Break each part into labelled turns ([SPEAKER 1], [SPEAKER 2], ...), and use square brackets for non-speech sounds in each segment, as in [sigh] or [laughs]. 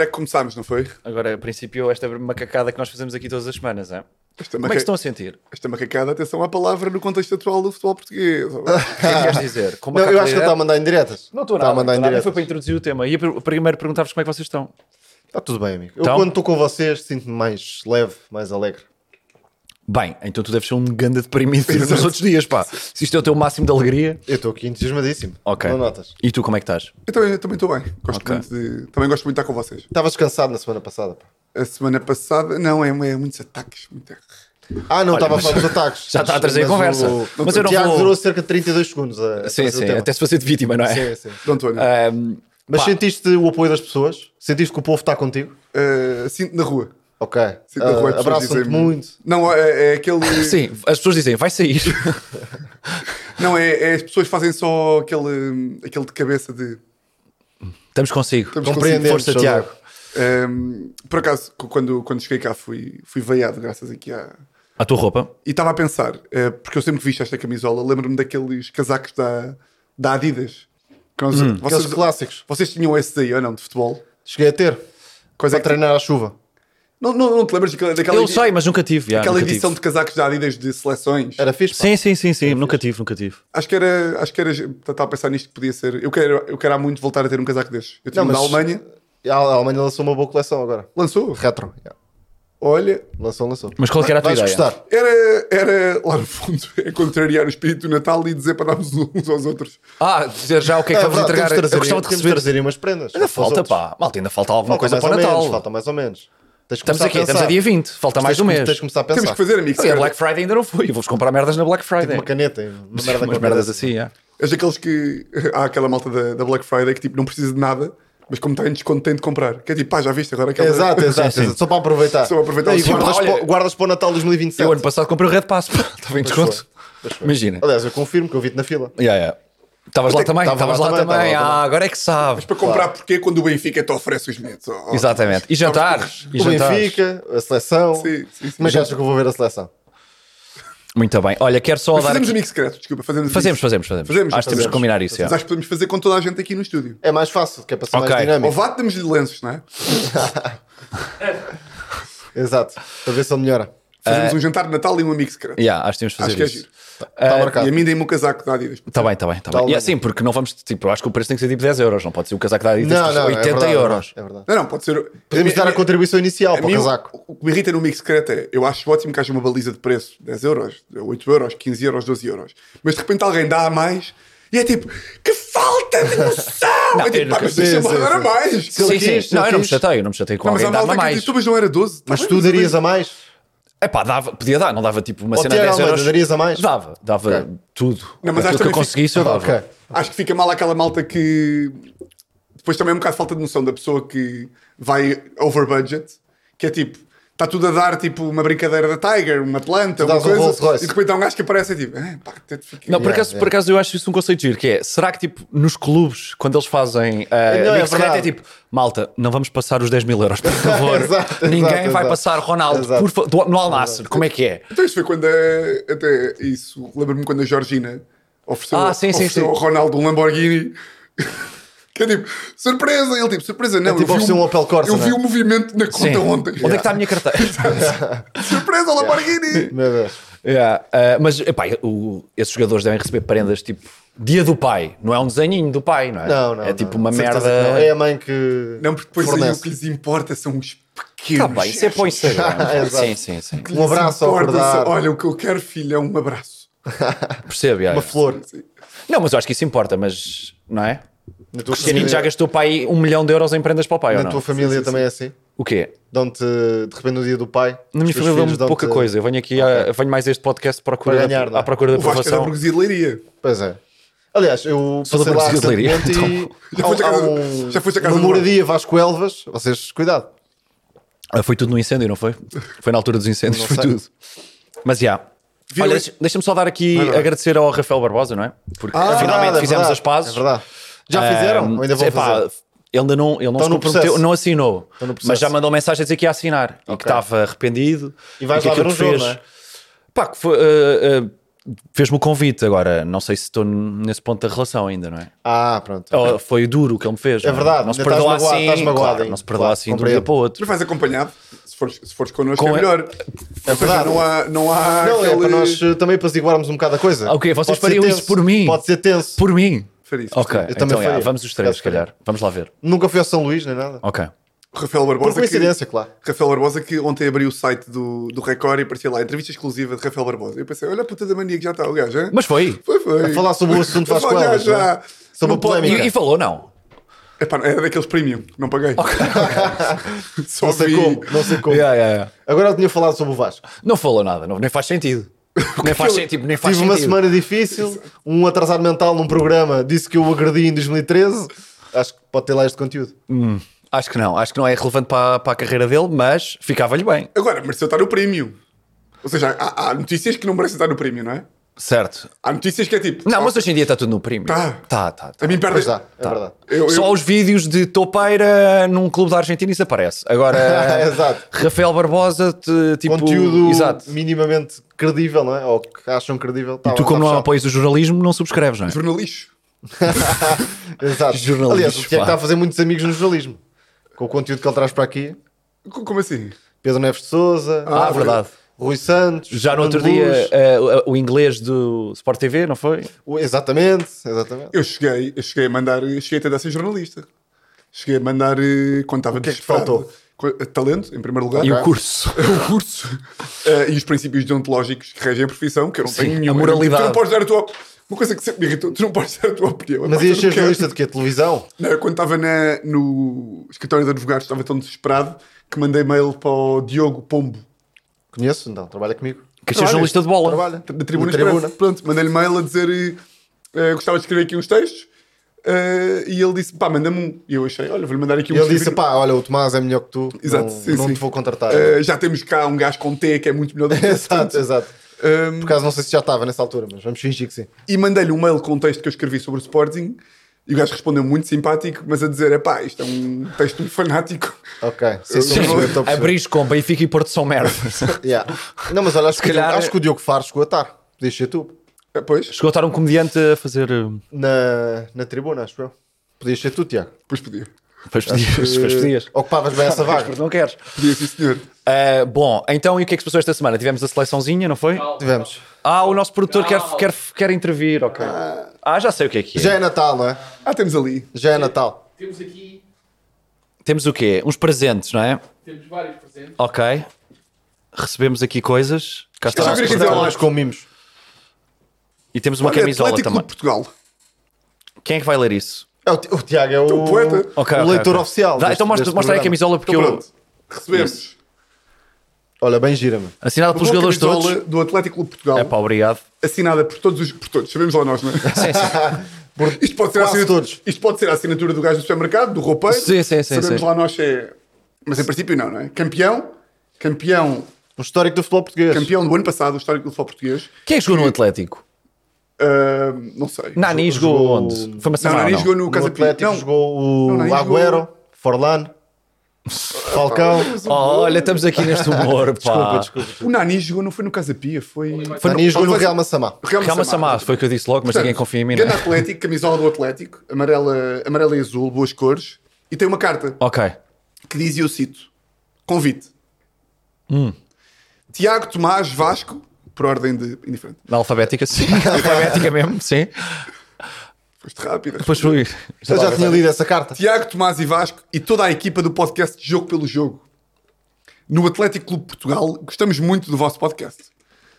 [SPEAKER 1] é começámos, não foi?
[SPEAKER 2] Agora, a princípio, é esta macacada que nós fazemos aqui todas as semanas, é?
[SPEAKER 1] Esta,
[SPEAKER 2] Como é que
[SPEAKER 1] maca...
[SPEAKER 2] se estão a
[SPEAKER 3] [laughs]
[SPEAKER 2] sentir?
[SPEAKER 1] Esta macacada, atenção à palavra no contexto atual do futebol
[SPEAKER 2] [laughs]
[SPEAKER 1] português.
[SPEAKER 2] O que é que queres dizer? Com
[SPEAKER 3] Não, eu acho que
[SPEAKER 2] macacada-
[SPEAKER 3] ele está a mandar indiretas.
[SPEAKER 2] Não estou
[SPEAKER 3] Está
[SPEAKER 2] nada.
[SPEAKER 3] a mandar
[SPEAKER 2] não estou nada.
[SPEAKER 3] indiretas.
[SPEAKER 2] Foi para introduzir o tema. E eu primeiro perguntava-vos como é que vocês estão.
[SPEAKER 3] Está tudo bem, amigo.
[SPEAKER 2] Então?
[SPEAKER 3] Eu quando estou com vocês sinto-me mais leve, mais alegre.
[SPEAKER 2] Bem, então tu deves ser um ganda deprimido
[SPEAKER 3] [laughs]
[SPEAKER 2] nos outros dias, pá. Se isto é o teu máximo de alegria.
[SPEAKER 3] Eu estou aqui entusiasmadíssimo.
[SPEAKER 2] Ok.
[SPEAKER 3] Não notas?
[SPEAKER 2] E tu, como é que estás?
[SPEAKER 1] Eu também, eu também estou bem. Gosto
[SPEAKER 2] Ok.
[SPEAKER 1] muito de... Também gosto muito de estar com vocês.
[SPEAKER 3] Estavas cansado na semana passada. pá.
[SPEAKER 1] A semana passada, não, é, é muitos ataques. Muita...
[SPEAKER 3] Ah, não, estava a
[SPEAKER 2] mas-
[SPEAKER 3] falar dos
[SPEAKER 2] [laughs]
[SPEAKER 3] ataques.
[SPEAKER 2] Já está a trazer
[SPEAKER 3] Mas
[SPEAKER 2] conversa.
[SPEAKER 3] O...
[SPEAKER 2] Mas eu
[SPEAKER 3] o
[SPEAKER 2] não
[SPEAKER 3] Tiago
[SPEAKER 2] vou-
[SPEAKER 3] durou cerca de 32 segundos a, a
[SPEAKER 2] Sim,
[SPEAKER 3] trazer É o
[SPEAKER 2] sim.
[SPEAKER 3] tema.
[SPEAKER 2] Até se fosse de vítima, não é?
[SPEAKER 3] Sim,
[SPEAKER 2] [laughs]
[SPEAKER 3] sim.
[SPEAKER 1] Do António.
[SPEAKER 2] Ahm,
[SPEAKER 3] Mas
[SPEAKER 2] Pá.
[SPEAKER 3] sentiste o apoio das pessoas? Sentiste que o povo está contigo?
[SPEAKER 1] Eh, sinto na rua.
[SPEAKER 3] Ok.
[SPEAKER 1] Sinto na rua.
[SPEAKER 3] Ah,
[SPEAKER 1] as pessoas
[SPEAKER 3] Abraçam-te
[SPEAKER 1] dizem-me-
[SPEAKER 3] muito.
[SPEAKER 1] Não, é, é aquele...
[SPEAKER 2] [laughs] sim, as pessoas dizem, vai sair. [laughs]
[SPEAKER 1] Não, é, é as pessoas fazem só aquele, aquele de cabeça de...
[SPEAKER 2] Estamos consigo.
[SPEAKER 1] Estamos
[SPEAKER 3] Compreendemos.
[SPEAKER 2] Força,
[SPEAKER 3] Salvador.
[SPEAKER 2] Tiago.
[SPEAKER 1] Ehm, por acaso, cu- quando, quando cheguei cá, fui, fui veiado, graças aqui à.
[SPEAKER 2] A tua roupa?
[SPEAKER 1] E estava a pensar, eh, porque eu sempre que visto esta camisola, lembro-me daqueles casacos da, da Adidas. Que nós-
[SPEAKER 2] Hum.
[SPEAKER 1] vocês,
[SPEAKER 3] Aqueles clássicos.
[SPEAKER 1] vocês tinham esses aí ou não, de futebol?
[SPEAKER 3] Cheguei a ter.
[SPEAKER 1] Coisa é
[SPEAKER 3] Para
[SPEAKER 1] que,
[SPEAKER 3] treinar à chuva.
[SPEAKER 1] não, não, não te lembras daquela, daquela,
[SPEAKER 2] Eu
[SPEAKER 1] edi-
[SPEAKER 2] sei, mas nunca tive. já,
[SPEAKER 1] daquela
[SPEAKER 2] nunca
[SPEAKER 1] edição
[SPEAKER 2] tive.
[SPEAKER 1] de casacos da Adidas de seleções?
[SPEAKER 3] Era fixe? pá.
[SPEAKER 2] Sim, sim, sim, sim. Nunca tive, nunca tive.
[SPEAKER 1] Acho que era. Acho que era estava a pensar nisto que podia ser. Eu quero, eu quero há muito voltar a ter um casaco desses. Eu tinha
[SPEAKER 3] Não,
[SPEAKER 1] um da
[SPEAKER 3] mas-
[SPEAKER 1] Alemanha,
[SPEAKER 3] A a Alemanha lançou uma boa coleção agora.
[SPEAKER 1] lançou.
[SPEAKER 3] Retro. yeah.
[SPEAKER 1] Olha,
[SPEAKER 3] Lançou, lançou.
[SPEAKER 2] Mas qual que era a tua
[SPEAKER 3] Vais
[SPEAKER 2] ideia?
[SPEAKER 3] gostar.
[SPEAKER 1] Era, era lá no fundo, [laughs] é contrariar o espírito do Natal e dizer para darmos uns aos outros.
[SPEAKER 2] Ah, dizer já o que é que
[SPEAKER 3] É
[SPEAKER 2] vamos
[SPEAKER 3] verdade,
[SPEAKER 2] entregar.
[SPEAKER 3] temos de
[SPEAKER 2] Eu gostava de
[SPEAKER 3] temos
[SPEAKER 2] receber.
[SPEAKER 3] trazerem umas prendas.
[SPEAKER 2] Ainda
[SPEAKER 3] uns para os
[SPEAKER 2] falta,
[SPEAKER 3] outros.
[SPEAKER 2] pá. Malta, ainda falta alguma
[SPEAKER 3] Falta
[SPEAKER 2] coisa
[SPEAKER 3] mais
[SPEAKER 2] para o
[SPEAKER 3] ou
[SPEAKER 2] Natal.
[SPEAKER 3] menos, falta mais ou menos. Tens que
[SPEAKER 2] Estamos
[SPEAKER 3] começar
[SPEAKER 2] aqui,
[SPEAKER 3] a
[SPEAKER 2] estamos a
[SPEAKER 3] pensar.
[SPEAKER 2] dia 20. Falta mais
[SPEAKER 3] Tens
[SPEAKER 2] um
[SPEAKER 3] que-
[SPEAKER 2] mês.
[SPEAKER 3] Tens que começar a pensar.
[SPEAKER 1] Temos que fazer, né? amigos.
[SPEAKER 2] Sim, a Black Friday ainda não fui. Vou-vos comprar merdas na Black Friday.
[SPEAKER 3] uma caneta, uma merda
[SPEAKER 2] Umas
[SPEAKER 3] com
[SPEAKER 2] merdas assim, é.
[SPEAKER 1] És daqueles que. [laughs] Há aquela malta da, da Black Friday que tipo não precisa de nada, mas como está em desconto tem de comprar. Que é tipo, pá, já viste agora aquela. [laughs]
[SPEAKER 3] Exato, exato,
[SPEAKER 2] sim.
[SPEAKER 3] exato. Só para aproveitar.
[SPEAKER 1] Só para aproveitar
[SPEAKER 3] Não,
[SPEAKER 1] o
[SPEAKER 3] E
[SPEAKER 1] segundo.
[SPEAKER 3] guardas,
[SPEAKER 2] Olha-
[SPEAKER 3] para, guardas para o Natal 2027.
[SPEAKER 2] Eu ano passado comprei o Red Pass. pá. Estava em
[SPEAKER 3] foi,
[SPEAKER 2] desconto. Imagina.
[SPEAKER 3] Aliás, eu confirmo que eu vi-te na fila.
[SPEAKER 2] Ya, ya. Estavas lá também?
[SPEAKER 3] tava
[SPEAKER 2] Estavas
[SPEAKER 3] lá
[SPEAKER 2] lá
[SPEAKER 3] também,
[SPEAKER 2] também.
[SPEAKER 3] tava lá
[SPEAKER 2] Ah, agora é que sabes.
[SPEAKER 1] Para comprar porque quando o Benfica te oferece os medos. Oh,
[SPEAKER 2] Exatamente. E jantares? E
[SPEAKER 3] o
[SPEAKER 2] jantares?
[SPEAKER 3] Benfica, a seleção.
[SPEAKER 1] Sim, sim, sim.
[SPEAKER 3] Mas achas que eu vou ver a seleção?
[SPEAKER 2] Muito bem. Olha, quero só
[SPEAKER 1] Mas
[SPEAKER 2] dar.
[SPEAKER 1] fazemos
[SPEAKER 2] aqui-
[SPEAKER 1] amigo secreto, desculpa. Fazemos,
[SPEAKER 2] Fazemos,
[SPEAKER 1] amigo.
[SPEAKER 2] fazemos, fazemos.
[SPEAKER 1] Fazemos,
[SPEAKER 2] Acho que temos que
[SPEAKER 1] fazemos.
[SPEAKER 2] combinar isso.
[SPEAKER 1] Mas
[SPEAKER 2] já.
[SPEAKER 1] acho que podemos fazer com toda a gente aqui no estúdio.
[SPEAKER 3] É mais fácil, que é para ser
[SPEAKER 2] Ok.
[SPEAKER 3] mais
[SPEAKER 1] Ou
[SPEAKER 3] dinâmico.
[SPEAKER 1] vá-te-nos de lenços, não é?
[SPEAKER 3] Exato. Para ver se ele melhora.
[SPEAKER 1] Fazemos um jantar de Natal e um amigo secreto.
[SPEAKER 2] Ya, Acho que temos que
[SPEAKER 1] Acho
[SPEAKER 2] fazer
[SPEAKER 1] que é
[SPEAKER 2] isso.
[SPEAKER 1] giro.
[SPEAKER 2] Ah,
[SPEAKER 3] Está
[SPEAKER 1] E a
[SPEAKER 3] Tá marcado.
[SPEAKER 1] mim dei-me um casaco da Adidas.
[SPEAKER 2] Tá bem, tá bem, tá
[SPEAKER 3] Da
[SPEAKER 2] bem. E
[SPEAKER 3] Alemanha.
[SPEAKER 2] assim, porque não vamos, tipo, eu acho que o preço tem que ser tipo 10 euros, não pode ser o casaco da Adidas
[SPEAKER 3] Não,
[SPEAKER 2] custa
[SPEAKER 3] não,
[SPEAKER 2] 80
[SPEAKER 3] é verdade,
[SPEAKER 2] euros.
[SPEAKER 3] É verdade.
[SPEAKER 1] Não, não, pode ser.
[SPEAKER 3] Podemos dar a contribuição inicial
[SPEAKER 1] A
[SPEAKER 3] para o
[SPEAKER 1] mim,
[SPEAKER 3] casaco.
[SPEAKER 1] É o- O que me irrita no mix secreto é, eu acho ótimo que haja uma baliza de preço, 10 euros, 8 euros, 15 euros, 12 euros. Mas de repente alguém dá a mais e é tipo, que falta de noção!
[SPEAKER 2] Não,
[SPEAKER 1] é
[SPEAKER 2] eu
[SPEAKER 1] tipo,
[SPEAKER 2] nunca-
[SPEAKER 1] pá, mas
[SPEAKER 2] sim,
[SPEAKER 1] deixa-me
[SPEAKER 3] sim,
[SPEAKER 1] dar a
[SPEAKER 3] sim.
[SPEAKER 1] mais!
[SPEAKER 3] ele
[SPEAKER 2] Sim,
[SPEAKER 3] quis,
[SPEAKER 2] sim.
[SPEAKER 3] se
[SPEAKER 2] Não,
[SPEAKER 3] ele
[SPEAKER 2] eu não me
[SPEAKER 3] quis.
[SPEAKER 2] chateio, não me chatei com
[SPEAKER 1] Não, mas
[SPEAKER 2] alguém
[SPEAKER 1] há
[SPEAKER 2] dava
[SPEAKER 1] malta que
[SPEAKER 2] mais.
[SPEAKER 1] diz, tu mas não era 12? Tá
[SPEAKER 3] Mas
[SPEAKER 1] bem,
[SPEAKER 3] tu
[SPEAKER 1] eu
[SPEAKER 3] darias
[SPEAKER 1] dei-
[SPEAKER 3] a mais?
[SPEAKER 2] É pá, dava, podia dar, não dava tipo uma
[SPEAKER 3] Ou
[SPEAKER 2] cena de
[SPEAKER 3] Tiago
[SPEAKER 2] 10
[SPEAKER 3] Almeida,
[SPEAKER 2] euros.
[SPEAKER 3] darias a mais?
[SPEAKER 2] Dava, dava
[SPEAKER 3] Ok.
[SPEAKER 2] tudo.
[SPEAKER 1] Não, mas acho
[SPEAKER 2] Aquilo que eu
[SPEAKER 1] também fica-
[SPEAKER 2] conseguisse, eu dava.
[SPEAKER 3] Ok.
[SPEAKER 1] Acho que fica mal aquela malta que... Depois também é um bocado de falta de noção da pessoa que vai over budget, que é tipo... Está tudo a dar tipo uma brincadeira da Tiger, uma planta, uma
[SPEAKER 3] dás um Rolls
[SPEAKER 1] coisa,
[SPEAKER 3] Royce.
[SPEAKER 1] e de repente há um gajo que aparece e é tipo, eh, pá, até te fica-
[SPEAKER 2] Não, por
[SPEAKER 3] Yeah,
[SPEAKER 2] acaso,
[SPEAKER 3] yeah.
[SPEAKER 2] por acaso eu acho isso um conceito giro, que é, será que tipo, nos clubes, quando eles fazem eh,
[SPEAKER 3] Não, é
[SPEAKER 2] mix secreto, é
[SPEAKER 3] verdade.
[SPEAKER 2] tipo, malta, não vamos passar os 10 mil euros,
[SPEAKER 3] [laughs]
[SPEAKER 2] por favor.
[SPEAKER 3] Exato,
[SPEAKER 2] Ninguém
[SPEAKER 3] exato,
[SPEAKER 2] vai
[SPEAKER 3] exato.
[SPEAKER 2] passar Ronaldo,
[SPEAKER 3] Exato.
[SPEAKER 2] por fa- do- no Al Nassr, como é que é?
[SPEAKER 1] Então isso foi quando a, até isso, lembro-me quando a Georgina ofereceu,
[SPEAKER 2] Ah, sim, sim,
[SPEAKER 1] ofereceu
[SPEAKER 2] sim.
[SPEAKER 1] ao Ronaldo um Lamborghini. [laughs] Que é tipo, surpresa! Ele tipo, surpresa não.
[SPEAKER 3] tipo
[SPEAKER 1] eu vi
[SPEAKER 3] oferecer um Opel Corsa,
[SPEAKER 1] Eu vi
[SPEAKER 3] não
[SPEAKER 1] o
[SPEAKER 3] é?
[SPEAKER 1] movimento na conta
[SPEAKER 2] Sim.
[SPEAKER 1] ontem.
[SPEAKER 2] Onde é que está a minha carteira?
[SPEAKER 3] [laughs]
[SPEAKER 1] Surpresa, Lamborghini!
[SPEAKER 3] Meu Deus.
[SPEAKER 2] Yeah, uh, mas epá, o- esses jogadores devem receber prendas tipo dia do pai, não é um desenhinho do pai, não é?
[SPEAKER 3] Não, não.
[SPEAKER 2] É tipo
[SPEAKER 3] não.
[SPEAKER 2] uma
[SPEAKER 3] Certeza
[SPEAKER 2] merda.
[SPEAKER 3] que não. É a mãe que.
[SPEAKER 1] Não, porque depois aí o
[SPEAKER 3] fornece.
[SPEAKER 1] que lhes importa são os
[SPEAKER 2] Tá
[SPEAKER 1] pequenos.
[SPEAKER 2] bem, isso é para o Instagram.
[SPEAKER 3] [laughs] Exato.
[SPEAKER 2] sim, sim, sim.
[SPEAKER 1] gestos.
[SPEAKER 3] Um abraço ao
[SPEAKER 1] Lhes importa
[SPEAKER 3] acordar.
[SPEAKER 1] só- Olha, o que eu quero, filho, é um abraço.
[SPEAKER 2] Percebo, yeah.
[SPEAKER 3] Uma flor.
[SPEAKER 2] Não, mas eu acho que isso importa, mas não é?
[SPEAKER 3] Na
[SPEAKER 2] O
[SPEAKER 3] tua
[SPEAKER 2] pequenino já
[SPEAKER 3] família,
[SPEAKER 2] gastou para aí um milhão de euros em prendas para o pai, ou
[SPEAKER 3] na
[SPEAKER 2] não?
[SPEAKER 3] tua família também é assim?
[SPEAKER 2] O quê?
[SPEAKER 3] Dão-te, de repente, no dia do pai.
[SPEAKER 2] Na minha
[SPEAKER 3] os teus
[SPEAKER 2] família
[SPEAKER 3] filhos
[SPEAKER 2] dão-me pouca
[SPEAKER 3] dão-te-
[SPEAKER 2] coisa. Eu venho aqui, a, venho mais a este podcast procura
[SPEAKER 3] Para ganhar, não é?
[SPEAKER 2] à procura da
[SPEAKER 1] O Vasco é da
[SPEAKER 2] aprovação.
[SPEAKER 1] burguesia de leiria.
[SPEAKER 3] Pois é. Aliás, eu
[SPEAKER 2] Sou da
[SPEAKER 3] passei
[SPEAKER 2] Burguesia
[SPEAKER 3] lá
[SPEAKER 2] de Leiria, então.
[SPEAKER 3] recentemente e
[SPEAKER 1] Já foste à
[SPEAKER 3] há- há
[SPEAKER 1] casa-
[SPEAKER 3] um-
[SPEAKER 1] já foste à casa
[SPEAKER 3] uma
[SPEAKER 1] do Vasco?
[SPEAKER 3] moradia Vasco Elvas. Vocês, cuidado.
[SPEAKER 2] Ah, foi tudo no incêndio, não foi? Foi na altura dos incêndios,
[SPEAKER 3] Não
[SPEAKER 2] foi
[SPEAKER 3] sei.
[SPEAKER 2] tudo. Mas já.
[SPEAKER 1] Viram
[SPEAKER 2] Olha,
[SPEAKER 1] esse-
[SPEAKER 2] deixa- deixa-me só dar aqui agradecer ao Rafael Barbosa, não é? Porque
[SPEAKER 1] Ah,
[SPEAKER 2] finalmente
[SPEAKER 3] é
[SPEAKER 2] fizemos
[SPEAKER 3] verdade,
[SPEAKER 2] as pazes. Ah,
[SPEAKER 3] É verdade. Já fizeram? Ou ainda vão
[SPEAKER 2] epá,
[SPEAKER 3] fazer?
[SPEAKER 2] Ele ainda não, ele não
[SPEAKER 3] Estão
[SPEAKER 2] se
[SPEAKER 3] no
[SPEAKER 2] comprometeu,
[SPEAKER 3] processo.
[SPEAKER 2] não assinou,
[SPEAKER 3] Estão no processo.
[SPEAKER 2] mas já mandou mensagem a dizer que ia assinar e que estava arrependido.
[SPEAKER 3] E vais
[SPEAKER 2] que
[SPEAKER 3] lá ver
[SPEAKER 2] aquilo
[SPEAKER 3] um
[SPEAKER 2] que
[SPEAKER 3] jogo,
[SPEAKER 2] fez-
[SPEAKER 3] não é?
[SPEAKER 2] Pá, que foi, ah, ah, fez-me o convite. Agora, não sei se estou n- nesse ponto da relação ainda, não é?
[SPEAKER 3] Ah, pronto.
[SPEAKER 2] Ou Foi duro o que ele me fez. não
[SPEAKER 3] É
[SPEAKER 2] é?
[SPEAKER 3] verdade,
[SPEAKER 2] Não se
[SPEAKER 3] ainda
[SPEAKER 2] perdoa
[SPEAKER 3] estás magoado,
[SPEAKER 2] assim,
[SPEAKER 3] estás magoado
[SPEAKER 2] claro,
[SPEAKER 3] ainda.
[SPEAKER 2] não se perdoa
[SPEAKER 3] Claro,
[SPEAKER 2] assim de um
[SPEAKER 3] compreendo.
[SPEAKER 2] dia para o outro.
[SPEAKER 1] Mas vais acompanhado. Se fores, se fores connosco
[SPEAKER 2] Com
[SPEAKER 1] é
[SPEAKER 2] a-
[SPEAKER 1] melhor. Ou seja,
[SPEAKER 3] verdade.
[SPEAKER 1] não há. Não, há
[SPEAKER 3] Não, é
[SPEAKER 1] aquele-
[SPEAKER 3] para nós eh, também apaziguarmos um bocado a coisa.
[SPEAKER 2] Ah, ok, vocês
[SPEAKER 3] Pode ser
[SPEAKER 2] fariam isso
[SPEAKER 3] tenso,
[SPEAKER 2] por mim?
[SPEAKER 3] Pode ser tenso.
[SPEAKER 2] Por mim.
[SPEAKER 1] Faria isso,
[SPEAKER 2] Ok,
[SPEAKER 1] sim.
[SPEAKER 3] Eu
[SPEAKER 2] então
[SPEAKER 3] também
[SPEAKER 2] já,
[SPEAKER 3] faria.
[SPEAKER 2] vamos os três,
[SPEAKER 3] Acho
[SPEAKER 2] se
[SPEAKER 3] que faria.
[SPEAKER 2] calhar. Vamos lá ver.
[SPEAKER 3] Nunca fui ao São Luís nem nada.
[SPEAKER 2] Ok.
[SPEAKER 1] Rafael Barbosa.
[SPEAKER 3] Por coincidência,
[SPEAKER 1] que,
[SPEAKER 3] claro.
[SPEAKER 1] Rafael Barbosa que ontem abriu o site do, do Record e aparecia lá entrevista exclusiva de Rafael Barbosa. E eu pensei, olha a puta da mania que já está o gajo, hein?
[SPEAKER 2] Mas foi.
[SPEAKER 1] foi, foi.
[SPEAKER 3] A falar sobre o assunto
[SPEAKER 1] Mas
[SPEAKER 3] Vasco
[SPEAKER 1] o gajo
[SPEAKER 3] Elvas, não é?
[SPEAKER 1] já-
[SPEAKER 3] Sobre
[SPEAKER 1] não
[SPEAKER 3] a
[SPEAKER 1] pode-
[SPEAKER 3] polémica.
[SPEAKER 2] E, e falou, não.
[SPEAKER 1] Epá, era daqueles premium, não paguei. [laughs] Só
[SPEAKER 3] Não sei
[SPEAKER 1] vi-
[SPEAKER 3] como, não sei como.
[SPEAKER 2] Yeah, yeah, yeah.
[SPEAKER 3] Agora eu tinha falado sobre o Vasco.
[SPEAKER 2] Não falou nada, não- nem faz
[SPEAKER 3] [laughs]
[SPEAKER 2] sentido. nem faz sentido, nem faz
[SPEAKER 3] Tive uma
[SPEAKER 2] sentido.
[SPEAKER 3] semana difícil, um atrasado mental num programa disse que eu o agredi em 2013. Acho que pode ter lá este conteúdo.
[SPEAKER 2] Acho que não, acho que não é relevante para, para a carreira dele, mas ficava-lhe bem.
[SPEAKER 1] Agora, mereceu estar no premium. Ou seja, há, há notícias que não merecem estar no premium, não é?
[SPEAKER 2] Certo.
[SPEAKER 1] Há notícias que é tipo.
[SPEAKER 2] Não,
[SPEAKER 1] ó,
[SPEAKER 2] mas hoje em dia está tudo no primo.
[SPEAKER 1] Tá.
[SPEAKER 2] Tá, tá. tá.
[SPEAKER 1] A mim perde.
[SPEAKER 3] Pois dá, é verdade.
[SPEAKER 1] Eu, eu-
[SPEAKER 2] Só os vídeos de Topeira num clube da Argentina isso aparece. Agora,
[SPEAKER 3] [laughs] Exato.
[SPEAKER 2] Rafael Barbosa, te- tipo.
[SPEAKER 3] conteúdo
[SPEAKER 2] Exato.
[SPEAKER 3] minimamente credível, não é? Ou que acham credível. Tá,
[SPEAKER 2] Tu,
[SPEAKER 3] bem,
[SPEAKER 2] como
[SPEAKER 3] tá
[SPEAKER 2] não
[SPEAKER 3] fechado.
[SPEAKER 2] apoias o jornalismo, não subscreves, não é?
[SPEAKER 1] Jornalixo.
[SPEAKER 3] Exato.
[SPEAKER 2] Jornalismo,
[SPEAKER 3] Aliás, o que é
[SPEAKER 2] pá.
[SPEAKER 3] que está a fazer muitos amigos no jornalismo? Com o conteúdo que ele traz para aqui.
[SPEAKER 1] Co- Como assim?
[SPEAKER 3] Pedro Neves de Souza,
[SPEAKER 2] Ah, verdade.
[SPEAKER 3] Rui Santos.
[SPEAKER 2] Já no outro
[SPEAKER 3] Fernando
[SPEAKER 2] dia,
[SPEAKER 3] Luz.
[SPEAKER 2] eh, o inglês do Sport TV, não foi?
[SPEAKER 3] O- Exatamente, exatamente.
[SPEAKER 1] Eu cheguei, eu cheguei a mandar. Cheguei a tentar ser jornalista. Cheguei a mandar eh, quando estava
[SPEAKER 3] que é que te
[SPEAKER 1] desesperado.
[SPEAKER 3] faltou?
[SPEAKER 1] Co- Talento, em primeiro lugar.
[SPEAKER 2] E o curso.
[SPEAKER 3] É um
[SPEAKER 1] o curso Eh, e os princípios deontológicos que regem a profissão, que eu não
[SPEAKER 2] Sim,
[SPEAKER 1] tenho
[SPEAKER 2] a
[SPEAKER 1] nenhum.
[SPEAKER 2] moralidade.
[SPEAKER 1] Tu não podes dar a tua. Uma coisa que sempre me irritou, tu não podes dar a tua opinião.
[SPEAKER 3] Mas
[SPEAKER 1] Epá,
[SPEAKER 3] ias
[SPEAKER 1] tu
[SPEAKER 3] ser
[SPEAKER 1] não queres-
[SPEAKER 3] jornalista de quê? Televisão?
[SPEAKER 1] é. Não, eu quando estava na- no escritório de advogados, estava tão desesperado que mandei mail para o Diogo Pombo,
[SPEAKER 3] Conheço, então, trabalha comigo.
[SPEAKER 2] Que ser jornalista de bola.
[SPEAKER 3] Trabalha.
[SPEAKER 1] da Tribuna
[SPEAKER 3] Da
[SPEAKER 1] Expresso. Pronto, mandei-lhe mail a dizer eh, gostava de escrever aqui uns textos. eh, e ele disse, pá, manda-me um. E eu achei, olha, vou-lhe mandar aqui
[SPEAKER 3] E
[SPEAKER 1] um.
[SPEAKER 3] ele
[SPEAKER 1] escrever-
[SPEAKER 3] disse: pá, olha, o Tomás é melhor que tu.
[SPEAKER 1] Exato,
[SPEAKER 3] não,
[SPEAKER 1] sim,
[SPEAKER 3] não
[SPEAKER 1] sim.
[SPEAKER 3] te vou contratar.
[SPEAKER 1] Eh, já temos cá um gajo com T que é muito melhor do que esse.
[SPEAKER 3] [laughs] exato, exato.
[SPEAKER 1] Ehm,
[SPEAKER 3] [laughs] Por acaso não sei se já estava nessa altura, mas vamos fingir que sim.
[SPEAKER 1] e mandei-lhe um mail com um texto que eu escrevi sobre o Sporting. E o gajo respondeu muito simpático, mas a dizer, é pá, isto é um texto muito fanático.
[SPEAKER 3] Ok. Sim, sim,
[SPEAKER 1] Eu-
[SPEAKER 3] sim, eu estou a perceber.
[SPEAKER 2] Abris com Benfica e Porto são
[SPEAKER 3] [laughs]
[SPEAKER 2] merda.
[SPEAKER 3] Yeah. Não, mas olha, acho, que, o
[SPEAKER 2] calhar
[SPEAKER 3] Diogo-
[SPEAKER 2] é-
[SPEAKER 3] acho que o Diogo Faro chegou a estar. Podias ser tu.
[SPEAKER 1] Eh, Pois,
[SPEAKER 2] Chegou a estar um comediante a fazer. eh,
[SPEAKER 3] Na, na tribuna, acho eu. Podias ser tu, Tiago.
[SPEAKER 1] pois podia.
[SPEAKER 2] Faz dias.
[SPEAKER 3] Eh,
[SPEAKER 2] Faz dias.
[SPEAKER 3] Ocupavas bem
[SPEAKER 1] [laughs]
[SPEAKER 3] essa vaga.
[SPEAKER 2] Não queres.
[SPEAKER 1] Podia, sim, senhor.
[SPEAKER 2] Ah, bom, então e o que é que se passou esta semana? Tivemos a seleçãozinha, não foi?
[SPEAKER 3] Tivemos.
[SPEAKER 2] Ah, o nosso produtor quer, quer, quer intervir, ok. Ah, já sei o que é que é.
[SPEAKER 3] Já é Natal, não é?
[SPEAKER 1] Ah, temos ali.
[SPEAKER 3] Já é Natal.
[SPEAKER 4] Temos aqui,
[SPEAKER 2] Temos o quê? Uns presentes, não é?
[SPEAKER 4] temos vários presentes.
[SPEAKER 2] Ok. Recebemos aqui coisas. Cá
[SPEAKER 3] é
[SPEAKER 2] está o
[SPEAKER 1] já
[SPEAKER 2] nosso
[SPEAKER 1] vi que
[SPEAKER 2] produtor.
[SPEAKER 1] dizer lá.
[SPEAKER 3] Nós com mimos.
[SPEAKER 2] E temos uma
[SPEAKER 1] Olha,
[SPEAKER 2] camisola
[SPEAKER 1] Atlético
[SPEAKER 2] também.
[SPEAKER 1] Clube de Portugal.
[SPEAKER 2] Quem é que vai ler isso?
[SPEAKER 3] É o, Ti- o Tiago é o,
[SPEAKER 1] O um poeta.
[SPEAKER 2] Ok, ok,
[SPEAKER 3] o leitor
[SPEAKER 2] ok.
[SPEAKER 3] oficial.
[SPEAKER 2] Dá,
[SPEAKER 3] deste-
[SPEAKER 2] então mostra,
[SPEAKER 3] deste
[SPEAKER 2] mostra aí a camisola
[SPEAKER 3] programa.
[SPEAKER 2] porque
[SPEAKER 1] Então
[SPEAKER 2] eu.
[SPEAKER 1] pronto, recebemos.
[SPEAKER 3] Olha, bem gira-me.
[SPEAKER 2] Assinado pelos
[SPEAKER 1] Uma boa
[SPEAKER 2] jogadores
[SPEAKER 1] camisola
[SPEAKER 2] todos.
[SPEAKER 1] do Atlético Clube de Portugal,
[SPEAKER 2] É pá, obrigado.
[SPEAKER 1] assinada por todos os por todos, sabemos lá nós, não é?
[SPEAKER 2] Sim, sim.
[SPEAKER 1] [laughs] Isto pode, ser a
[SPEAKER 3] Quase
[SPEAKER 1] assinatura,
[SPEAKER 3] todos.
[SPEAKER 1] isto pode ser a assinatura do gajo do supermercado, do roupeiro.
[SPEAKER 2] Sim, sim, sim,
[SPEAKER 1] Sabemos
[SPEAKER 2] sim.
[SPEAKER 1] lá nós se é. Mas em princípio não, não é? Campeão, campeão,
[SPEAKER 3] Um histórico do futebol português.
[SPEAKER 1] campeão do ano passado, o histórico do futebol português.
[SPEAKER 2] Quem é que jogou no Atlético?
[SPEAKER 1] Ah, não sei.
[SPEAKER 2] Nani jogou,
[SPEAKER 3] jogou-
[SPEAKER 2] onde? Foi uma
[SPEAKER 1] não,
[SPEAKER 2] semana.
[SPEAKER 1] Nani
[SPEAKER 2] não?
[SPEAKER 1] jogou no
[SPEAKER 3] No
[SPEAKER 1] Casa
[SPEAKER 3] Um Atlético
[SPEAKER 1] Pia. Não,
[SPEAKER 3] jogou o
[SPEAKER 1] Não, não,
[SPEAKER 3] Agüero,
[SPEAKER 1] jogou-
[SPEAKER 3] Forlán, Falcão.
[SPEAKER 2] Oh, olha, estamos aqui neste
[SPEAKER 3] [laughs]
[SPEAKER 2] humor, pá.
[SPEAKER 3] Desculpa, desculpa.
[SPEAKER 1] o Nani jogou, não foi no Casa Pia, foi.
[SPEAKER 2] Foi
[SPEAKER 3] Nani jogou no
[SPEAKER 1] Atlético-
[SPEAKER 3] Real Massamá.
[SPEAKER 1] Real
[SPEAKER 2] Calma, Samar, foi o que eu disse logo, mas ninguém confia em mim, não
[SPEAKER 1] Gana
[SPEAKER 2] é?
[SPEAKER 1] Atlético, camisola do Atlético, amarela, amarela e azul, boas cores. E tem uma carta
[SPEAKER 2] Ok.
[SPEAKER 1] que diz, e eu cito, convite.
[SPEAKER 2] Hum.
[SPEAKER 1] Tiago Tomás Vasco, por ordem de indiferente.
[SPEAKER 2] Na alfabética,
[SPEAKER 3] [laughs]
[SPEAKER 2] sim. Na alfabética mesmo, sim.
[SPEAKER 1] Foste rápida.
[SPEAKER 2] Depois fui.
[SPEAKER 3] Eu já tinha lido essa carta.
[SPEAKER 1] Tiago Tomás e Vasco e toda a equipa do podcast Jogo pelo Jogo. No Atlético Clube de Portugal, gostamos muito do vosso podcast.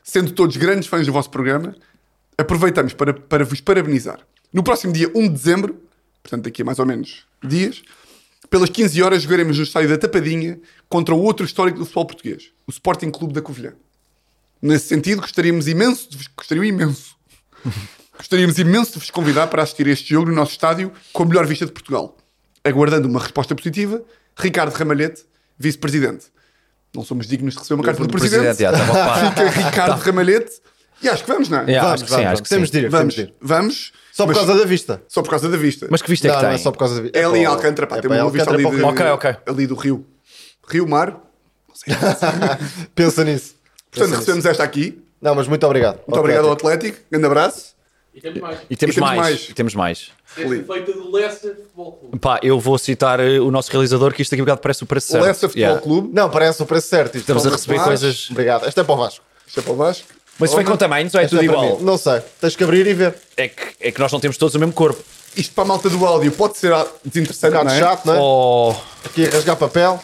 [SPEAKER 1] Sendo todos grandes fãs do vosso programa, aproveitamos para, para vos parabenizar. No próximo dia 1 de dezembro, portanto daqui a mais ou menos dias, pelas 15 horas jogaremos no estádio da Tapadinha contra o outro histórico do futebol português, o Sporting Clube da Covilhã. Nesse sentido, gostaríamos imenso, de vos- gostariam imenso Gostaríamos imenso de vos convidar para assistir a este jogo no nosso estádio com a melhor vista de Portugal. Aguardando uma resposta positiva, Ricardo Ramalhete, vice-presidente. Não somos dignos de receber uma carta do
[SPEAKER 2] Do
[SPEAKER 1] presidente.
[SPEAKER 2] presidente, já, estava
[SPEAKER 3] [laughs]
[SPEAKER 2] ocupado.
[SPEAKER 1] Fica Ricardo Ramalhete. E acho que vamos, não é?
[SPEAKER 2] Yeah, acho que sim, acho que
[SPEAKER 3] Temos
[SPEAKER 2] sim.
[SPEAKER 3] de ir,
[SPEAKER 1] Vamos,
[SPEAKER 3] temos de ir.
[SPEAKER 1] vamos.
[SPEAKER 3] Só por
[SPEAKER 1] mas
[SPEAKER 3] causa da vista.
[SPEAKER 1] só por causa da vista.
[SPEAKER 2] Mas que vista é
[SPEAKER 3] Não,
[SPEAKER 2] que
[SPEAKER 3] não
[SPEAKER 2] tem?
[SPEAKER 3] é só por causa da vista.
[SPEAKER 1] é ali em Alcântara, pá, tem uma boa vista
[SPEAKER 3] é
[SPEAKER 1] ali, de-
[SPEAKER 2] Ok, ok.
[SPEAKER 1] ali do rio. Rio, mar.
[SPEAKER 3] Pensa nisso.
[SPEAKER 1] Portanto, recebemos esta aqui.
[SPEAKER 3] Não, mas muito obrigado.
[SPEAKER 1] Muito obrigado ao Atlético. Grande abraço.
[SPEAKER 4] E temos mais.
[SPEAKER 1] E
[SPEAKER 2] E temos,
[SPEAKER 1] temos
[SPEAKER 2] mais,
[SPEAKER 1] mais.
[SPEAKER 2] E temos mais.
[SPEAKER 4] Este feito do Leicester Futebol Clube.
[SPEAKER 2] Pá, eu vou citar eh, o nosso realizador, que isto aqui um bocado parece o preço certo.
[SPEAKER 1] Leicester Futebol
[SPEAKER 2] Yeah.
[SPEAKER 1] Clube.
[SPEAKER 3] Não, parece o preço certo. Isto
[SPEAKER 2] Estamos a
[SPEAKER 3] são-
[SPEAKER 2] receber
[SPEAKER 1] Vasco.
[SPEAKER 2] coisas.
[SPEAKER 3] Obrigado. Este é para o Vasco.
[SPEAKER 1] Isto é para o Vasco.
[SPEAKER 2] Mas isso vem com tamanhos ou é
[SPEAKER 3] Este
[SPEAKER 2] tudo
[SPEAKER 3] é para
[SPEAKER 2] igual?
[SPEAKER 3] mim. Não sei. Tens que abrir e ver.
[SPEAKER 2] É que, é que nós não temos todos o mesmo corpo.
[SPEAKER 1] Isto para a malta do áudio pode ser ah,
[SPEAKER 3] Um
[SPEAKER 1] desinteressante,
[SPEAKER 3] bocado
[SPEAKER 1] não é?
[SPEAKER 3] chato,
[SPEAKER 2] Oh.
[SPEAKER 3] não é?
[SPEAKER 2] Ou.
[SPEAKER 3] Aqui a rasgar papel.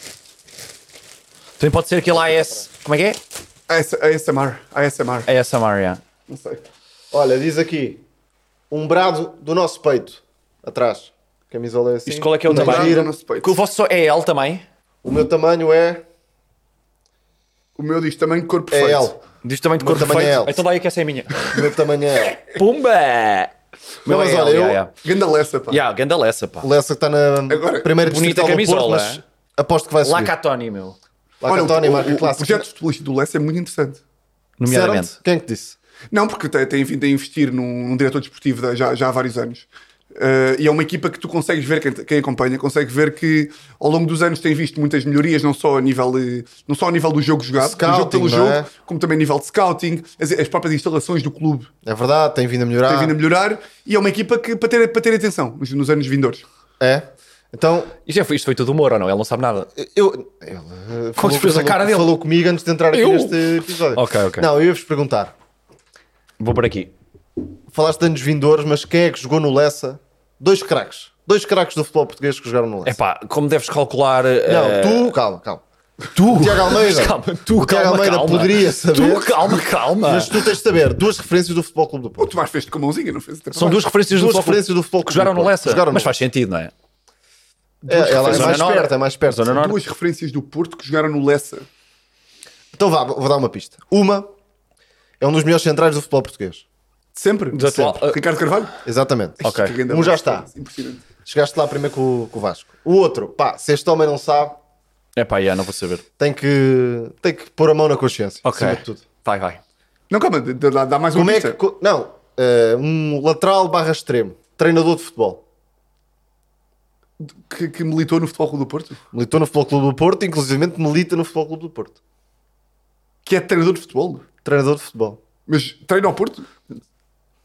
[SPEAKER 2] Também pode ser aquele AS. Como é que
[SPEAKER 1] AS ASMR. ASMR.
[SPEAKER 2] é? ASMR, yeah.
[SPEAKER 1] Não sei.
[SPEAKER 2] Então,
[SPEAKER 3] Olha, diz aqui. Um brado do nosso peito. Atrás. Camisola é assim.
[SPEAKER 2] Isto qual é que é o
[SPEAKER 3] Não
[SPEAKER 2] tamanho?
[SPEAKER 3] gira.
[SPEAKER 1] Não se peito.
[SPEAKER 2] Que O vosso só é L também?
[SPEAKER 3] O meu tamanho é,
[SPEAKER 1] O meu diz também corpo
[SPEAKER 3] é
[SPEAKER 1] perfeito.
[SPEAKER 3] L.
[SPEAKER 2] Diz também de cor
[SPEAKER 3] tamanho
[SPEAKER 2] perfeito.
[SPEAKER 3] é L.
[SPEAKER 2] Então daí que essa é a minha.
[SPEAKER 3] O meu tamanho é L.
[SPEAKER 2] [laughs] Pumba!
[SPEAKER 3] Não, mas
[SPEAKER 2] é L,
[SPEAKER 3] olha, eu-
[SPEAKER 2] yeah, yeah.
[SPEAKER 1] Ganda Lessa, pá.
[SPEAKER 2] Yeah, ganda Lessa, pá.
[SPEAKER 3] Lessa que está na
[SPEAKER 1] Agora,
[SPEAKER 3] primeira
[SPEAKER 2] bonita
[SPEAKER 3] distrital do
[SPEAKER 2] camisola,
[SPEAKER 3] Porto,
[SPEAKER 2] é?
[SPEAKER 3] mas aposto que vai subir.
[SPEAKER 2] Lacatoni, meu.
[SPEAKER 1] Olha,
[SPEAKER 3] Laca António,
[SPEAKER 1] o,
[SPEAKER 3] marca
[SPEAKER 1] o, o
[SPEAKER 3] clássica.
[SPEAKER 1] projeto futebolístico do Lessa é muito interessante.
[SPEAKER 2] Nomeadamente.
[SPEAKER 3] Disseram-te? Quem é que disse?
[SPEAKER 1] Não, porque tem, tem vindo a investir num, num diretor desportivo da- já, já há vários anos. Eh, e é uma equipa que tu consegues ver, quem, quem acompanha, consegue ver que ao longo dos anos tem visto muitas melhorias, não só a nível, eh, não só a nível do jogo jogado, do jogo
[SPEAKER 3] Scouting,
[SPEAKER 1] pelo
[SPEAKER 3] não
[SPEAKER 1] jogo,
[SPEAKER 3] é?
[SPEAKER 1] como também a nível de scouting, as, as próprias instalações do clube
[SPEAKER 3] É verdade, tem vindo a melhorar.
[SPEAKER 1] tem vindo a melhorar. E é uma equipa que, para, ter, para ter atenção nos, nos anos vindouros.
[SPEAKER 3] É. Então,
[SPEAKER 2] Isto, é, isto foi tudo humor ou não? Ele não sabe nada.
[SPEAKER 3] eu. Ele eh, falou,
[SPEAKER 2] fez a
[SPEAKER 3] falou-
[SPEAKER 2] cara dele?
[SPEAKER 3] falou comigo antes de entrar aqui
[SPEAKER 2] Eu?
[SPEAKER 3] neste episódio.
[SPEAKER 2] Ok, ok.
[SPEAKER 3] Não, eu ia-vos perguntar.
[SPEAKER 2] Vou por aqui.
[SPEAKER 3] Falaste de anos vindores, mas quem é que jogou no Lessa? Dois craques. Dois craques do futebol português que jogaram no
[SPEAKER 2] É
[SPEAKER 3] Lessa.
[SPEAKER 2] pá, como deves calcular.
[SPEAKER 3] Não,
[SPEAKER 2] eh,
[SPEAKER 3] tu, calma, calma.
[SPEAKER 2] [laughs] Tu,
[SPEAKER 3] Tiago Almeida.
[SPEAKER 2] Calma, tu,
[SPEAKER 3] O Tiago
[SPEAKER 2] calma,
[SPEAKER 3] Almeida
[SPEAKER 2] calma.
[SPEAKER 3] poderia saber.
[SPEAKER 2] Tu, calma, calma.
[SPEAKER 3] Mas tu tens de saber duas referências do Futebol Clube do
[SPEAKER 1] O
[SPEAKER 3] Porto.
[SPEAKER 1] Tomás fez com a mãozinha, não fez?
[SPEAKER 2] São duas referências
[SPEAKER 3] Duas
[SPEAKER 2] do futebol
[SPEAKER 3] referências do futebol
[SPEAKER 2] que jogaram no Leicester.
[SPEAKER 3] Jogaram no
[SPEAKER 2] Mas faz sentido, não é?
[SPEAKER 3] É, ela é
[SPEAKER 2] Zona
[SPEAKER 3] mais
[SPEAKER 2] Norte.
[SPEAKER 3] perto, é mais perto.
[SPEAKER 2] Zona Norte.
[SPEAKER 1] duas referências do Porto que jogaram no Lessa.
[SPEAKER 3] Então vá, vou dar uma pista. Uma é um dos melhores centrais do futebol português.
[SPEAKER 1] Sempre.
[SPEAKER 2] Dos atual-
[SPEAKER 1] Sempre.
[SPEAKER 2] ah.
[SPEAKER 1] Ricardo Carvalho?
[SPEAKER 3] Exatamente.
[SPEAKER 2] Ok.
[SPEAKER 1] Que grande
[SPEAKER 3] Um já
[SPEAKER 1] abraço.
[SPEAKER 3] está.
[SPEAKER 1] Impressionante.
[SPEAKER 3] Chegaste lá primeiro com, o- com o Vasco. O outro, pá, se este homem não sabe,
[SPEAKER 2] É pá, yeah, não vou saber.
[SPEAKER 3] tem que, tem que pôr a mão na consciência.
[SPEAKER 2] Ok.
[SPEAKER 3] acima de tudo.
[SPEAKER 2] Vai, vai.
[SPEAKER 1] Não, calma, dá, dá- dá mais uma
[SPEAKER 3] Como é
[SPEAKER 1] pista.
[SPEAKER 3] que. co- Não, eh, um lateral barra extremo. Treinador de futebol.
[SPEAKER 1] que, que militou no Futebol Clube do Porto,
[SPEAKER 3] Militou no Futebol Clube do Porto, inclusivamente milita no Futebol Clube do Porto.
[SPEAKER 1] que é treinador de futebol,
[SPEAKER 3] Treinador de futebol.
[SPEAKER 1] mas treina ao Porto.
[SPEAKER 2] Sim, o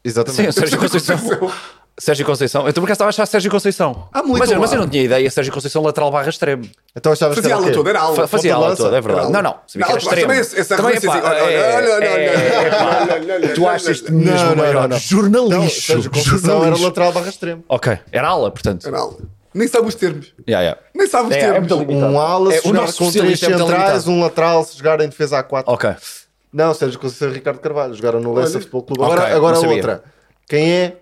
[SPEAKER 3] Exatamente.
[SPEAKER 2] Sérgio Conceição. Sérgio Conceição. Eu também estava a achar Sérgio Conceição.
[SPEAKER 1] Ah, muito
[SPEAKER 2] mas, eu, mas
[SPEAKER 1] lá.
[SPEAKER 2] eu não tinha ideia. Sérgio Conceição lateral barra extremo.
[SPEAKER 3] Então achavas que
[SPEAKER 1] Fazia
[SPEAKER 3] era o
[SPEAKER 1] aula
[SPEAKER 3] quê?
[SPEAKER 1] toda, era aula.
[SPEAKER 2] Fa- fazia
[SPEAKER 3] ponta de
[SPEAKER 2] aula
[SPEAKER 3] lança.
[SPEAKER 2] toda, é verdade.
[SPEAKER 1] Era
[SPEAKER 2] Não,
[SPEAKER 1] aula.
[SPEAKER 2] não. Sabia que
[SPEAKER 1] Não, tu
[SPEAKER 2] era
[SPEAKER 1] achas
[SPEAKER 2] extremo.
[SPEAKER 1] também esse- essa
[SPEAKER 2] Também,
[SPEAKER 1] referência
[SPEAKER 2] pá,
[SPEAKER 1] assim, olha,
[SPEAKER 2] é-
[SPEAKER 1] olha, olha, olha,
[SPEAKER 2] é-
[SPEAKER 1] olha,
[SPEAKER 2] é-
[SPEAKER 1] olha,
[SPEAKER 2] pá,
[SPEAKER 1] olha, olha,
[SPEAKER 2] Tu
[SPEAKER 1] olha,
[SPEAKER 2] achas este
[SPEAKER 1] olha.
[SPEAKER 3] Não,
[SPEAKER 2] mesmo
[SPEAKER 3] não,
[SPEAKER 2] maior.
[SPEAKER 3] não, não. Não,
[SPEAKER 2] Jornalixo.
[SPEAKER 3] Sérgio Conceição era
[SPEAKER 2] jornalixo.
[SPEAKER 3] lateral barra extremo.
[SPEAKER 2] Ok. Era ala, portanto.
[SPEAKER 1] Era aula. Nem sabe os termos.
[SPEAKER 2] Yeah, yeah.
[SPEAKER 1] Nem sabe os
[SPEAKER 2] É, é
[SPEAKER 1] termos.
[SPEAKER 2] muito limitado.
[SPEAKER 3] Um ala
[SPEAKER 2] É,
[SPEAKER 3] se
[SPEAKER 2] o
[SPEAKER 3] jogar
[SPEAKER 2] nosso
[SPEAKER 3] com três
[SPEAKER 2] especialista é muito
[SPEAKER 3] centrais,
[SPEAKER 2] limitado. Oh.
[SPEAKER 3] um lateral se jogar em defesa a 4.
[SPEAKER 2] Ok.
[SPEAKER 3] Não, Sérgio Conceição e Ricardo Carvalho jogaram no
[SPEAKER 1] Olha.
[SPEAKER 3] Leicester Futebol Clube.
[SPEAKER 2] Ok,
[SPEAKER 3] Agora, agora
[SPEAKER 2] não sabia.
[SPEAKER 3] outra. Quem é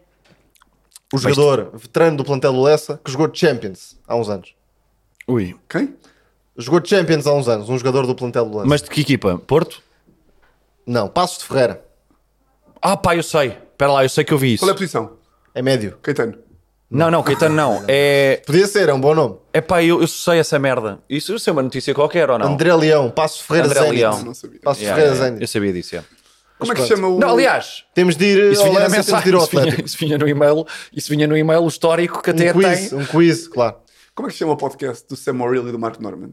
[SPEAKER 3] o jogador veterano do plantel do Leicester que jogou Champions há uns anos?
[SPEAKER 2] Ui.
[SPEAKER 1] Quem?
[SPEAKER 3] Jogou Champions há uns anos, um jogador do plantel do Leicester.
[SPEAKER 2] Mas de que equipa? Porto?
[SPEAKER 3] Não, Passos de Ferreira.
[SPEAKER 2] Ah, pá, eu sei. Espera lá, eu sei que eu vi isso.
[SPEAKER 1] Qual é a posição?
[SPEAKER 3] É médio.
[SPEAKER 1] Caetano.
[SPEAKER 2] Não, não, Caetano não. É.
[SPEAKER 3] Podia ser, é um bom nome.
[SPEAKER 2] É pá, eu, eu sei essa merda. Isso, isso é uma notícia qualquer ou não?
[SPEAKER 3] André Leão, Passos de Ferreira
[SPEAKER 2] André
[SPEAKER 3] Zenit.
[SPEAKER 2] Leão.
[SPEAKER 1] Não sabia.
[SPEAKER 3] Passos de
[SPEAKER 2] Yeah,
[SPEAKER 3] Ferreira
[SPEAKER 2] yeah,
[SPEAKER 3] Zenit.
[SPEAKER 2] eu sabia disso. yeah.
[SPEAKER 1] Como é que se chama o.
[SPEAKER 2] Não, aliás,
[SPEAKER 3] Temos de ir
[SPEAKER 2] isso
[SPEAKER 3] ao
[SPEAKER 2] vinha na
[SPEAKER 3] Leicester, temos
[SPEAKER 2] mensagem.
[SPEAKER 3] de ir ao
[SPEAKER 2] Isso vinha,
[SPEAKER 3] Atlético.
[SPEAKER 2] isso vinha no e-mail, isso vinha no e-mail histórico que até
[SPEAKER 3] Um quiz,
[SPEAKER 2] [laughs] tem.
[SPEAKER 3] um quiz, claro.
[SPEAKER 1] Como é que se chama o podcast do Sam O'Reilly e do Mark Norman?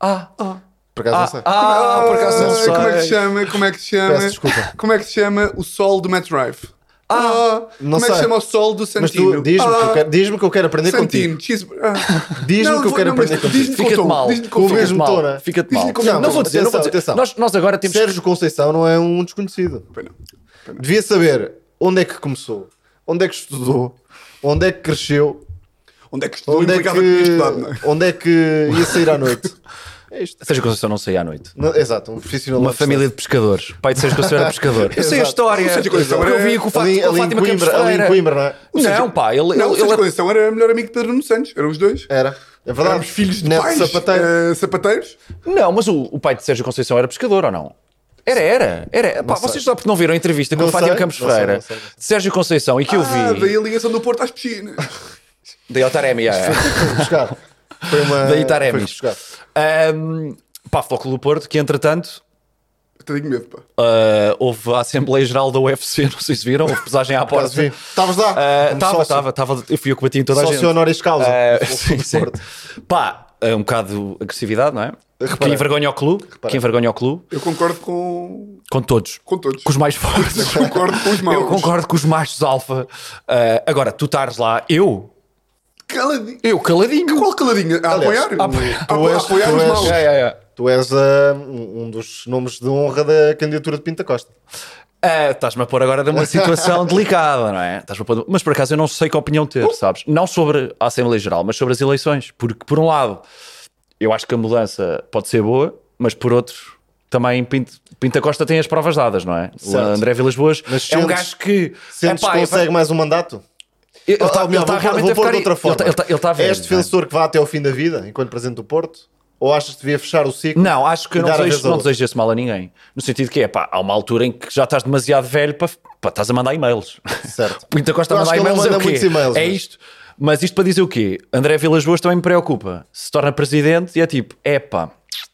[SPEAKER 2] Ah, ah,
[SPEAKER 3] Por acaso não sei.
[SPEAKER 2] ah, por acaso não
[SPEAKER 1] Ah,
[SPEAKER 2] sei.
[SPEAKER 1] Como é que se chama? Como é que se chama?
[SPEAKER 3] Peço desculpa.
[SPEAKER 1] Como é que se chama o sol do Matt Drive? Ah, como é
[SPEAKER 3] não
[SPEAKER 1] que se
[SPEAKER 3] sei.
[SPEAKER 1] chama o sol do
[SPEAKER 3] Mas tu
[SPEAKER 1] Santino?
[SPEAKER 3] diz-me que, eu
[SPEAKER 1] Ah,
[SPEAKER 3] quero- diz-me que eu quero aprender contigo.
[SPEAKER 1] Santino, cheese- ah.
[SPEAKER 3] [laughs] Diz-me
[SPEAKER 1] Não,
[SPEAKER 3] que eu
[SPEAKER 1] vou-
[SPEAKER 3] quero
[SPEAKER 1] não, mas
[SPEAKER 3] aprender contigo.
[SPEAKER 1] diz-me com o
[SPEAKER 2] Fica-te
[SPEAKER 1] tom,
[SPEAKER 2] mal.
[SPEAKER 1] diz-me com o
[SPEAKER 3] o
[SPEAKER 1] tom.
[SPEAKER 2] Fica-te
[SPEAKER 3] mesmo tom,
[SPEAKER 2] mal.
[SPEAKER 3] né?
[SPEAKER 2] Fica-te
[SPEAKER 1] Diz-lhe
[SPEAKER 2] mal.
[SPEAKER 1] como
[SPEAKER 2] Não,
[SPEAKER 1] tom.
[SPEAKER 2] vou dizer, não vou
[SPEAKER 3] Atenção,
[SPEAKER 2] dizer.
[SPEAKER 3] atenção.
[SPEAKER 2] Nós, nós agora temos. que-
[SPEAKER 3] Sérgio Conceição não é um desconhecido.
[SPEAKER 1] Pois não.
[SPEAKER 3] Devia saber onde é que começou, onde é que estudou, onde é que cresceu,
[SPEAKER 1] Onde é que estou
[SPEAKER 3] onde é
[SPEAKER 1] implicava que tinha estudado, não é?
[SPEAKER 3] que, onde é que ia sair
[SPEAKER 2] [laughs]
[SPEAKER 3] à noite. É isto.
[SPEAKER 2] Sérgio Conceição não saía à noite.
[SPEAKER 3] Não, exato, um profissional.
[SPEAKER 2] Uma família de pescadores. Pai de Sérgio Conceição era pescador. Eu sei a
[SPEAKER 3] Exato.
[SPEAKER 2] história.
[SPEAKER 1] O Sérgio Conceição
[SPEAKER 2] Porque eu
[SPEAKER 1] era-
[SPEAKER 2] vi com o Fá-
[SPEAKER 3] ali,
[SPEAKER 2] com a
[SPEAKER 3] ali, em
[SPEAKER 2] Fátima Campos
[SPEAKER 3] Coimbra, ali em
[SPEAKER 2] Ferreira.
[SPEAKER 3] Coimbra, não é?
[SPEAKER 2] Não, pá, ele,
[SPEAKER 1] Não, o
[SPEAKER 2] ele,
[SPEAKER 1] Sérgio
[SPEAKER 2] ele,
[SPEAKER 1] Conceição era é melhor amigo de Pedro Nuno Santos. Eram os dois.
[SPEAKER 3] Era. É verdade.
[SPEAKER 1] Éramos filhos de
[SPEAKER 3] Neto
[SPEAKER 1] pais
[SPEAKER 3] sapateiro.
[SPEAKER 1] eh, sapateiros.
[SPEAKER 2] Não, mas o, o pai de Sérgio Conceição era pescador ou não? Era, era, era. Pá, vocês só porque não viram a entrevista com
[SPEAKER 3] Não
[SPEAKER 2] o Fátima
[SPEAKER 3] sei,
[SPEAKER 2] Campos
[SPEAKER 3] não sei,
[SPEAKER 2] Ferreira
[SPEAKER 3] não sei, não sei.
[SPEAKER 2] de Sérgio Conceição e que eu
[SPEAKER 1] Ah, daí
[SPEAKER 2] vi.
[SPEAKER 1] a ligação do Porto às piscinas.
[SPEAKER 2] Daí ao Taremi, é.
[SPEAKER 3] Foi buscar. Foi uma.
[SPEAKER 2] Daí
[SPEAKER 3] foi
[SPEAKER 2] Taremis.
[SPEAKER 3] buscar.
[SPEAKER 2] Ahm, pá, Flóculo do Porto, que entretanto
[SPEAKER 1] Eu Tenho medo, pá.
[SPEAKER 2] ah, houve a Assembleia Geral da UFC, [laughs] não sei se viram, houve pesagem
[SPEAKER 3] [laughs]
[SPEAKER 2] à
[SPEAKER 3] Quase
[SPEAKER 2] porta.
[SPEAKER 3] vi. Estavas lá. como
[SPEAKER 2] Estava,
[SPEAKER 3] sócio.
[SPEAKER 2] estava, estava. Eu fui eu que bati em Ah, toda a
[SPEAKER 3] Sócio
[SPEAKER 2] gente. [laughs]
[SPEAKER 3] honoris causa.
[SPEAKER 2] Ah,
[SPEAKER 3] Futebol
[SPEAKER 2] sim,
[SPEAKER 3] do
[SPEAKER 2] sim.
[SPEAKER 3] Porto.
[SPEAKER 2] Pá, ah, um bocado de agressividade, não é? Que
[SPEAKER 3] Reparei.
[SPEAKER 2] envergonha ao clube. Que envergonha ao clube.
[SPEAKER 1] Eu concordo com,
[SPEAKER 2] Com todos.
[SPEAKER 1] com todos.
[SPEAKER 2] Com os mais fortes.
[SPEAKER 3] [laughs]
[SPEAKER 1] Concordo com os maus.
[SPEAKER 2] Eu concordo com os machos alfa. Ah, agora, tu estares lá, eu,
[SPEAKER 1] Caladinho.
[SPEAKER 2] eu caladinho.
[SPEAKER 1] Qual caladinho? A
[SPEAKER 3] Aliás,
[SPEAKER 1] apoiar? A apoiar,
[SPEAKER 3] tu és-
[SPEAKER 1] apoiar
[SPEAKER 3] tu
[SPEAKER 1] os
[SPEAKER 3] és-
[SPEAKER 1] maus.
[SPEAKER 2] É, é, é.
[SPEAKER 3] Tu és ah, um um dos nomes de honra da candidatura de Pinta Costa.
[SPEAKER 2] Ah, Estás-me a pôr agora numa situação [laughs] delicada, não é? Estás-me a pôr- Mas por acaso eu não sei que opinião
[SPEAKER 3] Oh.
[SPEAKER 2] ter, sabes? Não sobre a Assembleia Geral, mas sobre as eleições. Porque, por um lado, eu acho que a mudança pode ser boa, mas por outro, também Pinto, Pinta Costa tem as provas dadas, não é?
[SPEAKER 3] Certo.
[SPEAKER 2] O André Vilas Boas é
[SPEAKER 3] Mas
[SPEAKER 2] um
[SPEAKER 3] sentes-
[SPEAKER 2] gajo que.
[SPEAKER 3] Sentes
[SPEAKER 2] Epá,
[SPEAKER 3] que consegue mais um mandato?
[SPEAKER 2] Ele
[SPEAKER 3] Ou tá-
[SPEAKER 2] está
[SPEAKER 3] melhor, vou-
[SPEAKER 2] realmente
[SPEAKER 3] vou
[SPEAKER 2] a
[SPEAKER 3] pôr
[SPEAKER 2] ficar.
[SPEAKER 3] de outra
[SPEAKER 2] Ele
[SPEAKER 3] forma.
[SPEAKER 2] tá- ele tá- ele tá velho,
[SPEAKER 3] És
[SPEAKER 2] não é?
[SPEAKER 3] defensor que vá até ao fim da vida, enquanto presidente do Porto? Ou achas que devia fechar o ciclo?
[SPEAKER 2] Não, acho que
[SPEAKER 3] e
[SPEAKER 2] eu não
[SPEAKER 3] dar a
[SPEAKER 2] desejo,
[SPEAKER 3] vez a
[SPEAKER 2] não
[SPEAKER 3] outro?
[SPEAKER 2] desejo esse mal a ninguém. No sentido que é, pá, há uma altura em que já estás demasiado velho para, para estás a mandar
[SPEAKER 3] [laughs]
[SPEAKER 2] e-mails.
[SPEAKER 3] Certo.
[SPEAKER 2] Pinta Costa
[SPEAKER 3] Eu
[SPEAKER 2] a
[SPEAKER 3] acho
[SPEAKER 2] mandar
[SPEAKER 3] que ele não
[SPEAKER 2] e-mails é o
[SPEAKER 3] manda
[SPEAKER 2] quê?
[SPEAKER 3] muitos e-mails,
[SPEAKER 2] é
[SPEAKER 3] mas-
[SPEAKER 2] isto. Mas isto para dizer o quê? André Vilas Boas também me preocupa. Se torna presidente e é tipo, é pá,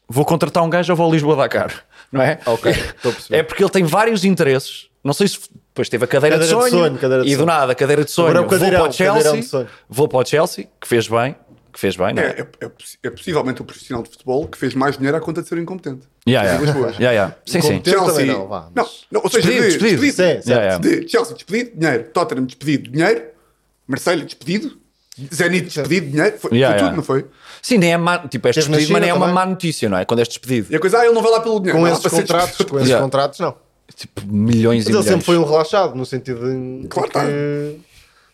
[SPEAKER 2] vou contratar um gajo ou vou a Lisboa dar caro. Não é?
[SPEAKER 3] Ok, estou a perceber.
[SPEAKER 2] É porque ele tem vários interesses. Não sei se depois teve a cadeira,
[SPEAKER 3] Cadeira
[SPEAKER 2] de
[SPEAKER 3] de
[SPEAKER 2] sonho,
[SPEAKER 3] sonho, cadeira de
[SPEAKER 2] e do
[SPEAKER 3] sonho.
[SPEAKER 2] nada, cadeira de sonho.
[SPEAKER 3] Agora é
[SPEAKER 2] vou
[SPEAKER 3] o
[SPEAKER 2] para
[SPEAKER 3] cadeirão,
[SPEAKER 2] o
[SPEAKER 3] cadeirão de
[SPEAKER 2] Chelsea,
[SPEAKER 3] sonho.
[SPEAKER 2] vou para o Chelsea, que fez bem, que fez bem, não é?
[SPEAKER 1] É, é, é possi- é possivelmente o profissional de futebol que fez mais dinheiro à conta de ser incompetente.
[SPEAKER 2] Yeah, yeah.
[SPEAKER 1] Vilas Boas.
[SPEAKER 2] Yeah, yeah. Sim, sim.
[SPEAKER 3] Incompetente. Eu também não, vá,
[SPEAKER 1] não,
[SPEAKER 3] mas-
[SPEAKER 1] não, ou seja,
[SPEAKER 2] Despedido,
[SPEAKER 1] de-
[SPEAKER 2] despedido.
[SPEAKER 3] Sim, sim.
[SPEAKER 2] Yeah, yeah.
[SPEAKER 1] De Chelsea despedido, dinheiro. Tottenham despedido, dinheiro. Marselha despedido. Zenit despedido, dinheiro. Foi,
[SPEAKER 2] Yeah,
[SPEAKER 1] foi
[SPEAKER 2] yeah.
[SPEAKER 1] tudo, não foi?
[SPEAKER 2] Sim, nem é má, tipo, és
[SPEAKER 3] Teve
[SPEAKER 2] despedido,
[SPEAKER 3] na
[SPEAKER 2] mas
[SPEAKER 3] China
[SPEAKER 2] nem é uma
[SPEAKER 3] também.
[SPEAKER 2] má notícia, não é? Quando és despedido.
[SPEAKER 1] E a coisa, ah, ele não vai lá pelo dinheiro.
[SPEAKER 3] Com
[SPEAKER 1] Ah,
[SPEAKER 2] [laughs]
[SPEAKER 3] esses
[SPEAKER 1] para ser
[SPEAKER 3] contratos,
[SPEAKER 1] despedido. [laughs]
[SPEAKER 3] com esses
[SPEAKER 2] Yeah.
[SPEAKER 3] contratos, não.
[SPEAKER 2] Tipo, milhões
[SPEAKER 3] Mas
[SPEAKER 2] e
[SPEAKER 3] ele
[SPEAKER 2] milhões.
[SPEAKER 3] sempre foi um relaxado, no sentido de.
[SPEAKER 1] Claro,
[SPEAKER 3] que-
[SPEAKER 1] tá.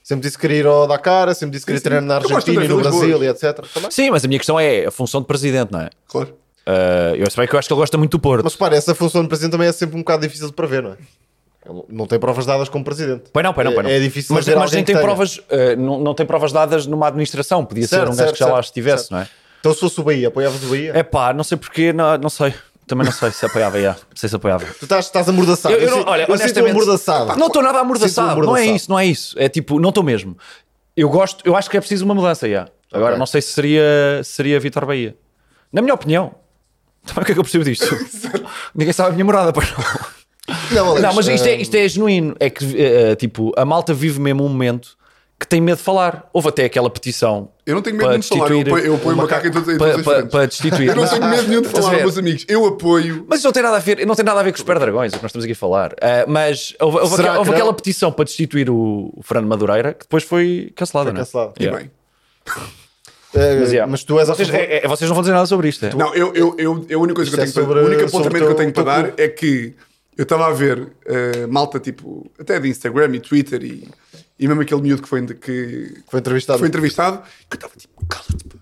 [SPEAKER 3] Sempre disse que queria ir ao Dakar, sempre disse que queria
[SPEAKER 1] Sim, sim.
[SPEAKER 3] treinar na
[SPEAKER 1] Eu gosto de
[SPEAKER 3] Argentina e no
[SPEAKER 1] André Vilas
[SPEAKER 3] Brasil e etc. Também.
[SPEAKER 2] Sim, mas a minha questão é a função de presidente, não é?
[SPEAKER 1] Claro.
[SPEAKER 2] Ah, eu, se bem que eu acho que ele gosta muito do Porto.
[SPEAKER 3] Mas repara, essa função de presidente também é sempre um bocado difícil de prever, não é? Ele não tem provas dadas como presidente.
[SPEAKER 2] Pois não, pois não, pois não.
[SPEAKER 3] É, é difícil
[SPEAKER 2] mas,
[SPEAKER 3] haver
[SPEAKER 2] mas
[SPEAKER 3] alguém
[SPEAKER 2] nem
[SPEAKER 3] que
[SPEAKER 2] tem
[SPEAKER 3] tenha.
[SPEAKER 2] provas, ah, não, não tem provas dadas numa administração. Podia ser um
[SPEAKER 3] Certo,
[SPEAKER 2] gajo
[SPEAKER 3] certo,
[SPEAKER 2] que já lá
[SPEAKER 3] certo,
[SPEAKER 2] estivesse,
[SPEAKER 3] certo.
[SPEAKER 2] não é?
[SPEAKER 3] Então se fosse o Bahia, apoiavas o Bahia?
[SPEAKER 2] É pá, não sei porquê, não, não sei. Também não sei se apoiava, já. Não sei se apoiava.
[SPEAKER 3] Tu estás, estás amordaçado.
[SPEAKER 2] Eu, eu não,
[SPEAKER 3] sinto-
[SPEAKER 2] olha,
[SPEAKER 3] eu sinto-me
[SPEAKER 2] honestamente,
[SPEAKER 3] amordaçado.
[SPEAKER 2] Não estou nada amordaçado.
[SPEAKER 3] Sinto-me
[SPEAKER 2] Não é
[SPEAKER 3] amordaçado.
[SPEAKER 2] isso, não é isso. É tipo, não estou mesmo. Eu gosto, eu acho que é preciso uma mudança, já. Agora,
[SPEAKER 3] Ok.
[SPEAKER 2] não sei se seria, se seria Vitor Bahia. Na minha opinião. Também o que é que eu percebo
[SPEAKER 3] [laughs]
[SPEAKER 2] disto? Ninguém sabe a minha morada, pois não.
[SPEAKER 3] Não, Alex,
[SPEAKER 2] Não, mas isto é,
[SPEAKER 3] eh,
[SPEAKER 1] ehm,
[SPEAKER 2] isto é genuíno. É que, eh, tipo, a malta vive mesmo um momento que tem medo de falar. Houve até aquela petição.
[SPEAKER 1] Eu não tenho medo
[SPEAKER 2] para
[SPEAKER 1] nenhum de falar. Eu
[SPEAKER 2] destituir-
[SPEAKER 1] apoio, eu apoio o macaco em todas em todas
[SPEAKER 2] para,
[SPEAKER 1] as
[SPEAKER 2] para,
[SPEAKER 1] frentes.
[SPEAKER 2] para destituir.
[SPEAKER 1] [laughs] Eu não tenho medo nenhum de
[SPEAKER 2] Estás a
[SPEAKER 1] falar,
[SPEAKER 2] ver?
[SPEAKER 1] meus amigos. Eu apoio.
[SPEAKER 2] Mas isso não tem nada a ver, não tem nada a ver com os Perdragões, o que nós estamos aqui a falar. Ah, mas houve, houve
[SPEAKER 3] Será
[SPEAKER 2] aquela,
[SPEAKER 3] que
[SPEAKER 2] houve
[SPEAKER 3] não?
[SPEAKER 2] aquela petição para destituir o, o Fernando Madureira que depois foi cancelada, não é?
[SPEAKER 3] cancelada.
[SPEAKER 1] E
[SPEAKER 2] Yeah.
[SPEAKER 1] bem.
[SPEAKER 2] Mas,
[SPEAKER 3] eh, mas,
[SPEAKER 2] yeah.
[SPEAKER 3] tu és a
[SPEAKER 2] Vocês,
[SPEAKER 3] favor.
[SPEAKER 2] é- é- vocês não vão dizer nada sobre isto. É?
[SPEAKER 1] Não, eu, eu, eu, eu- a única coisa
[SPEAKER 3] Isto
[SPEAKER 1] que eu tenho para-
[SPEAKER 3] é sobre-
[SPEAKER 1] o único
[SPEAKER 3] sobre
[SPEAKER 1] apontamento
[SPEAKER 3] o
[SPEAKER 1] que eu
[SPEAKER 3] teu-
[SPEAKER 1] tenho para
[SPEAKER 3] teu
[SPEAKER 1] dar é que eu estava a ver eh, malta tipo, até de Instagram e Twitter e, e mesmo aquele miúdo que foi, que,
[SPEAKER 2] é-
[SPEAKER 1] que
[SPEAKER 3] Foi entrevistado.
[SPEAKER 1] foi entrevistado, que eu estava tipo, cala-te, pá,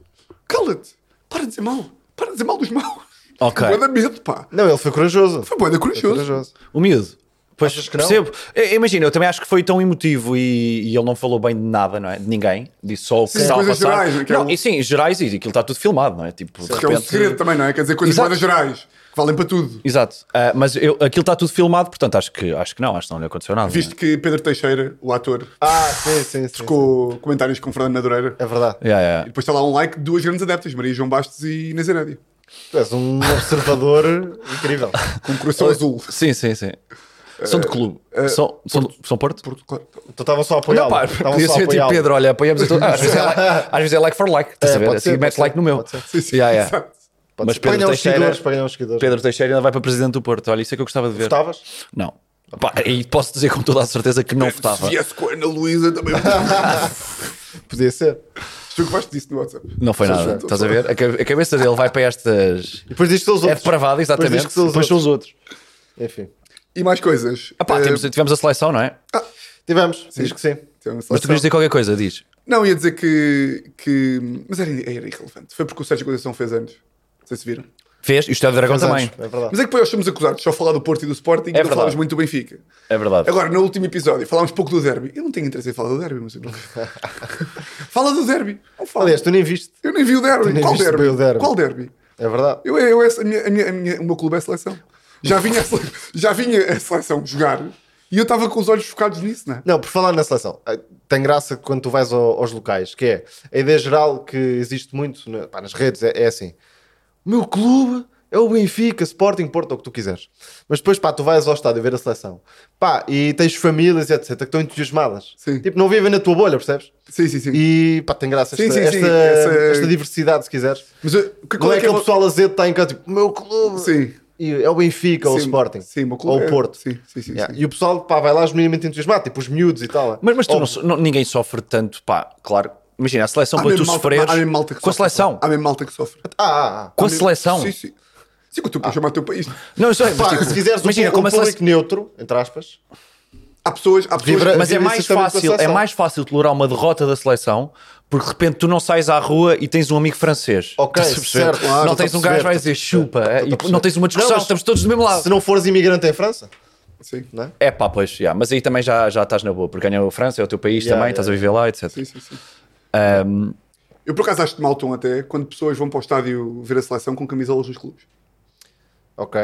[SPEAKER 1] cala-te, para de dizer mal, para de dizer mal dos maus.
[SPEAKER 2] Ok.
[SPEAKER 1] Boa da medo, pá.
[SPEAKER 3] Não, ele foi corajoso.
[SPEAKER 1] Foi boa da
[SPEAKER 3] Foi
[SPEAKER 1] corajoso.
[SPEAKER 3] corajoso.
[SPEAKER 2] Humilde. Pois
[SPEAKER 3] Achas que não?
[SPEAKER 2] percebo. Eh, Imagina, eu também acho que foi tão emotivo e, e ele não falou bem de nada, não é? De ninguém. Disse só o que
[SPEAKER 1] Sim,
[SPEAKER 2] estava a
[SPEAKER 1] coisas
[SPEAKER 2] passar.
[SPEAKER 1] gerais, que é
[SPEAKER 2] não,
[SPEAKER 1] um-
[SPEAKER 2] e sim, gerais e aquilo está tudo filmado, não é? Tipo, de
[SPEAKER 1] Que é um
[SPEAKER 2] repente-
[SPEAKER 1] segredo também, não é? Quer dizer, coisas
[SPEAKER 2] Exato.
[SPEAKER 1] boas gerais, que valem para tudo.
[SPEAKER 2] Exato. Ah, mas eu, aquilo está tudo filmado, portanto acho que, acho que não, acho que não é? lhe aconteceu nada.
[SPEAKER 1] Visto que Pedro Teixeira, o ator,
[SPEAKER 3] Ah, sim, sim, sim.
[SPEAKER 1] trocou comentários com Fernando Madureira.
[SPEAKER 3] É verdade.
[SPEAKER 2] não é? Yeah, yeah.
[SPEAKER 1] E depois está lá um like de duas grandes adeptas, Maria João Bastos e Inês Herédia,
[SPEAKER 3] Tu és um [laughs] observador incrível.
[SPEAKER 1] com um coração azul.
[SPEAKER 2] Sim, sim, sim. São de clube.
[SPEAKER 1] Ah,
[SPEAKER 2] são, são, são Porto?
[SPEAKER 1] Porto, claro.
[SPEAKER 3] Então estavam só a
[SPEAKER 2] Não,
[SPEAKER 3] apoiá-lo.
[SPEAKER 2] pá,
[SPEAKER 3] Estavam
[SPEAKER 2] podia
[SPEAKER 3] só a
[SPEAKER 2] ser tipo
[SPEAKER 3] apoiá-lo.
[SPEAKER 2] Pedro, olha, apoiamos a todos. Ah, às,
[SPEAKER 1] [laughs]
[SPEAKER 2] vezes é like, às vezes é like for like, estás
[SPEAKER 3] É,
[SPEAKER 2] a ver?
[SPEAKER 3] pode
[SPEAKER 2] Assim,
[SPEAKER 3] ser,
[SPEAKER 2] metes
[SPEAKER 3] pode
[SPEAKER 2] like
[SPEAKER 3] ser,
[SPEAKER 2] no meu.
[SPEAKER 3] pode ser.
[SPEAKER 1] Sim, sim,
[SPEAKER 2] Yeah, yeah.
[SPEAKER 1] exato.
[SPEAKER 3] Pode
[SPEAKER 2] Mas
[SPEAKER 3] ser.
[SPEAKER 2] Pedro
[SPEAKER 3] Ponham os
[SPEAKER 2] Teixeira-
[SPEAKER 3] seguidores, ponham os seguidores.
[SPEAKER 2] Pedro Teixeira ainda vai para presidente do Porto. Olha, isso é que eu gostava de ver.
[SPEAKER 3] Estavas?
[SPEAKER 2] Não. Pá, e posso dizer com toda a certeza que não votava.
[SPEAKER 1] Se viesse com a Ana Luísa também. um
[SPEAKER 3] Podia ser.
[SPEAKER 1] Foi o que Vasco disse no WhatsApp.
[SPEAKER 2] Não foi nada.
[SPEAKER 1] Exato.
[SPEAKER 2] Estás a ver? A ca- A cabeça dele vai para estas.
[SPEAKER 3] E depois diz que são os
[SPEAKER 2] É
[SPEAKER 3] outros.
[SPEAKER 2] depravada,
[SPEAKER 3] diz
[SPEAKER 2] exatamente.
[SPEAKER 3] que são os
[SPEAKER 2] Depois são os outros.
[SPEAKER 3] Enfim.
[SPEAKER 1] E mais coisas.
[SPEAKER 2] Ah, pá,
[SPEAKER 1] Eh,
[SPEAKER 2] temos- tivemos a seleção, não é?
[SPEAKER 3] Tivemos. Diz que sim.
[SPEAKER 1] tivemos
[SPEAKER 2] Mas tu
[SPEAKER 1] seleção.
[SPEAKER 2] querias dizer qualquer coisa, diz.
[SPEAKER 1] Não, ia dizer que. que... Mas era, era irrelevante. Foi porque o Sérgio Conceição fez anos. Não sei se viram.
[SPEAKER 2] Fez? E o Estádio do Dragão
[SPEAKER 3] Mas
[SPEAKER 2] também.
[SPEAKER 3] acho, É verdade.
[SPEAKER 1] Mas é que depois nós somos acusados de só falar do Porto e do Sporting e não
[SPEAKER 2] verdade.
[SPEAKER 1] falámos muito do Benfica.
[SPEAKER 2] É verdade.
[SPEAKER 1] Agora, no último episódio, falámos pouco do derby. Eu não tenho interesse em falar do derby, mas. Fala do derby. Não fala.
[SPEAKER 3] Aliás, tu nem viste.
[SPEAKER 1] Eu nem vi o derby.
[SPEAKER 3] nem
[SPEAKER 1] Qual
[SPEAKER 3] viste
[SPEAKER 1] derby?
[SPEAKER 3] bem o derby.
[SPEAKER 1] Qual derby?
[SPEAKER 3] É verdade.
[SPEAKER 1] Eu, eu, essa- a minha, a minha- a minha- o meu clube é a seleção. Já vinha a, sele- já vinha a seleção jogar e eu estava com os olhos focados nisso, né?
[SPEAKER 3] Não, por falar na seleção, eh, tem graça quando tu vais ao- aos locais, que é a ideia geral que existe muito na- pá, nas redes, é, é assim: o meu clube É o Benfica, Sporting, Porto, é o que tu quiseres. Mas depois, pá, tu vais ao estádio ver a seleção. Pá, e tens famílias, e etc, que estão entusiasmadas.
[SPEAKER 1] Sim.
[SPEAKER 3] Tipo, não vivem na tua bolha, percebes?
[SPEAKER 1] Sim, sim, sim.
[SPEAKER 3] E pá, tem graça
[SPEAKER 1] Sim,
[SPEAKER 3] esta,
[SPEAKER 1] sim, sim.
[SPEAKER 3] esta-
[SPEAKER 1] Essa- é-
[SPEAKER 3] esta diversidade, se quiseres.
[SPEAKER 1] Mas eu- que-
[SPEAKER 3] Qual é aquele
[SPEAKER 1] vo-
[SPEAKER 3] pessoal azedo que está em casa, tipo, meu clube.
[SPEAKER 1] Sim.
[SPEAKER 3] E é o Benfica, ou o
[SPEAKER 1] Sim,
[SPEAKER 3] Sporting.
[SPEAKER 1] sim, o meu clube
[SPEAKER 3] Ou
[SPEAKER 1] é-
[SPEAKER 3] o Porto.
[SPEAKER 1] sim, sim, sim,
[SPEAKER 3] Yeah.
[SPEAKER 1] sim.
[SPEAKER 3] E o pessoal, pá, vai lá genuinamente entusiasmado, tipo os miúdos e tal.
[SPEAKER 2] Mas, mas tu
[SPEAKER 3] Ou-
[SPEAKER 2] não so- não- ninguém sofre tanto, pá, claro. Imagina, a seleção
[SPEAKER 1] Há
[SPEAKER 2] para tu
[SPEAKER 1] mesmo malta-
[SPEAKER 2] sofreres
[SPEAKER 1] há mesmo malta que
[SPEAKER 2] com a
[SPEAKER 1] sofre,
[SPEAKER 2] seleção,
[SPEAKER 1] pá. Há mesmo malta que sofre.
[SPEAKER 3] Ah, ah, ah.
[SPEAKER 2] com
[SPEAKER 1] Há
[SPEAKER 2] a
[SPEAKER 1] mesmo-
[SPEAKER 2] seleção. Ah.
[SPEAKER 1] Sim, sim. Sim, que tu podes chamar o teu país.
[SPEAKER 2] Não, eu sei, mas,
[SPEAKER 3] Pá,
[SPEAKER 2] tipo,
[SPEAKER 3] se quiseres
[SPEAKER 2] imagina,
[SPEAKER 3] um, pu-
[SPEAKER 2] como
[SPEAKER 3] um
[SPEAKER 2] a seleção-
[SPEAKER 3] público neutro, entre aspas,
[SPEAKER 1] Há pessoas. Há pessoas
[SPEAKER 3] Vibra-
[SPEAKER 2] Mas é
[SPEAKER 3] Vive
[SPEAKER 2] mais
[SPEAKER 3] isso também com a
[SPEAKER 2] fácil, é
[SPEAKER 3] seleção.
[SPEAKER 2] mais fácil tolerar uma derrota da seleção porque de repente tu não sais à rua e tens um amigo francês.
[SPEAKER 3] Ok,
[SPEAKER 2] Estás a perceber?
[SPEAKER 3] certo, claro,
[SPEAKER 2] não
[SPEAKER 3] estou
[SPEAKER 2] tens
[SPEAKER 3] a
[SPEAKER 2] um gajo que vai
[SPEAKER 3] perceber,
[SPEAKER 2] dizer chupa, é,
[SPEAKER 3] estou a
[SPEAKER 2] e não tens uma discussão,
[SPEAKER 3] Não, mas-
[SPEAKER 2] estamos todos do mesmo lado.
[SPEAKER 3] se não fores imigrante em França,
[SPEAKER 1] Sim,
[SPEAKER 3] não é?
[SPEAKER 2] É pá, pois, já, mas aí também já, já estás na boa, porque ganhou a França, é o teu país
[SPEAKER 3] Já,
[SPEAKER 2] também,
[SPEAKER 3] já,
[SPEAKER 2] estás a viver lá, etc.
[SPEAKER 1] sim, sim. sim.
[SPEAKER 2] Ahm,
[SPEAKER 1] Eu por acaso acho de mau tom até quando pessoas vão para o estádio ver a seleção com camisolas dos clubes.
[SPEAKER 3] Ok.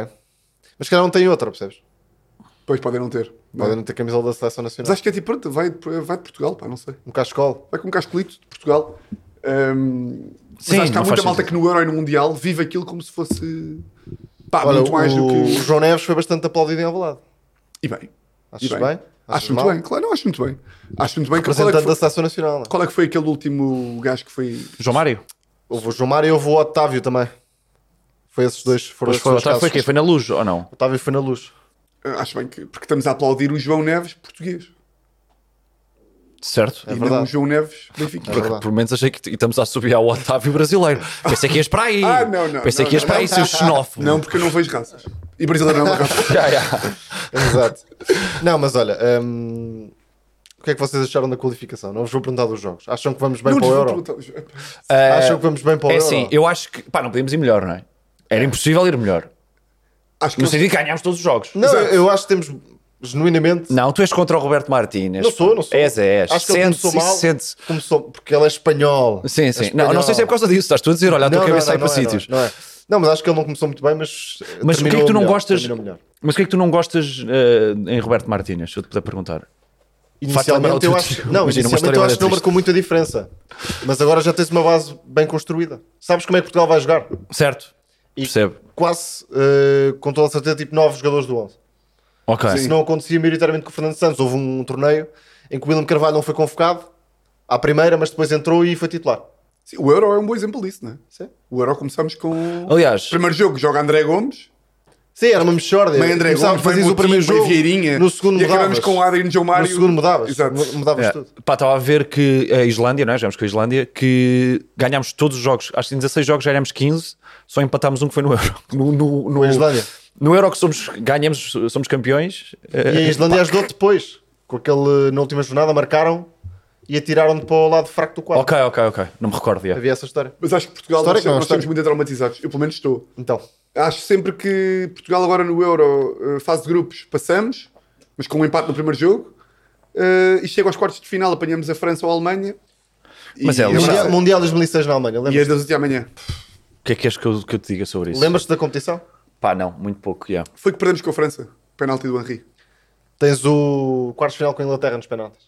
[SPEAKER 3] Mas se calhar não tem outra, percebes?
[SPEAKER 1] Depois podem não ter. não é?
[SPEAKER 3] Podem não ter camisola da seleção
[SPEAKER 1] Mas
[SPEAKER 3] nacional.
[SPEAKER 1] acho que é tipo, pronto, vai, de- vai de Portugal, pá, não sei.
[SPEAKER 3] Um cascol.
[SPEAKER 1] Vai com um cascolito de Portugal. Ahm, mas
[SPEAKER 2] Sim,
[SPEAKER 1] acho que há
[SPEAKER 2] não
[SPEAKER 1] muita malta
[SPEAKER 2] faz sentido.
[SPEAKER 1] que no Euro e no Mundial vive aquilo como se fosse. Pá,
[SPEAKER 3] Olha,
[SPEAKER 1] muito mais
[SPEAKER 3] o,
[SPEAKER 1] do
[SPEAKER 3] o
[SPEAKER 1] que.
[SPEAKER 3] João Neves foi bastante aplaudido em Alvalade.
[SPEAKER 1] E bem.
[SPEAKER 3] Achas
[SPEAKER 1] e
[SPEAKER 3] bem? Achas
[SPEAKER 1] acho muito
[SPEAKER 3] mal?
[SPEAKER 1] bem, claro, não acho muito bem. Acho muito bem que qual é que,
[SPEAKER 3] Representante da
[SPEAKER 1] foi,
[SPEAKER 3] seleção nacional. não é?
[SPEAKER 1] qual é que foi aquele último gajo que foi.
[SPEAKER 2] João Mário?
[SPEAKER 3] Houve o João Mário e houve o Otávio também. Foi esses dois. Foram
[SPEAKER 2] Pois
[SPEAKER 3] esses
[SPEAKER 2] foi,
[SPEAKER 3] dois
[SPEAKER 2] Otávio, foi
[SPEAKER 3] casos.
[SPEAKER 2] quê? Foi na luz ou não?
[SPEAKER 3] Otávio foi na luz. é
[SPEAKER 1] Ah, Acho bem que. Porque estamos a aplaudir o João Neves português.
[SPEAKER 2] Certo?
[SPEAKER 1] e não
[SPEAKER 3] É verdade.
[SPEAKER 1] o João Neves Benfica.
[SPEAKER 2] Porque,
[SPEAKER 3] É verdade.
[SPEAKER 2] pelo menos achei que e estamos a subir ao Otávio brasileiro. Pensei que ias para aí.
[SPEAKER 1] Ah, não, não,
[SPEAKER 2] Pensei
[SPEAKER 1] não,
[SPEAKER 2] que ias
[SPEAKER 1] não,
[SPEAKER 2] para aí,
[SPEAKER 1] não.
[SPEAKER 2] seu xenófobo. [laughs]
[SPEAKER 1] Não, porque eu não vejo raças. E brasileiro não é uma raça.
[SPEAKER 2] Já, já.
[SPEAKER 3] Exato. não, mas olha, hum, o que é que vocês acharam da qualificação? Não vos vou perguntar dos jogos. Acham que vamos bem
[SPEAKER 1] Não
[SPEAKER 3] para o
[SPEAKER 1] lhes vou
[SPEAKER 3] Euro?
[SPEAKER 1] perguntar.
[SPEAKER 2] Ah,
[SPEAKER 3] Acham que vamos bem para o
[SPEAKER 2] É
[SPEAKER 3] Euro?
[SPEAKER 2] assim, eu acho que. Pá, não podíamos ir melhor, não é? Era impossível ir melhor.
[SPEAKER 1] Acho que
[SPEAKER 2] No
[SPEAKER 1] não sei.
[SPEAKER 2] sentido de ganhámos todos os jogos.
[SPEAKER 3] Não,
[SPEAKER 1] Exato.
[SPEAKER 3] eu, eu acho que temos genuinamente.
[SPEAKER 2] Não, tu és contra o Roberto Martínez.
[SPEAKER 3] Não sou, não sou.
[SPEAKER 2] És, és.
[SPEAKER 3] Acho que ele
[SPEAKER 2] Sente-se,
[SPEAKER 3] começou mal.
[SPEAKER 2] isso sente-se.
[SPEAKER 3] Começou porque ele é espanhol. É
[SPEAKER 2] Sim, sim.
[SPEAKER 3] espanhol.
[SPEAKER 2] Não, não sei se é por causa disso. Estás tu a dizer, olha, a tua
[SPEAKER 3] Não, não,
[SPEAKER 2] cabeça sai
[SPEAKER 3] não,
[SPEAKER 2] para
[SPEAKER 3] não é,
[SPEAKER 2] sítios.
[SPEAKER 3] Não, é, não é. Não, mas acho que ele não começou muito bem, mas.
[SPEAKER 2] Mas o que é que
[SPEAKER 3] terminou
[SPEAKER 2] tu não
[SPEAKER 3] melhor,
[SPEAKER 2] gostas?
[SPEAKER 3] terminou melhor.
[SPEAKER 2] Mas o que é que tu não gostas eh, em Roberto Martínez? Se eu te puder perguntar. Faz-te lembrar o
[SPEAKER 3] Inicialmente
[SPEAKER 2] teu tio.
[SPEAKER 3] eu acho, não,
[SPEAKER 2] Imagina, uma
[SPEAKER 3] inicialmente
[SPEAKER 2] história
[SPEAKER 3] eu acho que não
[SPEAKER 2] triste.
[SPEAKER 3] marcou muita diferença. Mas agora já tens uma base bem construída. Sabes como é que Portugal vai jogar?
[SPEAKER 2] Certo? Percebo.
[SPEAKER 3] Quase, eh, com toda a certeza, tipo 9 jogadores do 11.
[SPEAKER 2] Ok.
[SPEAKER 3] Isso não acontecia maioritariamente com o Fernando Santos. Houve um torneio em que o William Carvalho não foi convocado à primeira, mas depois entrou e foi titular.
[SPEAKER 1] Sim, o Euro é um bom exemplo disso, não é?
[SPEAKER 3] Sim,
[SPEAKER 1] O Euro começamos com.
[SPEAKER 2] Aliás,
[SPEAKER 1] Primeiro jogo joga André Gomes,
[SPEAKER 3] Sim era uma mexorda.
[SPEAKER 1] meio André Gomes,
[SPEAKER 3] Começavas,
[SPEAKER 1] meio
[SPEAKER 3] fazias o
[SPEAKER 1] Moutinho,
[SPEAKER 3] primeiro
[SPEAKER 1] meio
[SPEAKER 3] jogo,
[SPEAKER 1] Vieirinha.
[SPEAKER 3] no segundo
[SPEAKER 1] e acabamos
[SPEAKER 3] mudavas.
[SPEAKER 1] com o Adrian João
[SPEAKER 3] No
[SPEAKER 1] Mário.
[SPEAKER 3] segundo mudavas.
[SPEAKER 1] Exato.
[SPEAKER 3] mu- Mudavas
[SPEAKER 2] é,
[SPEAKER 3] tudo.
[SPEAKER 2] pá, estava a ver que a Islândia, não é? Jogamos com a Islândia, que ganhámos todos os jogos. Acho que em 16 jogos já ganhámos 15, só empatámos um que foi no Euro. [laughs] No, no, no,
[SPEAKER 3] a Islândia.
[SPEAKER 2] no Euro que somos, ganhamos, somos campeões. eh,
[SPEAKER 3] E a Islândia ajudou depois. Com aquele, na última jornada, marcaram e atiraram-te para o lado fraco do quadro.
[SPEAKER 2] Ok, ok, ok. Não me recordo. yeah.
[SPEAKER 3] Havia essa história.
[SPEAKER 1] Mas acho que Portugal,
[SPEAKER 3] História
[SPEAKER 1] nós,
[SPEAKER 3] que não,
[SPEAKER 1] nós estamos
[SPEAKER 3] história.
[SPEAKER 1] muito traumatizados. Eu pelo menos estou.
[SPEAKER 3] Então,
[SPEAKER 1] Acho sempre que Portugal agora no Euro, eh, fase de grupos, passamos, mas com um empate no primeiro jogo. eh, e chega aos quartos de final, apanhamos a França ou a Alemanha. E-
[SPEAKER 2] Mas é,
[SPEAKER 1] e
[SPEAKER 2] Lembra-
[SPEAKER 3] mundial, mundial 2006 na Alemanha,
[SPEAKER 1] E é
[SPEAKER 3] lembras-te
[SPEAKER 1] das 8 da manhã.
[SPEAKER 2] O que é que queres que eu, que eu te diga sobre isso?
[SPEAKER 3] lembras-te da competição?
[SPEAKER 2] Pá, não, muito pouco. Yeah.
[SPEAKER 1] Foi que perdemos com a França. Penalti do Henri.
[SPEAKER 3] Tens o quarto final com a Inglaterra nos penaltis.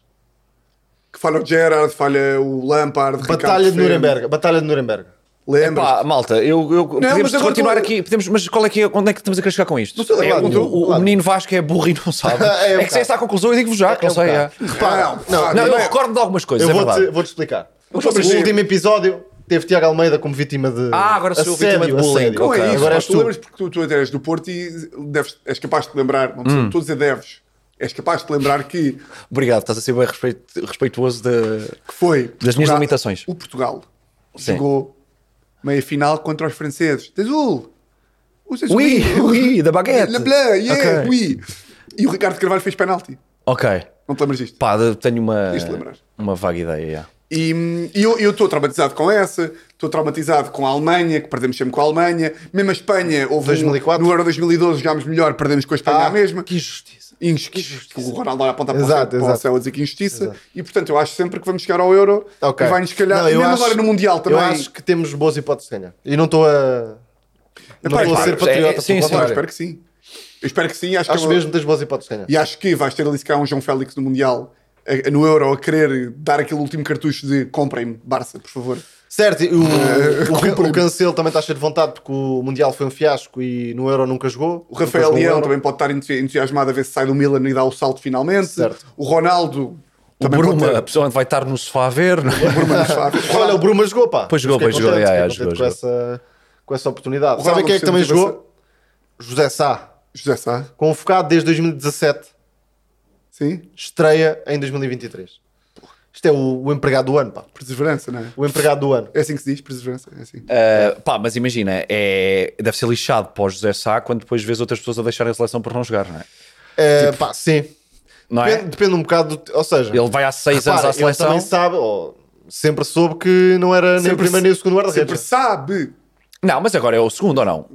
[SPEAKER 1] Que falha o Gerard, falha o Lampard,
[SPEAKER 3] Batalha
[SPEAKER 1] Ricardo
[SPEAKER 3] de
[SPEAKER 1] Ferro.
[SPEAKER 3] Nuremberg. Batalha de Nuremberg.
[SPEAKER 1] Lembras?
[SPEAKER 2] Pá, malta, eu, eu- podemos
[SPEAKER 1] mas agora
[SPEAKER 2] continuar
[SPEAKER 1] tu-
[SPEAKER 2] aqui, podemos, mas qual é que é, onde é que estamos a querer chegar com isto?
[SPEAKER 1] Não sei lá,
[SPEAKER 2] É,
[SPEAKER 1] claro,
[SPEAKER 2] o,
[SPEAKER 1] tu-
[SPEAKER 2] o- o
[SPEAKER 3] claro.
[SPEAKER 2] menino Vasco é burro e não sabe.
[SPEAKER 3] [laughs] É
[SPEAKER 2] É,
[SPEAKER 3] um
[SPEAKER 2] que se
[SPEAKER 3] bocado.
[SPEAKER 2] esta é a conclusão, eu digo-vos já, que
[SPEAKER 3] É
[SPEAKER 2] não
[SPEAKER 3] um
[SPEAKER 2] sei.
[SPEAKER 3] bocado.
[SPEAKER 2] é.
[SPEAKER 1] Repara,
[SPEAKER 3] não,
[SPEAKER 1] ah,
[SPEAKER 2] Não, eu
[SPEAKER 1] é-
[SPEAKER 2] recordo de algumas coisas,
[SPEAKER 3] Eu
[SPEAKER 2] é
[SPEAKER 3] vou-te
[SPEAKER 2] verdade.
[SPEAKER 3] vou explicar.
[SPEAKER 1] Mas
[SPEAKER 3] No
[SPEAKER 1] vocês têm-
[SPEAKER 3] último episódio teve Tiago Almeida como vítima de.
[SPEAKER 2] Ah, agora sou
[SPEAKER 3] assédio,
[SPEAKER 2] vítima de bullying.
[SPEAKER 3] assédio.
[SPEAKER 1] Não
[SPEAKER 2] Ok,
[SPEAKER 1] é isso,
[SPEAKER 3] Agora
[SPEAKER 1] pá,
[SPEAKER 3] és
[SPEAKER 1] tu,
[SPEAKER 3] tu.
[SPEAKER 1] lembras porque tu, tu até és do Porto e deves, és capaz de te lembrar, não hum. estou a dizer deves, és capaz de lembrar que, que
[SPEAKER 2] Obrigado, estás a ser bem respeito- respeituoso de.
[SPEAKER 1] foi
[SPEAKER 2] Das minhas limitações.
[SPEAKER 1] O Portugal
[SPEAKER 2] Sim.
[SPEAKER 1] jogou meia final contra os franceses. De azul! Os azuis.
[SPEAKER 2] Ui, ui,
[SPEAKER 1] [laughs]
[SPEAKER 2] da baguete.
[SPEAKER 1] Le blanc, yeah,
[SPEAKER 2] Ok.
[SPEAKER 1] oui. E o Ricardo Carvalho fez penalti.
[SPEAKER 2] Ok.
[SPEAKER 1] Não te lembras disto?
[SPEAKER 2] Pá, de- tenho uma.
[SPEAKER 1] Tens de lembrar.
[SPEAKER 2] Uma vaga ideia. yeah.
[SPEAKER 1] E, hum, e eu eu estou traumatizado com essa, estou traumatizado com a Alemanha, que perdemos sempre com a Alemanha, mesmo a Espanha, houve
[SPEAKER 3] 2004.
[SPEAKER 1] Um, no Euro 2012 jogámos melhor, perdemos com a Espanha
[SPEAKER 2] é
[SPEAKER 3] Ah,
[SPEAKER 1] à mesma.
[SPEAKER 3] Que justiça.
[SPEAKER 1] Injustiça. O Ronaldo vai apontar para,
[SPEAKER 3] Exato,
[SPEAKER 1] o céu, para o
[SPEAKER 3] exato.
[SPEAKER 1] céu a dizer que é injustiça. E portanto, eu acho sempre que vamos chegar ao Euro
[SPEAKER 3] Ok.
[SPEAKER 1] e vai-nos calhar.
[SPEAKER 3] Não,
[SPEAKER 1] e
[SPEAKER 3] eu
[SPEAKER 1] mesmo
[SPEAKER 3] acho-
[SPEAKER 1] agora no Mundial também.
[SPEAKER 3] Eu acho que temos boas hipóteses de ganhar. E não estou a. Não
[SPEAKER 1] Epá,
[SPEAKER 3] estou a
[SPEAKER 1] claro,
[SPEAKER 3] ser
[SPEAKER 2] é- é-
[SPEAKER 3] patriota.
[SPEAKER 2] sim,
[SPEAKER 3] pelo
[SPEAKER 2] sim.
[SPEAKER 1] Claro, eu
[SPEAKER 3] contrário.
[SPEAKER 1] espero que sim. Eu espero que sim. Acho, que
[SPEAKER 3] Acho
[SPEAKER 1] é uma-
[SPEAKER 3] mesmo que tens boas hipóteses de ganhar.
[SPEAKER 1] E acho que vais ter ali se calhar um João Félix no Mundial, a- no Euro, a querer dar aquele último cartucho de comprem-me, Barça, por favor.
[SPEAKER 2] [laughs]
[SPEAKER 3] Certo, e o, o, o Cancelo também está cheio de vontade porque o Mundial foi um fiasco e no Euro nunca jogou.
[SPEAKER 1] O Rafael
[SPEAKER 3] Nunca
[SPEAKER 1] Leão
[SPEAKER 3] jogou o um Euro.
[SPEAKER 1] também pode estar entusi- entusiasmado a ver se sai do Milan e dá o salto finalmente.
[SPEAKER 3] Certo.
[SPEAKER 1] O Ronaldo
[SPEAKER 2] O
[SPEAKER 1] também pode
[SPEAKER 2] Bruma,
[SPEAKER 1] ter-
[SPEAKER 2] a pessoa vai estar no sofá a ver, não é?
[SPEAKER 3] [laughs]
[SPEAKER 1] O Bruma nos faz.
[SPEAKER 3] Olha, o Bruma jogou, pá.
[SPEAKER 2] Pois jogou,
[SPEAKER 3] Fiquei
[SPEAKER 2] pois jogou, já,
[SPEAKER 3] contente, fiquei
[SPEAKER 2] já, jogou,
[SPEAKER 3] contente com, essa, com essa oportunidade.
[SPEAKER 1] O
[SPEAKER 3] Sabem
[SPEAKER 1] Ronaldo
[SPEAKER 3] quem é que também
[SPEAKER 1] precisa de
[SPEAKER 3] jogou? José Sá.
[SPEAKER 1] José Sá.
[SPEAKER 3] Convocado desde 2017.
[SPEAKER 1] Sim.
[SPEAKER 3] Estreia em 2023. Isto é o, o empregado do ano, pá.
[SPEAKER 1] Perseverança, não é?
[SPEAKER 3] O empregado do ano.
[SPEAKER 1] É assim que se diz, perseverança. É assim.
[SPEAKER 2] Uh, pá, mas imagina, é, deve ser lixado para o José Sá quando depois vês outras pessoas a deixarem a seleção por não jogar, não é?
[SPEAKER 3] É, pá, sim.
[SPEAKER 2] Não é?
[SPEAKER 3] Depende, depende um bocado. do- ou seja,
[SPEAKER 2] Ele vai há seis
[SPEAKER 3] repara,
[SPEAKER 2] anos à
[SPEAKER 3] ele
[SPEAKER 2] seleção.
[SPEAKER 3] também sabe, ou sempre soube que não era nem o
[SPEAKER 1] Sempre
[SPEAKER 3] primeiro
[SPEAKER 1] se-
[SPEAKER 3] nem o segundo
[SPEAKER 1] Sempre
[SPEAKER 3] guarda-redes.
[SPEAKER 1] sabe.
[SPEAKER 2] Não, mas agora é o segundo ou não?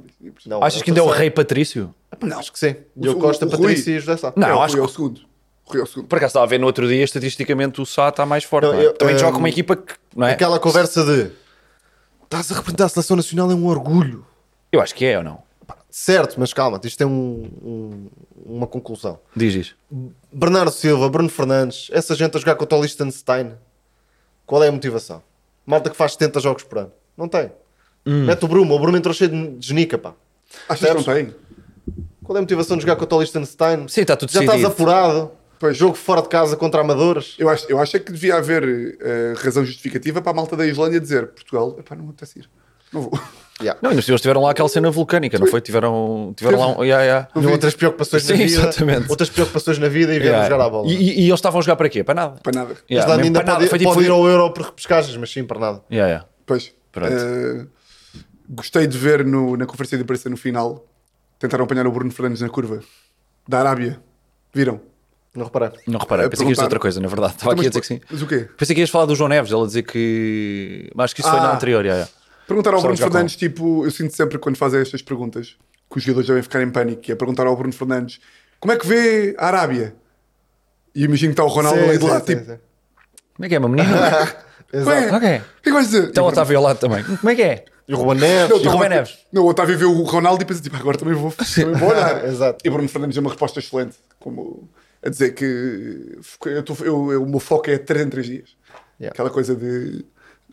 [SPEAKER 3] Não,
[SPEAKER 2] Achas que ainda é o Rei Patrício?
[SPEAKER 1] Não.
[SPEAKER 3] Acho que sim. Diogo
[SPEAKER 1] o-
[SPEAKER 3] Costa,
[SPEAKER 1] o Rui-
[SPEAKER 3] Patrício e José Sá.
[SPEAKER 2] Não,
[SPEAKER 1] é, o
[SPEAKER 2] acho
[SPEAKER 1] Rui é
[SPEAKER 2] que-
[SPEAKER 1] o segundo. O Rui é o segundo.
[SPEAKER 2] Por acaso estava a ver no outro dia, estatisticamente o Sá está mais forte.
[SPEAKER 3] Não,
[SPEAKER 2] não é?
[SPEAKER 3] eu,
[SPEAKER 2] Também
[SPEAKER 3] hum,
[SPEAKER 2] joga com uma equipa que. Não é?
[SPEAKER 3] Aquela conversa de estás a representar a seleção nacional é um orgulho.
[SPEAKER 2] Eu acho que é ou não?
[SPEAKER 3] Certo, mas calma, isto tem um- um- uma conclusão.
[SPEAKER 2] Diz isso.
[SPEAKER 3] Bernardo Silva, Bruno Fernandes, essa gente a jogar contra o Liechtenstein, qual é a motivação? Malta que faz 70 jogos por ano. Não tem.
[SPEAKER 2] Hum.
[SPEAKER 3] Mete o Bruno, o Bruno entrou cheio de de genica, pá.
[SPEAKER 1] Achas que não tem?
[SPEAKER 3] Qual é a motivação de jogar contra o Liechtenstein?
[SPEAKER 2] Sim, está tudo
[SPEAKER 3] Já estás
[SPEAKER 2] decidido.
[SPEAKER 3] apurado.
[SPEAKER 1] Pois.
[SPEAKER 3] Jogo fora de casa contra amadores.
[SPEAKER 1] Eu acho, eu acho é que devia haver eh, razão justificativa para a malta da Islândia dizer Portugal, epá, não me apetece ir. Não vou. [laughs]
[SPEAKER 2] Não, e eles tiveram lá aquela cena vulcânica, não foi? Tiveram, tiveram lá um. Yeah, yeah.
[SPEAKER 3] Tinham outras preocupações na
[SPEAKER 2] Sim,
[SPEAKER 3] vida.
[SPEAKER 2] exatamente.
[SPEAKER 3] Outras preocupações na vida e vieram
[SPEAKER 2] Yeah.
[SPEAKER 3] jogar à bola.
[SPEAKER 2] E, e- e eles estavam a jogar para quê? Para nada.
[SPEAKER 1] Para nada.
[SPEAKER 3] a
[SPEAKER 2] Yeah,
[SPEAKER 3] Islândia
[SPEAKER 2] mesmo
[SPEAKER 3] ainda
[SPEAKER 2] para nada.
[SPEAKER 3] pode,
[SPEAKER 2] Foi
[SPEAKER 3] pode ir
[SPEAKER 2] tipo.
[SPEAKER 3] ao Euro por repescagens, mas sim para nada.
[SPEAKER 2] Yeah, yeah.
[SPEAKER 1] Pois.
[SPEAKER 2] Pronto.
[SPEAKER 1] Eh, gostei de ver no- na conferência de imprensa no final tentaram apanhar o Bruno Fernandes na curva da Arábia. Viram?
[SPEAKER 3] Não reparei.
[SPEAKER 2] Não
[SPEAKER 3] É
[SPEAKER 2] reparei,
[SPEAKER 1] A
[SPEAKER 2] pensei que ias
[SPEAKER 1] perguntar-
[SPEAKER 2] dizer outra coisa, na verdade. Estava
[SPEAKER 1] Então,
[SPEAKER 2] aqui a
[SPEAKER 1] mas-
[SPEAKER 2] dizer que sim.
[SPEAKER 1] Mas o quê?
[SPEAKER 2] Pensei que ias falar do João Neves, ela dizer que. Mas acho que isso foi
[SPEAKER 1] Ah.
[SPEAKER 2] na anterior. yeah, yeah.
[SPEAKER 1] Perguntaram ao
[SPEAKER 2] Gostava
[SPEAKER 1] Bruno
[SPEAKER 2] de jogar
[SPEAKER 1] Fernandes, tipo, eu sinto sempre quando fazem estas perguntas que os jogadores devem ficar em pânico. E é perguntar ao Bruno Fernandes como é que vê a Arábia? E imagino que está o Ronaldo ali de lá, tipo,
[SPEAKER 2] Como é que é, meu
[SPEAKER 3] [laughs]
[SPEAKER 2] menino?
[SPEAKER 1] ué,
[SPEAKER 3] Exato.
[SPEAKER 1] o que
[SPEAKER 2] ok.
[SPEAKER 1] é que vais dizer? E
[SPEAKER 2] Então o
[SPEAKER 1] o
[SPEAKER 2] Otávio ao lado também. Como é que é?
[SPEAKER 3] E o Ruben
[SPEAKER 1] Não,
[SPEAKER 3] Neves.
[SPEAKER 1] tá
[SPEAKER 2] E o Rubén Neves?
[SPEAKER 1] Não, o Otávio vê o Ronaldo e pensa tipo, agora também vou, também
[SPEAKER 2] [laughs]
[SPEAKER 1] vou olhar.
[SPEAKER 3] Exato.
[SPEAKER 1] E Bruno Fernandes é uma resposta excelente, como a dizer que eu tô- eu- eu- o meu foco é 3 em 3 dias.
[SPEAKER 3] Yeah.
[SPEAKER 1] Aquela coisa de,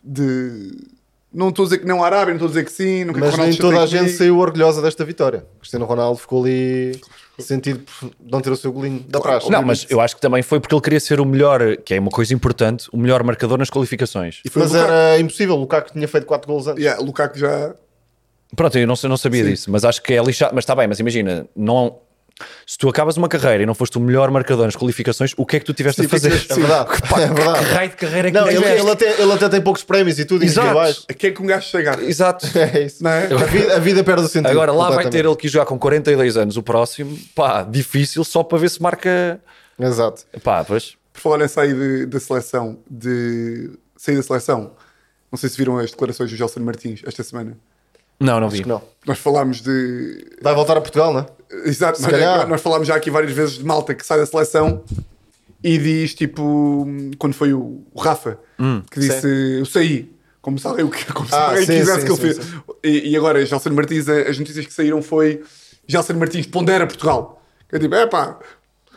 [SPEAKER 1] de- Não estou a dizer que não à Arábia, não estou a dizer que sim, nunca
[SPEAKER 3] Mas
[SPEAKER 1] que o Ronaldo
[SPEAKER 3] nem
[SPEAKER 1] chateie
[SPEAKER 3] toda a gente
[SPEAKER 1] comigo.
[SPEAKER 3] saiu orgulhosa desta vitória. Cristiano Ronaldo ficou ali sentido por não ter o seu golinho da praxe.
[SPEAKER 2] Não, mas eu acho que também foi porque ele queria ser o melhor, que é uma coisa importante, o melhor marcador nas qualificações.
[SPEAKER 1] E foi
[SPEAKER 3] Mas
[SPEAKER 1] o Lukaku.
[SPEAKER 3] era impossível. O Lukaku tinha feito 4 golos antes.
[SPEAKER 1] Yeah, o Lukaku já.
[SPEAKER 2] Pronto, eu não, sei- não sabia disso, mas acho que é lixado. Mas está bem, mas imagina, não. Se tu acabas uma carreira e não foste o melhor marcador nas qualificações, o que é que tu tiveste
[SPEAKER 1] Sim,
[SPEAKER 2] a fazer?
[SPEAKER 1] o que é que-
[SPEAKER 3] É
[SPEAKER 2] [laughs]
[SPEAKER 3] verdade. é
[SPEAKER 2] Que
[SPEAKER 3] verdade.
[SPEAKER 2] raio de carreira é que
[SPEAKER 3] Não, ele,
[SPEAKER 2] tiveste?
[SPEAKER 3] ele até, ele até tem poucos prémios e tudo.
[SPEAKER 2] Exato.
[SPEAKER 3] E abaixo. [laughs]
[SPEAKER 1] A que é que um gajo chegar?
[SPEAKER 2] Exato.
[SPEAKER 3] É isso.
[SPEAKER 1] Não é?
[SPEAKER 3] A, vida, a vida perde o sentido.
[SPEAKER 2] Agora lá vai ter
[SPEAKER 3] completamente.
[SPEAKER 2] ele que jogar com 42 anos o próximo, pá, difícil só para ver se marca.
[SPEAKER 3] Exato.
[SPEAKER 2] Pá, pois.
[SPEAKER 1] Por falar em sair de- da seleção, de sair da seleção, não sei se viram as declarações do Gelson Martins esta semana.
[SPEAKER 2] Não, não vi.
[SPEAKER 3] Que Não.
[SPEAKER 1] Nós falámos de
[SPEAKER 3] Vai voltar a Portugal, não é?
[SPEAKER 1] Exato, nós,
[SPEAKER 3] calhar.
[SPEAKER 1] nós falámos já aqui várias vezes de malta que sai da seleção e diz tipo, quando foi o, o Rafa
[SPEAKER 2] Hum,
[SPEAKER 1] que disse eu saí, como se alguém, como se
[SPEAKER 3] Ah,
[SPEAKER 1] alguém
[SPEAKER 3] sim,
[SPEAKER 1] quisesse
[SPEAKER 3] sim,
[SPEAKER 1] que ele
[SPEAKER 3] sim,
[SPEAKER 1] fez.
[SPEAKER 3] sim.
[SPEAKER 1] E, e agora, Gelson Martins, a- as notícias que saíram foi Gelson Martins pondera Portugal. Eu tipo, é pá,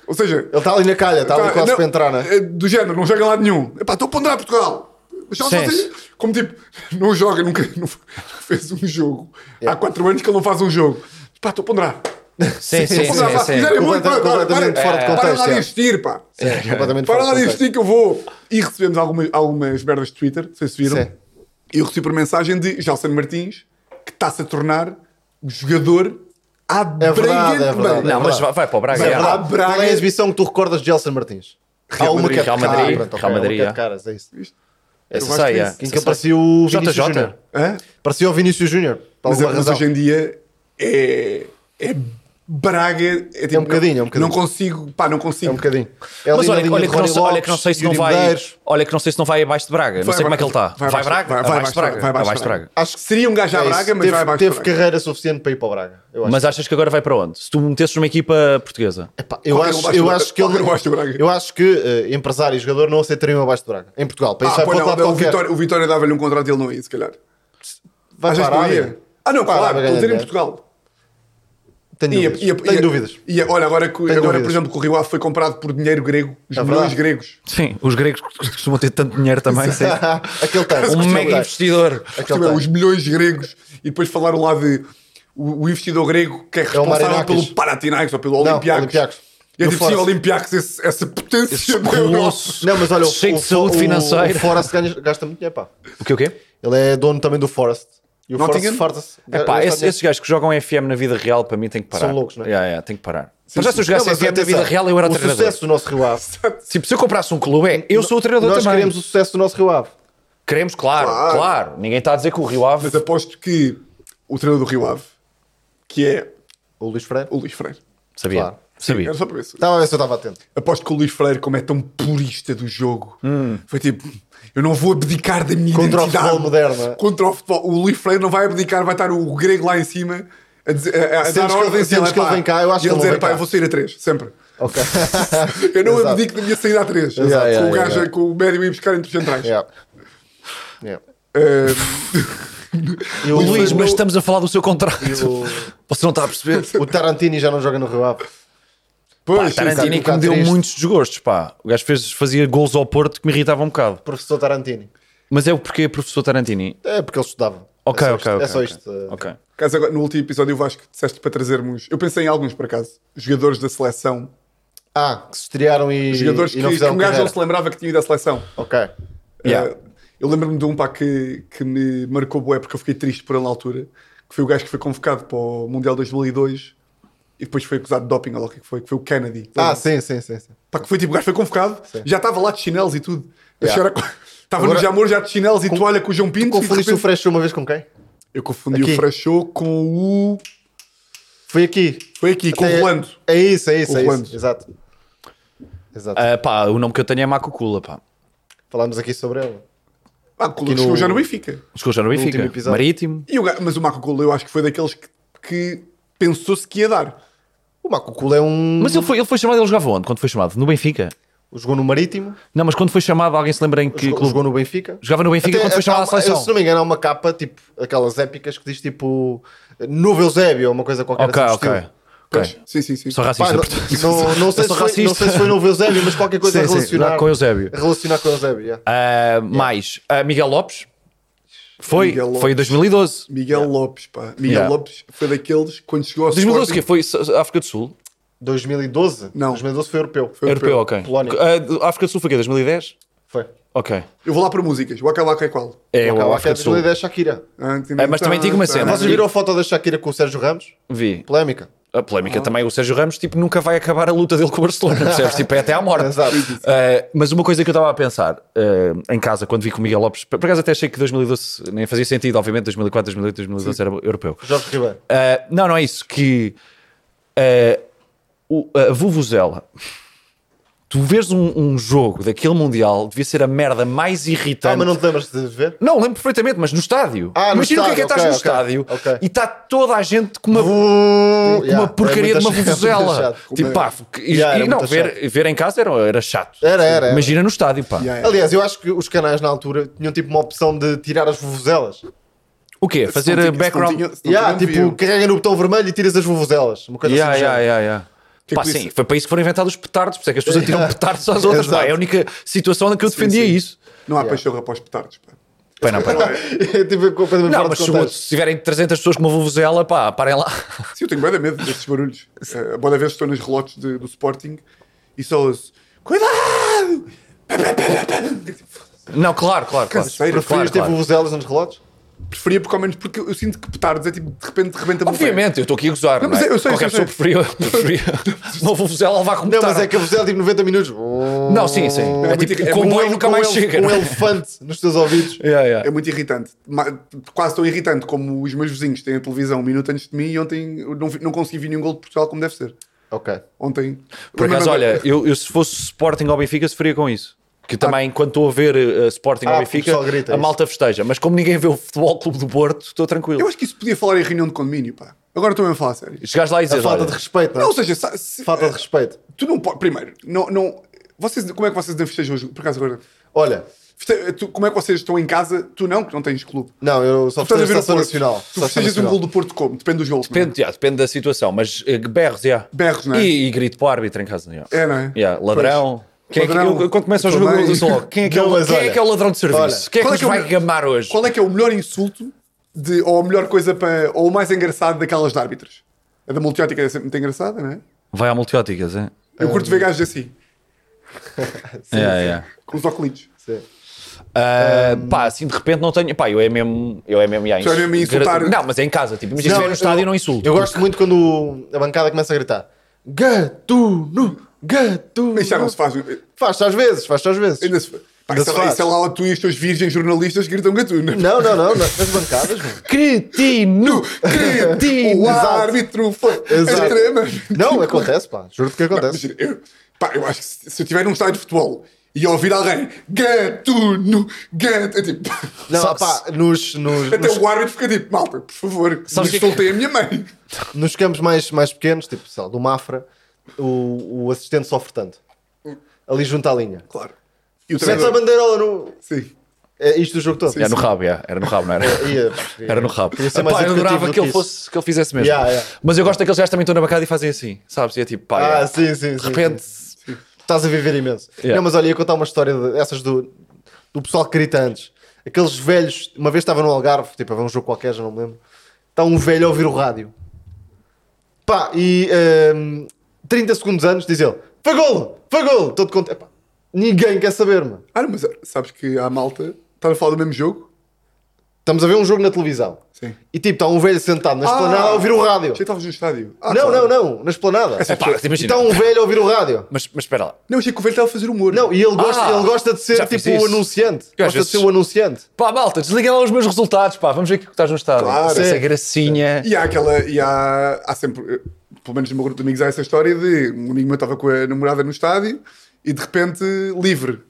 [SPEAKER 1] ou seja,
[SPEAKER 3] Ele está ali na calha, está Tá ali
[SPEAKER 1] pá,
[SPEAKER 3] quase
[SPEAKER 1] não-
[SPEAKER 3] para entrar, não é?
[SPEAKER 1] é Do género, não joga lá nenhum, é pá, estou a ponderar Portugal. Mas Gelson
[SPEAKER 2] Sim.
[SPEAKER 1] Martins, como tipo, não joga, nunca [laughs] não fez um jogo. Há quatro anos que ele não faz um jogo. Pá, estou a ponderar.
[SPEAKER 2] Sim, É, sim, sim.
[SPEAKER 1] Vamos lá, pá,
[SPEAKER 2] sim.
[SPEAKER 1] fizerem muito,
[SPEAKER 3] Completamente-
[SPEAKER 1] pá, para-
[SPEAKER 3] completamente
[SPEAKER 1] para-
[SPEAKER 3] fora de
[SPEAKER 1] Para
[SPEAKER 3] contexto,
[SPEAKER 1] lá de
[SPEAKER 3] é.
[SPEAKER 1] investir, pá.
[SPEAKER 3] É, completamente
[SPEAKER 1] Para
[SPEAKER 3] fora
[SPEAKER 1] lá
[SPEAKER 3] de
[SPEAKER 1] de
[SPEAKER 3] contexto.
[SPEAKER 1] investir que eu vou. E recebemos algumas, algumas merdas de Twitter, não sei se viram.
[SPEAKER 3] Sim.
[SPEAKER 1] E eu recebi por mensagem de Gelson Martins, que está-se a tornar o jogador à
[SPEAKER 3] É verdade,
[SPEAKER 1] brega
[SPEAKER 3] é
[SPEAKER 1] de
[SPEAKER 3] verdade.
[SPEAKER 1] bem.
[SPEAKER 2] Não, mas vai, vai para o Braga.
[SPEAKER 1] Mas é
[SPEAKER 2] já.
[SPEAKER 1] verdade. Braga-
[SPEAKER 3] Qual é a exibição que tu recordas de Gelson Martins?
[SPEAKER 1] Real
[SPEAKER 3] Há uma
[SPEAKER 1] Madrid,
[SPEAKER 3] que é de
[SPEAKER 2] Real
[SPEAKER 3] cara,
[SPEAKER 2] Madrid,
[SPEAKER 3] pronto, ok,
[SPEAKER 2] Real
[SPEAKER 3] uma que é de
[SPEAKER 2] Madrid, é.
[SPEAKER 3] caras, é isso.
[SPEAKER 2] Essa
[SPEAKER 1] Eu acho
[SPEAKER 2] sei,
[SPEAKER 1] que sim.
[SPEAKER 2] é.
[SPEAKER 3] Quem
[SPEAKER 2] Essa
[SPEAKER 3] que
[SPEAKER 2] sei.
[SPEAKER 3] apareceu o Vinícius
[SPEAKER 2] JJ?
[SPEAKER 3] Júnior?
[SPEAKER 1] Hã?
[SPEAKER 3] Parecia o Vinícius Júnior. por
[SPEAKER 1] Mas, é-
[SPEAKER 3] alguma
[SPEAKER 1] mas
[SPEAKER 3] razão.
[SPEAKER 1] hoje em dia é, é Braga. É, tipo,
[SPEAKER 3] um bocadinho, é um
[SPEAKER 1] Não
[SPEAKER 3] bocadinho.
[SPEAKER 1] consigo, pá, não consigo.
[SPEAKER 3] É um bocadinho. É ali
[SPEAKER 2] Mas
[SPEAKER 3] na
[SPEAKER 2] olha,
[SPEAKER 3] linha
[SPEAKER 2] olha
[SPEAKER 3] de
[SPEAKER 2] que não,
[SPEAKER 3] Rony
[SPEAKER 2] sei- olha que não
[SPEAKER 3] Lopes,
[SPEAKER 2] sei se não
[SPEAKER 3] Yuri
[SPEAKER 2] vai.
[SPEAKER 3] Medeiros.
[SPEAKER 2] Olha que não sei se não vai abaixo de Braga. não
[SPEAKER 1] Vai
[SPEAKER 2] sei como é que ele está.
[SPEAKER 1] abaixo-
[SPEAKER 2] Vai, Braga?
[SPEAKER 1] vai
[SPEAKER 2] abaixo de Braga.
[SPEAKER 1] vai abaixo de Braga.
[SPEAKER 3] Acho que
[SPEAKER 1] Seria um gajo à
[SPEAKER 3] é isso.
[SPEAKER 1] Braga, mas
[SPEAKER 3] teve,
[SPEAKER 1] vai abaixo de
[SPEAKER 3] Teve
[SPEAKER 1] Braga.
[SPEAKER 3] carreira suficiente para ir para o Braga. Eu acho.
[SPEAKER 2] Mas achas que agora vai para onde? Se tu metesses numa equipa portuguesa.
[SPEAKER 3] Epá,
[SPEAKER 1] Qualquer
[SPEAKER 3] eu,
[SPEAKER 1] um
[SPEAKER 3] acho,
[SPEAKER 1] abaixo
[SPEAKER 3] eu
[SPEAKER 1] do-
[SPEAKER 3] acho que
[SPEAKER 1] qualquer
[SPEAKER 3] ele-
[SPEAKER 1] um abaixo do Braga.
[SPEAKER 3] eu acho que eh, empresário e jogador não aceitariam abaixo do Braga. Em Portugal. Para isso
[SPEAKER 1] Ah,
[SPEAKER 3] vai
[SPEAKER 1] pô,
[SPEAKER 3] para outro
[SPEAKER 1] não,
[SPEAKER 3] lado
[SPEAKER 1] não, o
[SPEAKER 3] qualquer.
[SPEAKER 1] Vitória, o Vitória dava-lhe um contrato e ele não ia, se calhar.
[SPEAKER 3] Vai
[SPEAKER 1] Achas
[SPEAKER 3] para a
[SPEAKER 1] que não
[SPEAKER 3] Arábia.
[SPEAKER 1] ia? Ah, não,
[SPEAKER 3] Para a
[SPEAKER 1] claro, estou
[SPEAKER 3] Arábia
[SPEAKER 1] a dizer em
[SPEAKER 3] ganhar dinheiro.
[SPEAKER 1] Portugal.
[SPEAKER 3] Tenho
[SPEAKER 1] E a-
[SPEAKER 3] dúvidas.
[SPEAKER 1] e a- e
[SPEAKER 3] Tenho
[SPEAKER 1] a-
[SPEAKER 3] dúvidas.
[SPEAKER 1] E a- olha, agora, que,
[SPEAKER 3] Tenho
[SPEAKER 1] agora por
[SPEAKER 3] dúvidas.
[SPEAKER 1] exemplo, que o Rio Ave foi comprado por dinheiro grego, os
[SPEAKER 3] É
[SPEAKER 1] milhões
[SPEAKER 3] verdade.
[SPEAKER 1] gregos.
[SPEAKER 2] Sim, os gregos costumam ter tanto dinheiro também.
[SPEAKER 3] [laughs]
[SPEAKER 2] sim.
[SPEAKER 3] Aquele tem.
[SPEAKER 2] Um mega
[SPEAKER 3] Aquele
[SPEAKER 2] investidor.
[SPEAKER 1] Tipo, é,
[SPEAKER 3] tem.
[SPEAKER 1] os milhões gregos. E depois falaram lá de o, o investidor grego que é responsável
[SPEAKER 3] Marinákis.
[SPEAKER 1] pelo Panathinaikos ou pelo
[SPEAKER 3] Não,
[SPEAKER 1] Olympiacos.
[SPEAKER 3] Olympiacos.
[SPEAKER 1] E é
[SPEAKER 3] Do
[SPEAKER 1] tipo sim,
[SPEAKER 3] Forest.
[SPEAKER 1] Olympiacos, esse- essa potência
[SPEAKER 3] é
[SPEAKER 2] Esse
[SPEAKER 1] da Europa.
[SPEAKER 2] colosso.
[SPEAKER 3] Não, mas olha, o,
[SPEAKER 2] Cheio
[SPEAKER 3] o,
[SPEAKER 2] de saúde
[SPEAKER 3] o-
[SPEAKER 2] financeira.
[SPEAKER 3] O Forrest ganha- gasta muito dinheiro, pá.
[SPEAKER 2] O que o quê?
[SPEAKER 3] Ele é dono também do Forest. E o Forest
[SPEAKER 1] Nottingham?
[SPEAKER 3] farta-se.
[SPEAKER 2] É
[SPEAKER 3] Gasta
[SPEAKER 2] pá, esse-
[SPEAKER 3] dinheiro.
[SPEAKER 2] esses gajos que jogam FM na vida real, para mim, tem que parar.
[SPEAKER 3] São loucos, não é?
[SPEAKER 2] Yeah, yeah, tem que parar. mas já se eu
[SPEAKER 3] Não,
[SPEAKER 2] jogasse
[SPEAKER 3] mas
[SPEAKER 2] FM na
[SPEAKER 3] atenção,
[SPEAKER 2] vida real, eu era
[SPEAKER 3] o
[SPEAKER 2] treinador.
[SPEAKER 3] sucesso do nosso Rio Ave.
[SPEAKER 2] Tipo, se eu comprasse um clube, é, eu sou o treinador
[SPEAKER 3] Nós
[SPEAKER 2] também.
[SPEAKER 3] queremos o sucesso do nosso Rio Ave.
[SPEAKER 2] Queremos, claro,
[SPEAKER 1] Claro.
[SPEAKER 2] claro, Ninguém está a dizer que o Rio Ave.
[SPEAKER 1] Mas aposto que o treinador do Rio Ave, que é
[SPEAKER 3] O Luís Freire.
[SPEAKER 1] o Luís Freire.
[SPEAKER 2] Sabia.
[SPEAKER 3] Claro.
[SPEAKER 2] Sabia.
[SPEAKER 1] Era só para ver se-
[SPEAKER 3] Estava a ver se eu estava atento.
[SPEAKER 1] Aposto que o Luís Freire, como é tão purista do jogo, foi tipo: eu não vou abdicar da minha
[SPEAKER 3] Contra o
[SPEAKER 1] identidade.
[SPEAKER 3] futebol moderno, é?
[SPEAKER 1] Contra o futebol. O Luís Freire não vai abdicar, vai estar o grego lá em cima a, dizer, a, a
[SPEAKER 3] Sentes
[SPEAKER 1] dar
[SPEAKER 3] que-
[SPEAKER 1] ordens. e
[SPEAKER 3] sentes
[SPEAKER 1] é
[SPEAKER 3] que ele
[SPEAKER 1] pá,
[SPEAKER 3] vem cá, eu acho
[SPEAKER 1] e
[SPEAKER 3] que ele
[SPEAKER 1] dizer,
[SPEAKER 3] vem
[SPEAKER 1] pá,
[SPEAKER 3] cá.
[SPEAKER 1] eu vou sair a três, sempre.
[SPEAKER 3] Ok.
[SPEAKER 1] Eu não
[SPEAKER 3] Exato.
[SPEAKER 1] abdico da minha saída a três.
[SPEAKER 3] Exato,
[SPEAKER 1] com,
[SPEAKER 2] yeah,
[SPEAKER 1] o gajo,
[SPEAKER 3] yeah.
[SPEAKER 1] com o médio a ir buscar entre os centrais.
[SPEAKER 3] [laughs] yeah. Yeah. [laughs]
[SPEAKER 1] Ah,
[SPEAKER 3] E o,
[SPEAKER 2] Luís,
[SPEAKER 1] Luís,
[SPEAKER 2] mas
[SPEAKER 1] não-
[SPEAKER 2] estamos a falar do seu contrato. Você não está a perceber?
[SPEAKER 3] o Tarantini já não joga no Rio Ave.
[SPEAKER 2] Pá,
[SPEAKER 1] Pois, sim,
[SPEAKER 2] Tarantini
[SPEAKER 1] sim.
[SPEAKER 2] que me deu
[SPEAKER 3] um triste.
[SPEAKER 2] muitos desgostos, pá. O gajo fez, fazia gols ao Porto que me irritava um bocado.
[SPEAKER 3] Professor Tarantini.
[SPEAKER 2] Mas é o porquê, professor Tarantini?
[SPEAKER 3] É porque ele estudava.
[SPEAKER 2] Ok,
[SPEAKER 3] é só
[SPEAKER 2] ok,
[SPEAKER 3] isto,
[SPEAKER 2] ok.
[SPEAKER 3] É só
[SPEAKER 2] ok.
[SPEAKER 3] isto. uh,
[SPEAKER 2] Ok.
[SPEAKER 1] Caso agora, no último episódio, o Vasco disseste para trazermos. Eu pensei em alguns, por acaso. Jogadores da seleção.
[SPEAKER 3] Ah, que se estrearam e,
[SPEAKER 1] Jogadores
[SPEAKER 3] e
[SPEAKER 1] que,
[SPEAKER 3] não
[SPEAKER 1] que
[SPEAKER 3] fizeram
[SPEAKER 1] um gajo não
[SPEAKER 3] carreira.
[SPEAKER 1] se lembrava que tinha ido à seleção.
[SPEAKER 3] Ok.
[SPEAKER 2] Yeah.
[SPEAKER 1] Eh, eu lembro-me de um pá que, que me marcou bué porque eu fiquei triste por ele na altura, que foi o gajo que foi convocado para o Mundial 2002 e depois foi acusado de doping, ou lá o que é que foi, que foi o Kennedy.
[SPEAKER 3] Ah,
[SPEAKER 1] Lembra-me?
[SPEAKER 3] sim, sim, sim. sim.
[SPEAKER 1] Pá, que foi tipo, o gajo foi convocado, já estava lá de chinelos e tudo. A
[SPEAKER 3] Yeah.
[SPEAKER 1] chorar com- [laughs] Estava no
[SPEAKER 3] Agora-
[SPEAKER 1] Jamor já de chinelos e toalha com o João Pinto. e de
[SPEAKER 3] Confundiste o
[SPEAKER 1] repente-
[SPEAKER 3] Freixo uma vez com quem?
[SPEAKER 1] Eu confundi
[SPEAKER 3] Aqui.
[SPEAKER 1] o Frachou com o...
[SPEAKER 3] Foi aqui.
[SPEAKER 1] Foi aqui, com o
[SPEAKER 3] Até-
[SPEAKER 1] Rolando.
[SPEAKER 3] É isso, é
[SPEAKER 1] O
[SPEAKER 3] isso, é
[SPEAKER 1] Rolando.
[SPEAKER 3] isso. Exato. Exato.
[SPEAKER 2] Ah, pá, o nome que eu tenho é Macucula, pá.
[SPEAKER 3] Falámos aqui sobre ela.
[SPEAKER 1] Ah, que
[SPEAKER 3] no-
[SPEAKER 1] chegou já no Benfica.
[SPEAKER 2] Chegou já no Benfica.
[SPEAKER 3] último episódio.
[SPEAKER 2] Marítimo.
[SPEAKER 1] E o gajo- Mas o Marco Golo eu acho que foi daqueles que, que pensou-se que ia dar.
[SPEAKER 3] O Macuculo é um.
[SPEAKER 2] Mas ele foi, ele foi chamado, ele jogava onde? Quando foi chamado? No Benfica.
[SPEAKER 3] Jogou no Marítimo,
[SPEAKER 2] Não, mas quando foi chamado, alguém se lembra em que
[SPEAKER 3] jogou,
[SPEAKER 2] clube?
[SPEAKER 3] jogou no Benfica.
[SPEAKER 2] Jogava no Benfica
[SPEAKER 3] Até-
[SPEAKER 2] quando foi chamado
[SPEAKER 3] há
[SPEAKER 2] à
[SPEAKER 3] uma-
[SPEAKER 2] seleção.
[SPEAKER 3] Se não me engano, há uma capa, tipo, aquelas épicas que diz tipo. Novo Eusébio ou uma coisa qualquer
[SPEAKER 2] Ok,
[SPEAKER 3] assim do
[SPEAKER 2] ok.
[SPEAKER 3] estilo.
[SPEAKER 1] Pois,
[SPEAKER 2] Ok.
[SPEAKER 1] Sim, sim, sim.
[SPEAKER 2] Sou
[SPEAKER 3] Pá,
[SPEAKER 2] racista.
[SPEAKER 3] não,
[SPEAKER 2] portanto. [laughs]
[SPEAKER 3] não- não sei
[SPEAKER 2] Eu
[SPEAKER 3] se
[SPEAKER 2] sou
[SPEAKER 3] foi, não
[SPEAKER 2] racista.
[SPEAKER 3] sei se foi Novo Eusébio, mas qualquer
[SPEAKER 2] [laughs]
[SPEAKER 3] coisa
[SPEAKER 2] Sim, sim,
[SPEAKER 3] relacionada.
[SPEAKER 2] com Eusébio.
[SPEAKER 3] Relacionar com Eusébio, yeah.
[SPEAKER 2] Ah, mais ah, Miguel Lopes. Foi,
[SPEAKER 1] Miguel Lopes.
[SPEAKER 2] foi em 2012.
[SPEAKER 1] Miguel Lopes, pá. Miguel
[SPEAKER 2] Yeah.
[SPEAKER 1] Lopes foi daqueles que quando chegou ao
[SPEAKER 2] 2012 que
[SPEAKER 1] Sporting,
[SPEAKER 2] foi S- África do Sul,
[SPEAKER 3] 2012?
[SPEAKER 1] Não.
[SPEAKER 3] 2012 foi europeu.
[SPEAKER 1] Foi
[SPEAKER 2] europeu,
[SPEAKER 1] europeu.
[SPEAKER 2] ok.
[SPEAKER 3] Polónia.
[SPEAKER 2] Ah, do- África do Sul foi o quê? 2010?
[SPEAKER 3] Foi.
[SPEAKER 2] Ok.
[SPEAKER 1] Eu vou lá para músicas. O Acalaca é qual?
[SPEAKER 2] É o
[SPEAKER 3] Acaba que
[SPEAKER 2] África
[SPEAKER 3] é
[SPEAKER 2] do Sul.
[SPEAKER 3] 2010 Shakira.
[SPEAKER 1] É,
[SPEAKER 2] mas também digo uma cena.
[SPEAKER 3] Vocês viram a foto da Shakira com o Sérgio Ramos?
[SPEAKER 2] Vi.
[SPEAKER 3] Polémica.
[SPEAKER 2] A polémica também, o Sérgio Ramos, tipo, nunca vai acabar a luta dele com o Barcelona, percebes? tipo, é até à morte.
[SPEAKER 3] Exato.
[SPEAKER 2] Uh, mas uma coisa que eu estava a pensar uh, em casa quando vi com o Miguel Lopes, por por acaso até achei que 2012 nem fazia sentido, obviamente 2004, 2008, 2012 era europeu.
[SPEAKER 3] Jorge Ribeiro.
[SPEAKER 2] Uh, não, não é isso, que uh, o, a Vuvuzela, tu vês um, um jogo daquele Mundial, devia ser a merda mais irritante.
[SPEAKER 3] Ah, mas não te lembras de ver?
[SPEAKER 2] Não, lembro perfeitamente, mas no estádio.
[SPEAKER 3] Ah, no
[SPEAKER 2] Imagina o que é que é
[SPEAKER 3] estádio,
[SPEAKER 2] estás no
[SPEAKER 3] ok, ok,
[SPEAKER 2] estádio
[SPEAKER 3] ok.
[SPEAKER 2] e está toda a gente com uma
[SPEAKER 3] Uh,
[SPEAKER 2] com
[SPEAKER 3] yeah,
[SPEAKER 2] uma porcaria
[SPEAKER 3] é
[SPEAKER 2] de uma
[SPEAKER 3] muito [laughs] chato, é muito
[SPEAKER 2] vuvuzela.
[SPEAKER 3] chato.
[SPEAKER 2] Tipo, pá, que- e,
[SPEAKER 3] Yeah, era
[SPEAKER 2] e não,
[SPEAKER 3] muito
[SPEAKER 2] ver, ver em casa era, era chato.
[SPEAKER 3] Era, era, era.
[SPEAKER 2] Imagina no estádio, pá.
[SPEAKER 3] Aliás, eu acho que os canais na altura tinham tipo uma opção de tirar as vovozelas.
[SPEAKER 2] O quê? Fazer background.
[SPEAKER 3] Yeah, tipo,
[SPEAKER 1] um
[SPEAKER 3] carrega no botão vermelho e tiras as vovozelas. Uma coisa
[SPEAKER 2] Yeah,
[SPEAKER 3] assim. do
[SPEAKER 2] yeah,
[SPEAKER 3] género.
[SPEAKER 2] yeah, yeah.
[SPEAKER 1] Que
[SPEAKER 2] Pá,
[SPEAKER 1] que
[SPEAKER 2] sim,
[SPEAKER 1] isso-
[SPEAKER 2] foi para isso que foram inventados os petardos, por isso é que as pessoas atiram
[SPEAKER 3] [laughs] Yeah.
[SPEAKER 2] petardos às outras, pá.
[SPEAKER 3] Exato.
[SPEAKER 2] É a única situação na que eu defendia
[SPEAKER 1] sim.
[SPEAKER 2] isso.
[SPEAKER 1] Não há
[SPEAKER 3] Yeah.
[SPEAKER 1] pachorra para os petardos, pá. é?
[SPEAKER 2] Pá, não, pá.
[SPEAKER 3] [laughs] tipo, completamente
[SPEAKER 2] Não,
[SPEAKER 3] fora
[SPEAKER 2] mas
[SPEAKER 3] de
[SPEAKER 2] se,
[SPEAKER 3] contexto.
[SPEAKER 2] se tiverem 300 pessoas com uma vuvuzela, pá, parem lá. [laughs]
[SPEAKER 1] Sim, eu tenho bem medo destes barulhos. Eh, A boa vez estou nos relotes de- do Sporting e só ouço... Cuidado!
[SPEAKER 2] Não, claro, claro, claro.
[SPEAKER 1] Canseira,
[SPEAKER 2] claro,
[SPEAKER 3] Preferias ter
[SPEAKER 2] claro.
[SPEAKER 3] vovozelas nos relógios?
[SPEAKER 1] Preferia porque ao menos porque eu sinto que petardos é tipo, de repente rebenta-me o pé.
[SPEAKER 2] Obviamente, eu estou aqui a gozar.
[SPEAKER 1] Não,
[SPEAKER 2] Não,
[SPEAKER 1] mas
[SPEAKER 2] é?
[SPEAKER 1] eu sei,
[SPEAKER 2] Qualquer
[SPEAKER 1] eu sei,
[SPEAKER 2] pessoa preferia, preferia uma vuvuzela levar com
[SPEAKER 3] Não,
[SPEAKER 2] petardo.
[SPEAKER 3] mas é que a vuvuzela tipo 90 minutos.
[SPEAKER 2] tá
[SPEAKER 3] Oh.
[SPEAKER 2] Não, sim, sim. É,
[SPEAKER 1] muito-
[SPEAKER 2] tipo,
[SPEAKER 1] é
[SPEAKER 2] o comboio
[SPEAKER 1] muito-
[SPEAKER 2] nunca mais
[SPEAKER 3] um,
[SPEAKER 2] chega.
[SPEAKER 3] Um
[SPEAKER 2] não é?
[SPEAKER 3] elefante nos
[SPEAKER 2] [laughs]
[SPEAKER 3] teus ouvidos.
[SPEAKER 2] Yeah, yeah.
[SPEAKER 1] É muito irritante. Ma- Quase tão irritante como os meus vizinhos têm a televisão um minuto antes de mim e ontem eu não, vi- não consegui ver nenhum gol de Portugal como deve ser.
[SPEAKER 3] Ok.
[SPEAKER 1] Ontem.
[SPEAKER 2] Por acaso, olha, eu, eu se fosse Sporting ao Benfica, sofria com isso. Que também, quando estou a ver eh, Sporting
[SPEAKER 3] Ah,
[SPEAKER 2] ao
[SPEAKER 3] porque o
[SPEAKER 2] Benfica,
[SPEAKER 3] pessoal grita
[SPEAKER 2] a
[SPEAKER 3] isso.
[SPEAKER 2] malta festeja. Mas como ninguém vê o Futebol Clube do Porto, estou
[SPEAKER 1] Eu
[SPEAKER 2] tranquilo.
[SPEAKER 1] acho que isso podia falar em reunião de condomínio, pá. Agora estou mesmo a falar a sério.
[SPEAKER 2] Chegares lá e
[SPEAKER 3] A
[SPEAKER 2] dizes,
[SPEAKER 3] falta
[SPEAKER 2] olha,
[SPEAKER 3] de respeito, não é?
[SPEAKER 1] Não, ou seja, sa- se- eh,
[SPEAKER 3] Falta de respeito.
[SPEAKER 1] tu não podes. Primeiro, não, não, vocês, como é que vocês não festejam os. Por acaso agora.
[SPEAKER 3] Olha,
[SPEAKER 1] Fute- tu- como é que vocês estão em casa? Tu não, que não tens clube.
[SPEAKER 3] Não, eu só
[SPEAKER 1] Tu estás
[SPEAKER 3] festejo
[SPEAKER 1] a ver
[SPEAKER 3] a
[SPEAKER 1] o
[SPEAKER 3] seleção
[SPEAKER 1] Porto.
[SPEAKER 3] nacional.
[SPEAKER 1] Tu
[SPEAKER 3] Seleção
[SPEAKER 1] festejas um
[SPEAKER 3] nacional.
[SPEAKER 1] gol do Porto como? Depende do jogo. é?
[SPEAKER 2] Depende, já, depende da situação, mas eh, berros, já.
[SPEAKER 1] Berros, não é?
[SPEAKER 2] E, e grito para o árbitro em casa. já.
[SPEAKER 1] não É, não é?
[SPEAKER 2] Yeah, ladrão. Quem é que-
[SPEAKER 1] Ladrão.
[SPEAKER 2] eu- quando começa a
[SPEAKER 1] Tua
[SPEAKER 2] jogar,
[SPEAKER 1] mãe.
[SPEAKER 2] eu disse logo: quem é que é
[SPEAKER 3] Não,
[SPEAKER 2] o-
[SPEAKER 3] mas
[SPEAKER 2] quem é
[SPEAKER 3] olha.
[SPEAKER 2] que é o ladrão de serviço?
[SPEAKER 3] Olha,
[SPEAKER 2] quem é que
[SPEAKER 1] qual é
[SPEAKER 2] nos
[SPEAKER 1] que é o
[SPEAKER 2] vai
[SPEAKER 1] meu-
[SPEAKER 2] gamar hoje?
[SPEAKER 1] Qual é que é o melhor insulto de, ou a melhor coisa para, ou o mais engraçado daquelas de árbitros? A da multiótica é sempre muito engraçada, não é?
[SPEAKER 2] Vai à multióticas, é?
[SPEAKER 1] Eu curto ver gajos assim,
[SPEAKER 2] É, é.
[SPEAKER 1] com os óculos.
[SPEAKER 3] Sim.
[SPEAKER 2] Ah, pá, assim de repente não tenho. Pá, eu é mesmo. Eu é mesmo. já,
[SPEAKER 1] Tu é mesmo a insultar.
[SPEAKER 2] Não, mas é em casa. Tipo, imagina se estiver no estádio, eu não insulto.
[SPEAKER 3] Eu gosto muito quando a bancada começa a gritar
[SPEAKER 2] Uh,
[SPEAKER 3] Gatuno, Gatuno.
[SPEAKER 1] Mas já não se faz.
[SPEAKER 3] Faz-te às vezes, faz-te às vezes.
[SPEAKER 1] Ainda se faz. Pá,
[SPEAKER 3] Ainda
[SPEAKER 1] sei
[SPEAKER 3] se
[SPEAKER 1] lá-
[SPEAKER 3] faz.
[SPEAKER 1] sei lá, tu e os teus virgens jornalistas gritam gatuno. é?
[SPEAKER 3] Não, não, não, nas nas bancadas, mano.
[SPEAKER 2] Cretino!
[SPEAKER 1] Cretino! O
[SPEAKER 3] Exato.
[SPEAKER 1] árbitro foi
[SPEAKER 3] Exato.
[SPEAKER 1] extremamente.
[SPEAKER 3] Não, acontece, pá. Juro-te que acontece.
[SPEAKER 1] Imagina, eu, pá, eu acho que se, se eu estiver num estádio de futebol e ouvir alguém gatuno, gatuno, é tipo,
[SPEAKER 3] Não,
[SPEAKER 2] Sabe-se-
[SPEAKER 3] pá, nos, nos,
[SPEAKER 1] até
[SPEAKER 3] nos,
[SPEAKER 1] o árbitro fica tipo, malta, por favor,
[SPEAKER 2] Sabes
[SPEAKER 3] é
[SPEAKER 2] que-
[SPEAKER 1] insultei a minha mãe.
[SPEAKER 3] nos campos mais, mais pequenos, tipo, sei lá, do Mafra, o, o assistente sofre tanto. Ali junto à linha.
[SPEAKER 1] Claro. E o
[SPEAKER 3] Sentes a
[SPEAKER 1] treinador.
[SPEAKER 3] bandeirola no...
[SPEAKER 1] Sim.
[SPEAKER 3] É isto o jogo todo.
[SPEAKER 2] Era no rabo, já. era no rabo, não era?
[SPEAKER 3] Ia- ia-
[SPEAKER 2] Era no rabo.
[SPEAKER 3] ia ser mais
[SPEAKER 2] Pá, eu
[SPEAKER 3] educativo
[SPEAKER 2] adorava
[SPEAKER 3] do
[SPEAKER 2] que ele,
[SPEAKER 3] isso.
[SPEAKER 2] fosse, que ele fizesse mesmo.
[SPEAKER 3] Yeah, yeah.
[SPEAKER 2] Mas eu gosto daqueles gajos que também estão na bancada e fazem assim, sabes? E é tipo, pá,
[SPEAKER 3] Ah,
[SPEAKER 2] yeah.
[SPEAKER 3] sim, sim, sim.
[SPEAKER 2] de repente.
[SPEAKER 3] Estás a viver imenso.
[SPEAKER 2] Yeah.
[SPEAKER 3] Não, mas olha, ia contar uma história dessas do, do pessoal que grita antes. Aqueles velhos, uma vez estava no Algarve, tipo, a ver um jogo qualquer, já não me lembro. Está um velho a ouvir o rádio. Pá, e ehm, 30 segundos antes diz ele: Foi golo! Foi golo! Todo contente. Epá, Ninguém quer saber, mano.
[SPEAKER 1] Ah, não, mas sabes que há malta, está a falar do mesmo jogo?
[SPEAKER 3] Estamos a ver um jogo na televisão.
[SPEAKER 1] Sim.
[SPEAKER 3] E tipo, está um velho sentado na
[SPEAKER 2] Ah!
[SPEAKER 3] esplanada a ouvir o rádio.
[SPEAKER 1] Já estavas no estádio. Ah,
[SPEAKER 3] não,
[SPEAKER 1] claro.
[SPEAKER 3] não, não, na esplanada.
[SPEAKER 2] É pá,
[SPEAKER 3] E
[SPEAKER 2] imagina.
[SPEAKER 3] está um velho a ouvir o rádio.
[SPEAKER 2] Mas, mas espera lá.
[SPEAKER 1] Não, achei que o velho estava a fazer humor.
[SPEAKER 3] Não, e ele gosta,
[SPEAKER 2] Ah,
[SPEAKER 3] ele gosta de ser
[SPEAKER 2] já fiz
[SPEAKER 3] tipo o
[SPEAKER 2] isso.
[SPEAKER 3] anunciante.
[SPEAKER 2] Eu às
[SPEAKER 3] Gosta de
[SPEAKER 2] vezes-
[SPEAKER 3] ser o anunciante.
[SPEAKER 2] Pá, malta, desliga lá os meus resultados, pá, vamos ver o que estás no estádio.
[SPEAKER 1] Claro.
[SPEAKER 2] Essa
[SPEAKER 3] Sim.
[SPEAKER 2] gracinha.
[SPEAKER 1] E há aquela. E há, há sempre. eh, Pelo menos no meu grupo de amigos há essa história de um amigo meu estava com a namorada no estádio e de repente livre.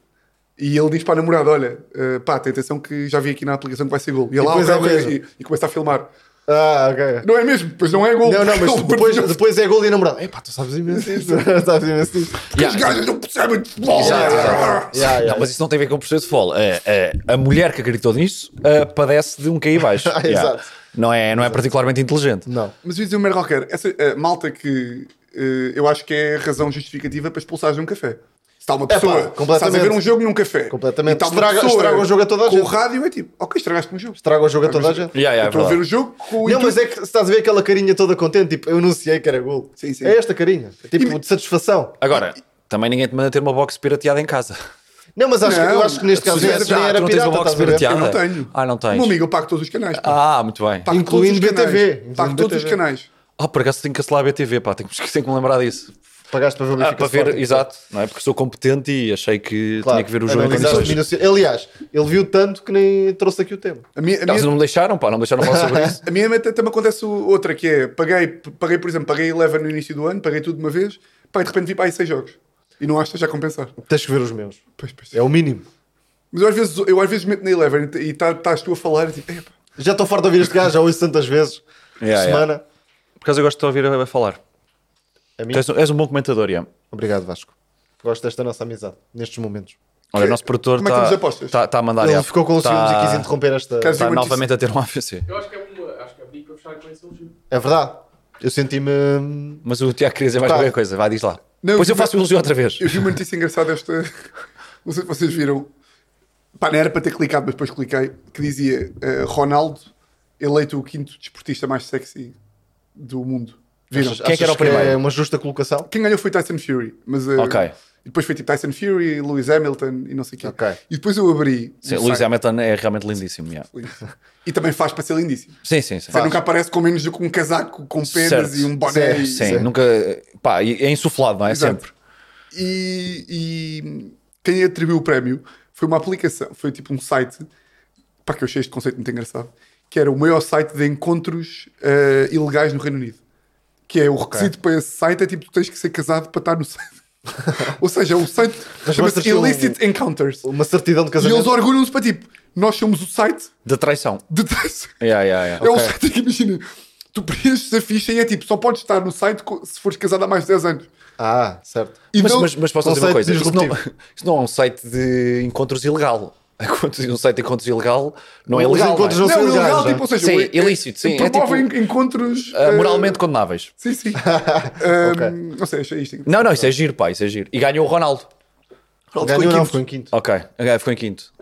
[SPEAKER 1] E ele diz para a namorada: Olha, eh, pá, tem atenção que já vi aqui na aplicação que vai ser gol. E ela
[SPEAKER 3] depois
[SPEAKER 1] "Ah,
[SPEAKER 3] é
[SPEAKER 1] ok, ok",
[SPEAKER 3] mesmo.
[SPEAKER 1] e, e começa a filmar.
[SPEAKER 3] Ah, ok.
[SPEAKER 1] Não é mesmo? Pois não é gol.
[SPEAKER 3] Não,
[SPEAKER 2] [laughs]
[SPEAKER 3] não, mas
[SPEAKER 1] [laughs] Porque
[SPEAKER 3] depois,
[SPEAKER 1] Os
[SPEAKER 3] depois é gol e namorado. Epá, tu sabes imenso isso. sabes imenso disso.
[SPEAKER 2] Yeah.
[SPEAKER 1] gajos não percebem de futebol.
[SPEAKER 2] Exato,
[SPEAKER 1] Ah,
[SPEAKER 2] exato.
[SPEAKER 3] [laughs] Yeah, yeah.
[SPEAKER 2] Não, mas isso não tem a ver com o processo de futebol. É, é, a mulher que acreditou nisso é, padece de um cair baixo.
[SPEAKER 3] Ah, exato.
[SPEAKER 2] Não, é, não é particularmente inteligente.
[SPEAKER 3] Não.
[SPEAKER 1] [laughs] Mas eu ia dizer uma merda qualquer. Essa eh, malta que eh, eu acho que é a razão justificativa para expulsares de um café. Se está uma
[SPEAKER 3] É pá,
[SPEAKER 1] pessoa. estás a
[SPEAKER 3] completamente.
[SPEAKER 1] ver um jogo num café. E
[SPEAKER 3] Completamente.
[SPEAKER 1] está uma
[SPEAKER 3] Estraga-
[SPEAKER 1] pessoa
[SPEAKER 3] estraga o jogo a toda a
[SPEAKER 1] com
[SPEAKER 3] gente.
[SPEAKER 1] o rádio é tipo, ok, estragaste um jogo.
[SPEAKER 3] Traga o jogo a toda a
[SPEAKER 1] Estragaste um
[SPEAKER 3] gente.
[SPEAKER 1] jogo.
[SPEAKER 2] Yeah, yeah, é
[SPEAKER 1] eu estou a ver o
[SPEAKER 2] verdade.
[SPEAKER 1] jogo com o
[SPEAKER 3] Não, mas
[SPEAKER 1] intuito-
[SPEAKER 3] é que se estás a ver aquela carinha toda contente, tipo, eu anunciei que era gol.
[SPEAKER 1] Sim, sim.
[SPEAKER 3] É esta carinha. É Tipo,
[SPEAKER 1] E-
[SPEAKER 3] de satisfação.
[SPEAKER 2] Agora, também ninguém te manda ter uma box pirateada em casa.
[SPEAKER 3] Não, mas acho, que-
[SPEAKER 1] Não.
[SPEAKER 3] eu acho que neste
[SPEAKER 1] Se
[SPEAKER 3] caso
[SPEAKER 1] tivesse-
[SPEAKER 3] essa nem
[SPEAKER 1] Ah,
[SPEAKER 2] tu
[SPEAKER 3] era
[SPEAKER 2] não tens
[SPEAKER 3] pirata,
[SPEAKER 2] uma box
[SPEAKER 3] estás a ver?
[SPEAKER 2] pirateada.
[SPEAKER 1] Eu não tenho.
[SPEAKER 2] Ah, não tens.
[SPEAKER 1] Meu amigo, eu pago todos os canais. pá.
[SPEAKER 2] [laughs] Ah, muito bem.
[SPEAKER 1] pago
[SPEAKER 3] Incluindo
[SPEAKER 1] todos os canais.
[SPEAKER 3] BTV,
[SPEAKER 1] Pago
[SPEAKER 3] incluindo
[SPEAKER 1] todos os
[SPEAKER 3] BTV.
[SPEAKER 1] canais.
[SPEAKER 2] Ah, por acaso tenho que cancelar a BTV, pá, tenho que, [laughs] tenho que me lembrar disso.
[SPEAKER 3] Pagaste para ver o
[SPEAKER 2] Ah,
[SPEAKER 3] Benfica
[SPEAKER 2] para ver,
[SPEAKER 3] Sporting.
[SPEAKER 2] exato, não é? Porque sou competente e achei que tinha que ver o jogo em
[SPEAKER 3] analisaste
[SPEAKER 2] condições.
[SPEAKER 3] minucio- Aliás, ele viu tanto que nem trouxe aqui o tema.
[SPEAKER 1] A minha, a
[SPEAKER 2] Eles
[SPEAKER 1] minha,
[SPEAKER 2] não me deixaram, pá, não me deixaram falar sobre isso.
[SPEAKER 1] a minha até até me acontece o- outra que é: paguei, paguei, por exemplo, paguei Eleven no início do ano, paguei tudo de uma vez, pá, e de repente vi para aí seis jogos. E não acho que esteja a compensar.
[SPEAKER 3] Tens que ver os meus.
[SPEAKER 1] Pois, pois.
[SPEAKER 3] É o mínimo.
[SPEAKER 1] Mas eu às vezes, eu às vezes meto na Eleven e tá, estás tu a falar e tipo, "Epá,
[SPEAKER 3] Já estou farto de ouvir este gajo, já ouço tantas vezes por
[SPEAKER 2] Yeah,
[SPEAKER 3] semana.
[SPEAKER 2] Por acaso eu gosto de te ouvir a a falar.
[SPEAKER 3] A mim-
[SPEAKER 2] Tu és, és um bom comentador, Ian.
[SPEAKER 3] Obrigado, Vasco. Gosto desta nossa amizade, nestes momentos.
[SPEAKER 2] Olha, o nosso produtor
[SPEAKER 1] Como é que estamos
[SPEAKER 2] está
[SPEAKER 1] apostas?
[SPEAKER 2] a mandar.
[SPEAKER 3] Ele
[SPEAKER 2] Ian.
[SPEAKER 3] ficou com um os
[SPEAKER 2] Tá-
[SPEAKER 3] ciúmes e quis interromper esta.
[SPEAKER 1] Queres-
[SPEAKER 2] Está
[SPEAKER 1] Eu disse-
[SPEAKER 2] novamente a ter um AVC.
[SPEAKER 4] Eu acho que é uma. Acho que é bonito para fechar com esse elogio.
[SPEAKER 3] É verdade. Eu senti-me. hum,
[SPEAKER 2] Mas o Tiago queria dizer mais
[SPEAKER 3] Tá.
[SPEAKER 2] qualquer coisa, vai, diz lá.
[SPEAKER 1] Não, tipo,
[SPEAKER 2] Depois eu
[SPEAKER 1] mas-
[SPEAKER 2] faço o elogio outra vez.
[SPEAKER 1] Eu vi uma notícia engraçada esta. Não sei se vocês viram. Pá, não era para ter clicado, mas depois cliquei. Que dizia eh, Ronaldo eleito o quinto desportista mais sexy do mundo. Viram?
[SPEAKER 3] achas-
[SPEAKER 2] Quem é que era o
[SPEAKER 3] achas
[SPEAKER 2] primeiro?
[SPEAKER 3] É uma justa colocação.
[SPEAKER 1] Quem ganhou foi Tyson Fury. Mas, eh,
[SPEAKER 2] Ok.
[SPEAKER 1] E depois foi tipo Tyson Fury, Lewis Hamilton e não sei o quê.
[SPEAKER 3] Ok.
[SPEAKER 1] E depois eu abri. um
[SPEAKER 2] Sim, Luís
[SPEAKER 1] site-
[SPEAKER 2] Hamilton é realmente lindíssimo. yeah.
[SPEAKER 1] E também faz para ser lindíssimo.
[SPEAKER 2] Sim, sim, sim.
[SPEAKER 1] Você nunca aparece com menos do que um casaco com pedras
[SPEAKER 2] Certo.
[SPEAKER 1] e um boné.
[SPEAKER 3] Certo,
[SPEAKER 1] e-
[SPEAKER 2] Sim, nunca. Pá, e é insuflado, não é?
[SPEAKER 1] Exato.
[SPEAKER 2] Sempre.
[SPEAKER 1] E, e quem atribuiu o prémio foi uma aplicação, foi tipo um site, para que eu achei este conceito muito engraçado, que era o maior site de encontros eh, ilegais no Reino Unido. Que é o requisito para esse site, é tipo, tu tens que ser casado para estar no site. [laughs] Ou seja, o site
[SPEAKER 3] Mas
[SPEAKER 1] chama-se
[SPEAKER 3] vocês são-
[SPEAKER 1] Illicit Encounters.
[SPEAKER 3] Uma certidão de
[SPEAKER 1] E eles
[SPEAKER 3] casamento.
[SPEAKER 1] orgulham-se para tipo, nós somos o site
[SPEAKER 2] Da traição.
[SPEAKER 1] de traição.
[SPEAKER 2] Yeah, yeah,
[SPEAKER 1] [laughs]
[SPEAKER 2] yeah.
[SPEAKER 1] É um
[SPEAKER 3] Ok.
[SPEAKER 1] site que imagina, tu preenches a ficha e é tipo, só podes estar no site co- se fores casado há mais de 10 anos.
[SPEAKER 3] Ah, certo.
[SPEAKER 1] E
[SPEAKER 2] Mas,
[SPEAKER 1] não-
[SPEAKER 2] mas, mas posso
[SPEAKER 3] um
[SPEAKER 2] dizer uma [laughs]
[SPEAKER 3] site
[SPEAKER 2] coisa: isso não,
[SPEAKER 3] disruptivo.
[SPEAKER 2] isso não é um site de encontros ilegal. [laughs] Encontros- um site de encontros ilegal não é
[SPEAKER 3] Os
[SPEAKER 2] legal.
[SPEAKER 3] encontros
[SPEAKER 2] não
[SPEAKER 3] não
[SPEAKER 2] é?
[SPEAKER 3] são
[SPEAKER 1] Não,
[SPEAKER 3] ilegais,
[SPEAKER 1] ilegal,
[SPEAKER 3] não é?
[SPEAKER 1] tipo, ou seja,
[SPEAKER 2] Sim,
[SPEAKER 1] o- é-
[SPEAKER 2] ilícito, sim, é
[SPEAKER 1] promovem encontros.
[SPEAKER 2] Ah,
[SPEAKER 1] eh,
[SPEAKER 2] moralmente condenáveis.
[SPEAKER 1] Sim, [laughs] sim. Ahm, Não sei, achei isto.
[SPEAKER 2] Não, não, isso é giro, pá, isso é giro. E ganhou o Ronaldo.
[SPEAKER 3] Ganhou não, ficou em quinto.
[SPEAKER 2] Ok, ok, ficou em quinto.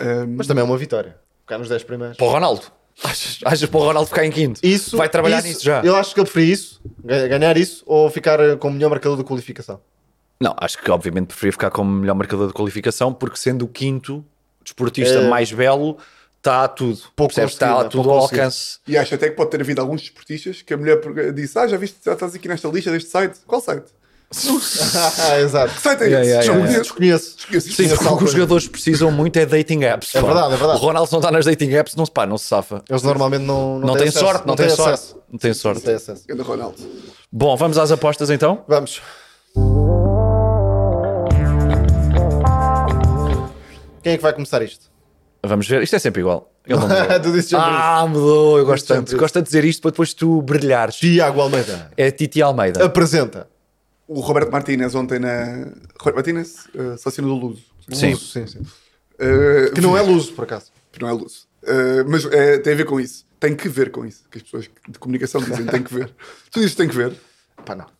[SPEAKER 1] Ahm,
[SPEAKER 3] Mas também é uma vitória. Ficar nos 10 primeiros.
[SPEAKER 2] Para o Ronaldo. [laughs] Achas, achas para o Ronaldo ficar em quinto?
[SPEAKER 3] Isso,
[SPEAKER 2] Vai trabalhar
[SPEAKER 3] isso-
[SPEAKER 2] nisso já.
[SPEAKER 3] Eu acho que ele preferia isso, ga- ganhar isso, ou ficar eh, com o melhor marcador da
[SPEAKER 2] [laughs]
[SPEAKER 3] qualificação. [laughs]
[SPEAKER 2] Não, acho que obviamente preferia ficar como melhor marcador de qualificação, porque sendo o quinto desportista
[SPEAKER 3] É.
[SPEAKER 2] mais belo, está a tudo.
[SPEAKER 3] Pouco
[SPEAKER 2] Percebes? Está a
[SPEAKER 3] conseguido, é,
[SPEAKER 2] tudo
[SPEAKER 3] pouco
[SPEAKER 2] ao
[SPEAKER 3] conseguido.
[SPEAKER 2] alcance.
[SPEAKER 1] E acho até que pode ter havido alguns desportistas que a mulher pro- disse: Ah, já viste, já estás aqui nesta lista deste site? Qual site?
[SPEAKER 3] Ah, exato.
[SPEAKER 1] Que site é
[SPEAKER 2] Yeah,
[SPEAKER 1] esse?
[SPEAKER 2] yeah,
[SPEAKER 1] Já
[SPEAKER 2] yeah,
[SPEAKER 1] conheço.
[SPEAKER 3] Desconheço.
[SPEAKER 1] Esqueci.
[SPEAKER 2] Sim,
[SPEAKER 1] Esqueci.
[SPEAKER 2] porque o que os jogadores precisam muito é dating apps.
[SPEAKER 3] É
[SPEAKER 2] pá.
[SPEAKER 3] verdade, é verdade.
[SPEAKER 2] O Ronaldo se não está nas dating apps, não se, pá, não se safa.
[SPEAKER 3] Eles normalmente não,
[SPEAKER 2] Não,
[SPEAKER 3] têm
[SPEAKER 2] tem
[SPEAKER 3] acesso,
[SPEAKER 2] sorte, não, tem
[SPEAKER 3] têm
[SPEAKER 2] sorte.
[SPEAKER 3] acesso.
[SPEAKER 2] Não tem
[SPEAKER 3] Não
[SPEAKER 2] sorte.
[SPEAKER 3] têm acesso.
[SPEAKER 1] Grande Ronaldo.
[SPEAKER 2] Bom, vamos às apostas então.
[SPEAKER 3] Vamos. Quem é que vai começar isto?
[SPEAKER 2] Vamos ver. Isto é sempre igual. Ele não
[SPEAKER 3] [laughs]
[SPEAKER 2] mudou.
[SPEAKER 3] tu disse já.
[SPEAKER 2] ah, mudou. Eu gosto
[SPEAKER 3] já
[SPEAKER 2] tanto.
[SPEAKER 3] mudou.
[SPEAKER 2] Gosto tanto de dizer isto para depois tu brilhares.
[SPEAKER 3] Tiago Almeida.
[SPEAKER 2] É Titi Almeida.
[SPEAKER 3] Apresenta.
[SPEAKER 1] O Roberto Martínez ontem na. Roberto Martínez, eh, assassino do Luso.
[SPEAKER 2] Sim.
[SPEAKER 3] Luso, sim, sim.
[SPEAKER 1] Eh,
[SPEAKER 3] Que não é luso, por acaso.
[SPEAKER 1] que não é Luso. Eh, mas eh, tem a ver com isso. Tem que ver com isso. Que as pessoas de comunicação dizem tem que [laughs] ver. Tu dizes tem que ver.
[SPEAKER 3] Pá, não.
[SPEAKER 1] As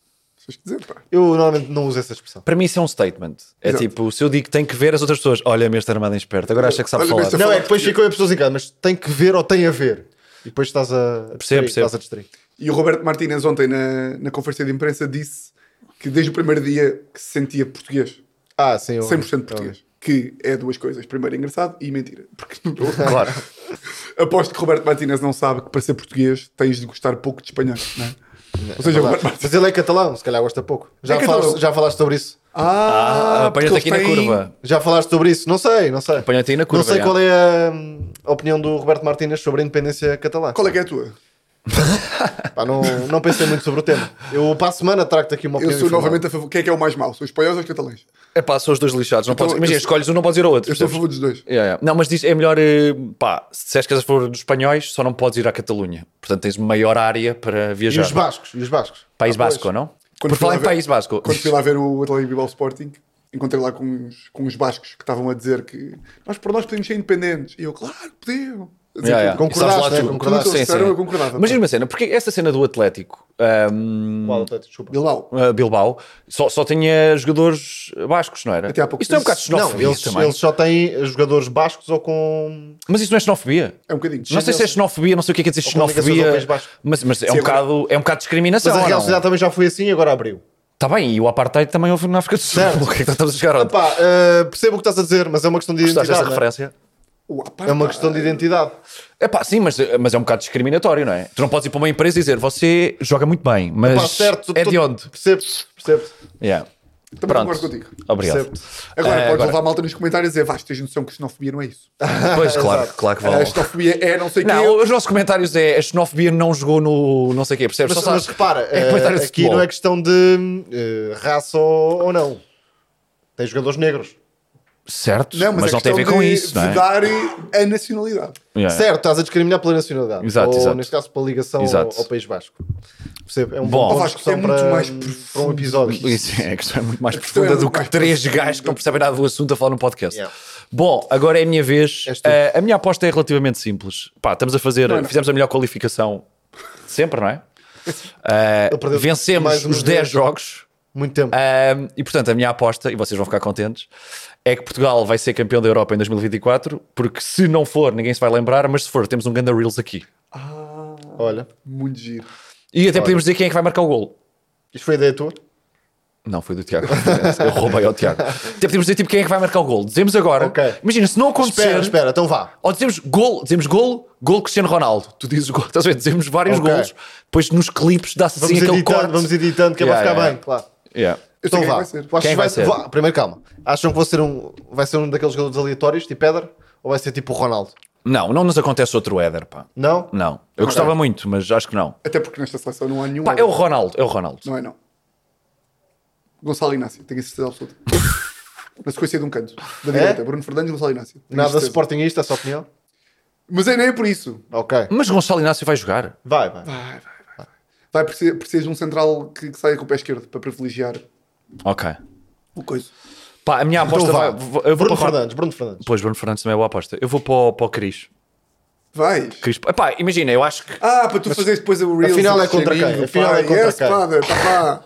[SPEAKER 1] pessoas que dizem, pá.
[SPEAKER 3] Eu normalmente não uso essa expressão.
[SPEAKER 2] Para mim isso é um statement. É
[SPEAKER 1] Exato.
[SPEAKER 2] tipo, se eu digo que tem que ver as outras pessoas, olha-me este armado em esperto, agora acha que sabe
[SPEAKER 1] Olha-me
[SPEAKER 2] falar.
[SPEAKER 1] este-
[SPEAKER 3] não,
[SPEAKER 1] falar
[SPEAKER 3] é que depois
[SPEAKER 1] português.
[SPEAKER 3] ficam as pessoas em casa, mas tem que ver ou tem a ver. E depois estás a, a distrair,
[SPEAKER 2] percebo.
[SPEAKER 3] Estás a distrair.
[SPEAKER 1] E o Roberto Martínez ontem na, na conferência de imprensa disse que desde o primeiro dia que se sentia português.
[SPEAKER 3] Ah, sim. eu-
[SPEAKER 1] 100%
[SPEAKER 3] eu-
[SPEAKER 1] português. Que é duas coisas. Primeiro, engraçado e mentira. Porque [laughs]
[SPEAKER 2] Claro.
[SPEAKER 1] aposto que Roberto Martínez não sabe que para ser português tens de gostar pouco de espanhol. Não é? Ou seja, Roberto
[SPEAKER 3] Verdade.
[SPEAKER 1] Martínez.
[SPEAKER 3] Mas ele é catalão, se calhar gosta pouco. Já,
[SPEAKER 1] catalão.
[SPEAKER 3] falaste, já falaste sobre isso?
[SPEAKER 1] Ah,
[SPEAKER 2] [laughs] Ah, apanha-te
[SPEAKER 1] porque
[SPEAKER 2] aqui na
[SPEAKER 1] eles têm-
[SPEAKER 2] curva.
[SPEAKER 3] Já falaste sobre isso? Não sei, não sei.
[SPEAKER 2] Apanha-te aí na curva,
[SPEAKER 3] Não sei
[SPEAKER 2] já.
[SPEAKER 3] qual é a, hum, a opinião do Roberto Martínez sobre a independência catalã.
[SPEAKER 1] Qual é que é a tua?
[SPEAKER 3] Pá, não, não pensei muito sobre o tema. Eu, para a semana, trago-te aqui uma
[SPEAKER 1] Eu
[SPEAKER 3] opinião.
[SPEAKER 1] sou
[SPEAKER 3] informal.
[SPEAKER 1] novamente a favor. Quem é que é o mais mau? São os espanhóis ou os catalães?
[SPEAKER 2] É pá, são os dois lixados. Não
[SPEAKER 1] Então,
[SPEAKER 2] podes...
[SPEAKER 1] eu
[SPEAKER 2] Imagina,
[SPEAKER 1] sou-
[SPEAKER 2] escolhes um, não podes ir ao outro.
[SPEAKER 1] Eu sou a
[SPEAKER 2] percebes?
[SPEAKER 1] favor dos dois.
[SPEAKER 2] Yeah, yeah. Não, mas diz, é melhor, eh, pá, se disseres que és a favor dos espanhóis, só não podes ir à Catalunha. Portanto, tens maior área para
[SPEAKER 3] E
[SPEAKER 2] viajar.
[SPEAKER 3] os bascos? E os bascos?
[SPEAKER 2] País Basco, não?
[SPEAKER 1] Ah, Quando
[SPEAKER 2] Por falar em
[SPEAKER 1] fui lá ver-
[SPEAKER 2] País Basco.
[SPEAKER 1] Quando
[SPEAKER 2] [laughs]
[SPEAKER 1] fui lá ver o Atlético Bilbao Sporting, encontrei lá com uns, com uns bascos que estavam a dizer que nós, por nós podíamos ser independentes. E eu, claro, podiam. A dizer que-
[SPEAKER 2] Yeah, yeah.
[SPEAKER 1] com-
[SPEAKER 3] Concordaste,
[SPEAKER 2] E sabes lá
[SPEAKER 3] né?
[SPEAKER 2] tudo.
[SPEAKER 3] Concordaste.
[SPEAKER 2] Sim,
[SPEAKER 1] Disseram,
[SPEAKER 2] sim.
[SPEAKER 1] eu concordava.
[SPEAKER 2] Mas diz-me uma cena, porque essa cena do Atlético, ahm,
[SPEAKER 3] Qual, Atlético? Desculpa.
[SPEAKER 1] Bilbao.
[SPEAKER 2] ah, Bilbao, só, só tinha jogadores bascos, não era?
[SPEAKER 1] Até há pouco
[SPEAKER 2] Isto é um
[SPEAKER 1] tempo.
[SPEAKER 2] bocado
[SPEAKER 3] Não,
[SPEAKER 2] xenofobia
[SPEAKER 3] eles,
[SPEAKER 2] também.
[SPEAKER 3] eles só têm jogadores bascos ou com.
[SPEAKER 2] Mas isso não é xenofobia?
[SPEAKER 1] É um bocadinho.
[SPEAKER 2] Não sei se é xenofobia, não sei o que é que é dizer
[SPEAKER 3] Ou comunicações
[SPEAKER 2] xenofobia,
[SPEAKER 3] ao País Basco.
[SPEAKER 2] mas, mas é, um
[SPEAKER 1] Sim, agora-
[SPEAKER 2] bocado, é um bocado de discriminação.
[SPEAKER 3] Mas a
[SPEAKER 2] ou
[SPEAKER 3] Real
[SPEAKER 2] não?
[SPEAKER 3] Sociedade também já foi assim e agora abriu.
[SPEAKER 2] Está bem, e o apartheid também houve na África do Sul. [laughs]
[SPEAKER 3] Certo.
[SPEAKER 2] O que é que estamos a chegar
[SPEAKER 3] Pá, uh, percebo o que estás a dizer, mas é uma questão de
[SPEAKER 2] Gostaste
[SPEAKER 3] identidade.
[SPEAKER 2] dessa
[SPEAKER 3] né?
[SPEAKER 2] referência?
[SPEAKER 3] É uma questão de identidade.
[SPEAKER 2] É pá, sim, mas, mas é um bocado discriminatório, não é? Tu não podes ir para uma empresa e dizer você joga muito bem, mas
[SPEAKER 3] Pá, certo,
[SPEAKER 2] é
[SPEAKER 3] tu-
[SPEAKER 2] de onde?
[SPEAKER 3] Percebo, percebo.
[SPEAKER 2] Yeah.
[SPEAKER 1] Também concordo contigo.
[SPEAKER 2] Obrigado.
[SPEAKER 3] Percebo.
[SPEAKER 1] Agora
[SPEAKER 2] É,
[SPEAKER 1] podes
[SPEAKER 2] agora-
[SPEAKER 1] levar malta nos comentários e dizer, vais, tens noção que xenofobia não é isso.
[SPEAKER 2] [laughs] Pois, claro, claro que
[SPEAKER 1] A
[SPEAKER 2] vale.
[SPEAKER 1] xenofobia é não sei o
[SPEAKER 2] Não,
[SPEAKER 1] quê.
[SPEAKER 2] os nossos comentários é a xenofobia não jogou no não sei o quê, percebes?
[SPEAKER 3] Mas,
[SPEAKER 2] Só
[SPEAKER 3] mas
[SPEAKER 2] sabe-
[SPEAKER 3] repara,
[SPEAKER 2] [laughs] é comentário
[SPEAKER 3] eh,
[SPEAKER 2] de
[SPEAKER 3] aqui
[SPEAKER 2] futebol.
[SPEAKER 3] não é questão de eh, raça ou, ou não. Tem jogadores negros.
[SPEAKER 2] Certo, mas,
[SPEAKER 1] é
[SPEAKER 2] não tem a ver
[SPEAKER 1] questão
[SPEAKER 2] com
[SPEAKER 1] de
[SPEAKER 2] isso, não é?
[SPEAKER 1] vedar a nacionalidade.
[SPEAKER 2] Yeah.
[SPEAKER 3] Certo, estás a discriminar pela nacionalidade.
[SPEAKER 2] É. Exato,
[SPEAKER 3] ou,
[SPEAKER 2] exato.
[SPEAKER 3] neste caso, pela ligação
[SPEAKER 2] Exato.
[SPEAKER 3] Ao, ao País Vasco. Percebo? É um
[SPEAKER 2] Bom.
[SPEAKER 3] bom,
[SPEAKER 1] Ó,
[SPEAKER 3] ponto de
[SPEAKER 1] Vasco,
[SPEAKER 3] discussão
[SPEAKER 1] é muito
[SPEAKER 3] para,
[SPEAKER 1] mais
[SPEAKER 3] para um
[SPEAKER 1] profundo
[SPEAKER 3] episódio.
[SPEAKER 2] Isso é, a questão é muito mais
[SPEAKER 1] A questão
[SPEAKER 2] profunda
[SPEAKER 1] é
[SPEAKER 2] do
[SPEAKER 1] muito
[SPEAKER 2] que
[SPEAKER 1] mais
[SPEAKER 2] três
[SPEAKER 1] profunda.
[SPEAKER 2] gajos que não percebem nada do assunto a falar num podcast.
[SPEAKER 3] Yeah.
[SPEAKER 2] Bom, agora é a minha vez.
[SPEAKER 3] És tu.
[SPEAKER 2] A, a minha aposta é relativamente simples. Pá, estamos a fazer,
[SPEAKER 1] Não, não.
[SPEAKER 2] fizemos a melhor qualificação de sempre, não é? Ah,
[SPEAKER 3] Ele perdeu mais
[SPEAKER 2] vencemos
[SPEAKER 3] uma
[SPEAKER 2] os 10
[SPEAKER 3] vez.
[SPEAKER 2] jogos.
[SPEAKER 3] Muito tempo.
[SPEAKER 2] Ah, e portanto, a minha aposta, e vocês vão ficar contentes, é que Portugal vai ser campeão da Europa em 2024, porque se não for, ninguém se vai lembrar, mas se for, temos um Ganda Reels aqui.
[SPEAKER 3] Olha,
[SPEAKER 1] Muito giro.
[SPEAKER 2] E até podemos dizer quem é que vai marcar o gol.
[SPEAKER 3] isto foi ideia tua?
[SPEAKER 2] Não, foi do Tiago. Eu roubei ao Tiago. Até podemos dizer tipo quem é que vai marcar o gol. Dizemos agora.
[SPEAKER 3] Ok.
[SPEAKER 2] Imagina, se não acontecer.
[SPEAKER 3] Espera, espera, então vá.
[SPEAKER 2] Ou dizemos gol, dizemos gol, gol Cristiano Ronaldo. Tu dizes gol, estás a ver? Dizemos vários
[SPEAKER 3] Ok.
[SPEAKER 2] golos, depois nos clipes dá-se assim
[SPEAKER 3] Vamos
[SPEAKER 2] aquele corte.
[SPEAKER 3] editando, vamos editando, que é
[SPEAKER 2] Yeah,
[SPEAKER 3] para ficar
[SPEAKER 2] yeah.
[SPEAKER 3] bem, claro.
[SPEAKER 2] Yeah.
[SPEAKER 1] Eu sei quem é que
[SPEAKER 3] Então vá.
[SPEAKER 1] vai ser.
[SPEAKER 3] Tu achas
[SPEAKER 2] Quem
[SPEAKER 3] que
[SPEAKER 2] vai ser?
[SPEAKER 3] vá, Primeiro, calma. Acham que vai ser, um, vai ser um daqueles jogadores aleatórios, tipo Éder? Ou vai ser tipo o Ronaldo?
[SPEAKER 2] Não, não nos acontece outro Éder, pá.
[SPEAKER 3] Não?
[SPEAKER 2] Não. Eu gostava muito, mas acho que não.
[SPEAKER 1] Até porque nesta seleção não há nenhum.
[SPEAKER 2] Pá, é
[SPEAKER 1] Éder.
[SPEAKER 2] o Ronaldo, é o Ronaldo.
[SPEAKER 1] Não é, não. Gonçalo Inácio, tenho a certeza absoluta. Na sequência de um canto, da direita, Bruno Fernandes e Gonçalo Inácio. Tenho
[SPEAKER 3] É? Nada
[SPEAKER 1] certeza.
[SPEAKER 3] sportingista, a sua opinião?
[SPEAKER 1] Mas é, nem é por isso.
[SPEAKER 3] Ok.
[SPEAKER 2] Mas Gonçalo Inácio vai jogar.
[SPEAKER 3] Vai, vai.
[SPEAKER 1] Vai, vai, vai. Vai, precisa, precisa de um central que, que saia com o pé esquerdo para privilegiar
[SPEAKER 2] Ok.
[SPEAKER 1] o coisa.
[SPEAKER 2] Pá, a minha
[SPEAKER 3] Então
[SPEAKER 2] aposta vai.
[SPEAKER 3] vá.
[SPEAKER 2] vou- Eu vou
[SPEAKER 3] Bruno
[SPEAKER 2] para o
[SPEAKER 3] Fernandes, Bruno Fernandes.
[SPEAKER 2] Pois, Bruno Fernandes também é boa aposta. Eu vou para o, para o Cris.
[SPEAKER 1] Vais.
[SPEAKER 2] Cris. Epá, imagina, eu acho que.
[SPEAKER 1] Ah, para tu fazeres depois o Reels.
[SPEAKER 3] Afinal
[SPEAKER 1] do
[SPEAKER 3] é contra
[SPEAKER 1] cheirinho,
[SPEAKER 3] quem?
[SPEAKER 1] pá.
[SPEAKER 3] Afinal é contra
[SPEAKER 1] yes,
[SPEAKER 3] quem?
[SPEAKER 1] Father, tá pá.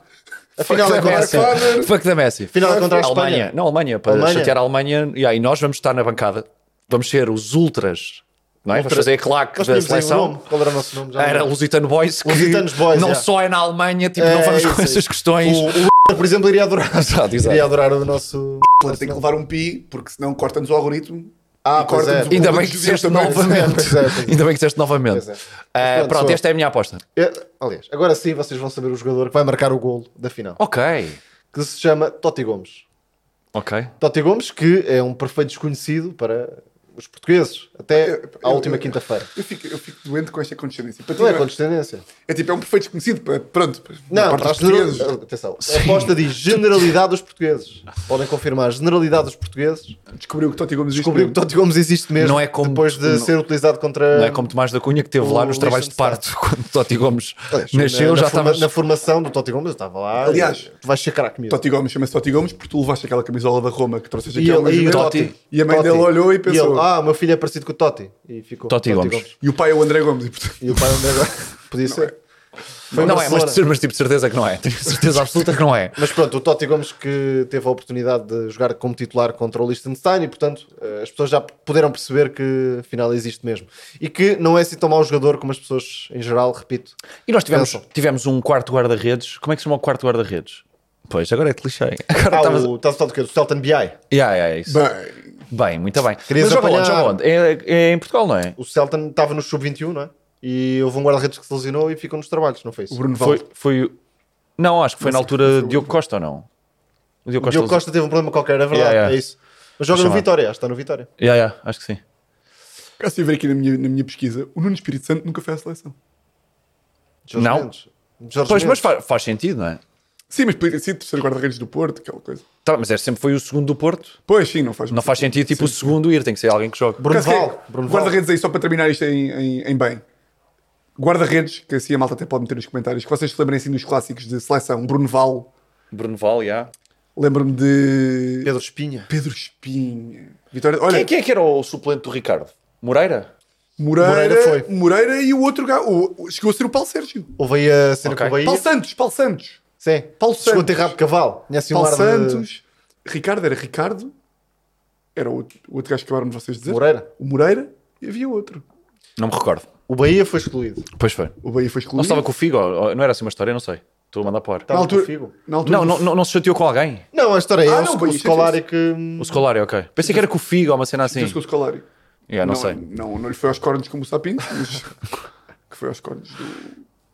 [SPEAKER 3] Afinal é
[SPEAKER 1] Fuck
[SPEAKER 3] contra
[SPEAKER 1] the
[SPEAKER 3] quem?
[SPEAKER 1] father.
[SPEAKER 2] Fuck da Messi.
[SPEAKER 3] Final é contra a Espanha.
[SPEAKER 2] Alemanha. Não, Alemanha. Para
[SPEAKER 3] Alemanha.
[SPEAKER 2] chatear a Alemanha. E aí nós vamos estar na bancada. Vamos ser os ultras. Não é? Vamos fazer a claque
[SPEAKER 3] Nós
[SPEAKER 2] da
[SPEAKER 3] tínhamos aí um
[SPEAKER 2] seleção.
[SPEAKER 3] nome. Qual era o nosso nome? Já não
[SPEAKER 2] Era
[SPEAKER 3] lembro.
[SPEAKER 2] Lusitano Boys. Que
[SPEAKER 3] Lusitanos Boys,
[SPEAKER 2] Não
[SPEAKER 3] é.
[SPEAKER 2] só é na Alemanha. Tipo,
[SPEAKER 3] É,
[SPEAKER 2] não vamos
[SPEAKER 3] isso,
[SPEAKER 2] com essas
[SPEAKER 3] isso.
[SPEAKER 2] questões.
[SPEAKER 3] O, o por exemplo, iria adorar.
[SPEAKER 2] [laughs] Exato, exato.
[SPEAKER 3] Iria adorar o nosso.
[SPEAKER 1] Tem que levar um pi, porque senão corta-nos o algoritmo.
[SPEAKER 3] Ah,
[SPEAKER 1] E
[SPEAKER 3] pois é.
[SPEAKER 1] corta-nos o
[SPEAKER 2] Ainda
[SPEAKER 1] público
[SPEAKER 2] bem que
[SPEAKER 1] de
[SPEAKER 2] disseste
[SPEAKER 1] também.
[SPEAKER 2] novamente.
[SPEAKER 3] Pois é, pois é.
[SPEAKER 2] Ainda bem que disseste novamente.
[SPEAKER 3] Pois é.
[SPEAKER 2] Ah,
[SPEAKER 3] Mas pronto,
[SPEAKER 2] pronto,
[SPEAKER 3] sou-
[SPEAKER 2] esta é a minha aposta.
[SPEAKER 3] É, aliás, agora sim vocês vão saber o jogador que vai marcar o golo da final.
[SPEAKER 2] Ok.
[SPEAKER 3] Que se chama Totti Gomes.
[SPEAKER 2] Ok.
[SPEAKER 3] Totti Gomes, que é um perfeito desconhecido para os portugueses, até à
[SPEAKER 1] eu-
[SPEAKER 3] última
[SPEAKER 1] eu-
[SPEAKER 3] quinta-feira.
[SPEAKER 1] Eu fico, eu fico doente com esta condescendência. Para ti
[SPEAKER 3] Não é
[SPEAKER 1] não é-
[SPEAKER 3] condescendência.
[SPEAKER 1] é tipo, é um perfeito desconhecido. pá, Pronto. pá, na
[SPEAKER 3] Não,
[SPEAKER 1] parte
[SPEAKER 3] para
[SPEAKER 1] dos
[SPEAKER 3] as genera-
[SPEAKER 1] portugueses.
[SPEAKER 3] Atenção. A aposta diz generalidade dos portugueses. Podem confirmar, a generalidade dos portugueses.
[SPEAKER 1] Descobriu que Totti Gomes existe
[SPEAKER 3] Descobriu que
[SPEAKER 1] mesmo.
[SPEAKER 3] Totti Gomes existe mesmo.
[SPEAKER 2] Não é como-
[SPEAKER 3] Depois de
[SPEAKER 2] não-
[SPEAKER 3] ser utilizado contra.
[SPEAKER 2] Não é como Tomás da Cunha que teve
[SPEAKER 3] Ah, O
[SPEAKER 2] lá nos trabalhos de parto, [laughs]
[SPEAKER 3] Liechtenstein.
[SPEAKER 2] quando Totti Gomes
[SPEAKER 3] Aliás,
[SPEAKER 2] nasceu,
[SPEAKER 3] na,
[SPEAKER 2] já
[SPEAKER 3] na, forma-
[SPEAKER 2] estava.
[SPEAKER 3] na formação do Totti Gomes, eu estava lá.
[SPEAKER 1] Aliás,
[SPEAKER 3] tu vais ser craque mesmo.
[SPEAKER 1] Totti é Gomes chama-se Totti Gomes porque tu levaste aquela camisola da Roma que trouxeste aqui
[SPEAKER 3] E,
[SPEAKER 1] há
[SPEAKER 3] ele,
[SPEAKER 1] umas
[SPEAKER 3] e, o
[SPEAKER 1] vezes.
[SPEAKER 3] Totti,
[SPEAKER 1] um E a mãe
[SPEAKER 3] Totti.
[SPEAKER 1] dele olhou e pensou.
[SPEAKER 3] ele, ah, o meu filho é parecido com o Totti. E ficou
[SPEAKER 2] Totti Gomes.
[SPEAKER 1] E o pai é o André Gomes. E, portanto,
[SPEAKER 3] E o pai é o André Gomes. [laughs] Podia ser. Foi
[SPEAKER 2] não
[SPEAKER 3] uma
[SPEAKER 2] é, mas,
[SPEAKER 3] cenoura.
[SPEAKER 2] de- mas tipo de certeza que não é. Tenho certeza absoluta que não é.
[SPEAKER 3] Mas pronto, o Totti Gomes que teve a oportunidade de jogar como titular contra o Liechtenstein e, portanto, eh, as pessoas já puderam perceber que afinal existe mesmo. E que não é assim tão mau jogador como as pessoas em geral, repito.
[SPEAKER 2] E nós tivemos,
[SPEAKER 3] Pensam.
[SPEAKER 2] tivemos um quarto guarda-redes. Como é que se chama o quarto guarda-redes? Pois, agora é te lixei. [laughs] Agora
[SPEAKER 3] Ah,
[SPEAKER 2] estavas.
[SPEAKER 3] o, estás a falar do quê? Do Celtan BI.
[SPEAKER 2] Yeah, yeah, é isso.
[SPEAKER 1] bem,
[SPEAKER 2] Bem, muito bem.
[SPEAKER 3] Querias
[SPEAKER 2] mas joga
[SPEAKER 3] apanhar-
[SPEAKER 2] onde? Joga onde? É, é em Portugal, não é?
[SPEAKER 3] O Celtan estava no sub-21, não é? E houve um guarda-redes que se lesionou e ficou nos trabalhos, não foi isso?
[SPEAKER 1] o Bruno Valde.
[SPEAKER 2] Foi, foi. Não, acho que foi na altura de Diogo Costa ou não? O Diogo
[SPEAKER 3] O Diogo Costa teve um problema qualquer, é verdade,
[SPEAKER 2] Yeah, yeah.
[SPEAKER 3] é isso. Mas joga no
[SPEAKER 2] Chamar.
[SPEAKER 3] Vitória, acho que está no Vitória.
[SPEAKER 2] Yeah, yeah, acho que sim.
[SPEAKER 1] Cá se eu ver aqui na minha, na minha pesquisa, o Nuno Espírito Santo nunca foi à seleção.
[SPEAKER 3] Jorge
[SPEAKER 2] Não.
[SPEAKER 3] Mendes. Jorge
[SPEAKER 2] Pois, mas
[SPEAKER 3] Mendes.
[SPEAKER 2] fa- faz sentido, não é?
[SPEAKER 1] Sim, mas podia ter sido terceiro guarda-redes do Porto, aquela coisa.
[SPEAKER 2] Tá, mas é, sempre foi o segundo do Porto.
[SPEAKER 1] Pois sim, não faz
[SPEAKER 2] Não faz sentido, tipo, o segundo ir, tem que ser alguém que jogue.
[SPEAKER 3] Bruno
[SPEAKER 1] Quer dizer,
[SPEAKER 3] Val, Bruno Val.
[SPEAKER 1] Guarda-redes aí, só para terminar isto em, em- em bem. Guarda-redes, que assim a malta até pode meter nos comentários, que vocês se lembrem assim dos clássicos de seleção. Bruno Val,
[SPEAKER 2] Bruno Val, já.
[SPEAKER 1] lembro-me de
[SPEAKER 3] Pedro Espinha.
[SPEAKER 1] Pedro Espinha. Vitória, olha,
[SPEAKER 2] Quem, quem é que era o suplente do Ricardo? Moreira?
[SPEAKER 1] Moreira,
[SPEAKER 3] Moreira
[SPEAKER 1] Moreira,
[SPEAKER 3] foi.
[SPEAKER 1] e o outro gajo, o- o- chegou a ser o Paulo Sérgio.
[SPEAKER 3] Houve aí a cena
[SPEAKER 2] Ok.
[SPEAKER 3] com o Bahia.
[SPEAKER 1] Paulo Santos, Paulo Santos.
[SPEAKER 3] Sim.
[SPEAKER 1] Paulo
[SPEAKER 3] Chegou a ter
[SPEAKER 1] Santos.
[SPEAKER 3] rabo de cavalo. Tinha assim um
[SPEAKER 1] Paulo
[SPEAKER 3] ar de-
[SPEAKER 1] Santos. Ricardo era Ricardo. Era o outro, o outro gajo que acabaram de vocês dizer.
[SPEAKER 3] Moreira.
[SPEAKER 1] O Moreira e havia outro.
[SPEAKER 2] Não me recordo.
[SPEAKER 3] O Bahia foi excluído.
[SPEAKER 2] Pois foi.
[SPEAKER 1] O Bahia foi
[SPEAKER 2] Não
[SPEAKER 1] excluído.
[SPEAKER 2] estava com o Figo? ou- ou- Não era assim uma história? Não sei. Estou a mandar para o ar.
[SPEAKER 3] Tá.
[SPEAKER 1] na altura,
[SPEAKER 3] Figo.
[SPEAKER 1] na altura
[SPEAKER 2] Não, não, não, não se chateou com alguém?
[SPEAKER 3] Não, a história é
[SPEAKER 1] Ah,
[SPEAKER 3] o,
[SPEAKER 1] não,
[SPEAKER 3] o
[SPEAKER 1] Bahia,
[SPEAKER 3] Scolari que.
[SPEAKER 2] O Scolari, ok. Pensei que era com o Figo ou uma cena assim.
[SPEAKER 1] Fez com o Scolari.
[SPEAKER 2] Yeah, não, sei.
[SPEAKER 1] Não, não lhe foi aos cornos como o Sapinto, mas [laughs] que foi aos cornos do.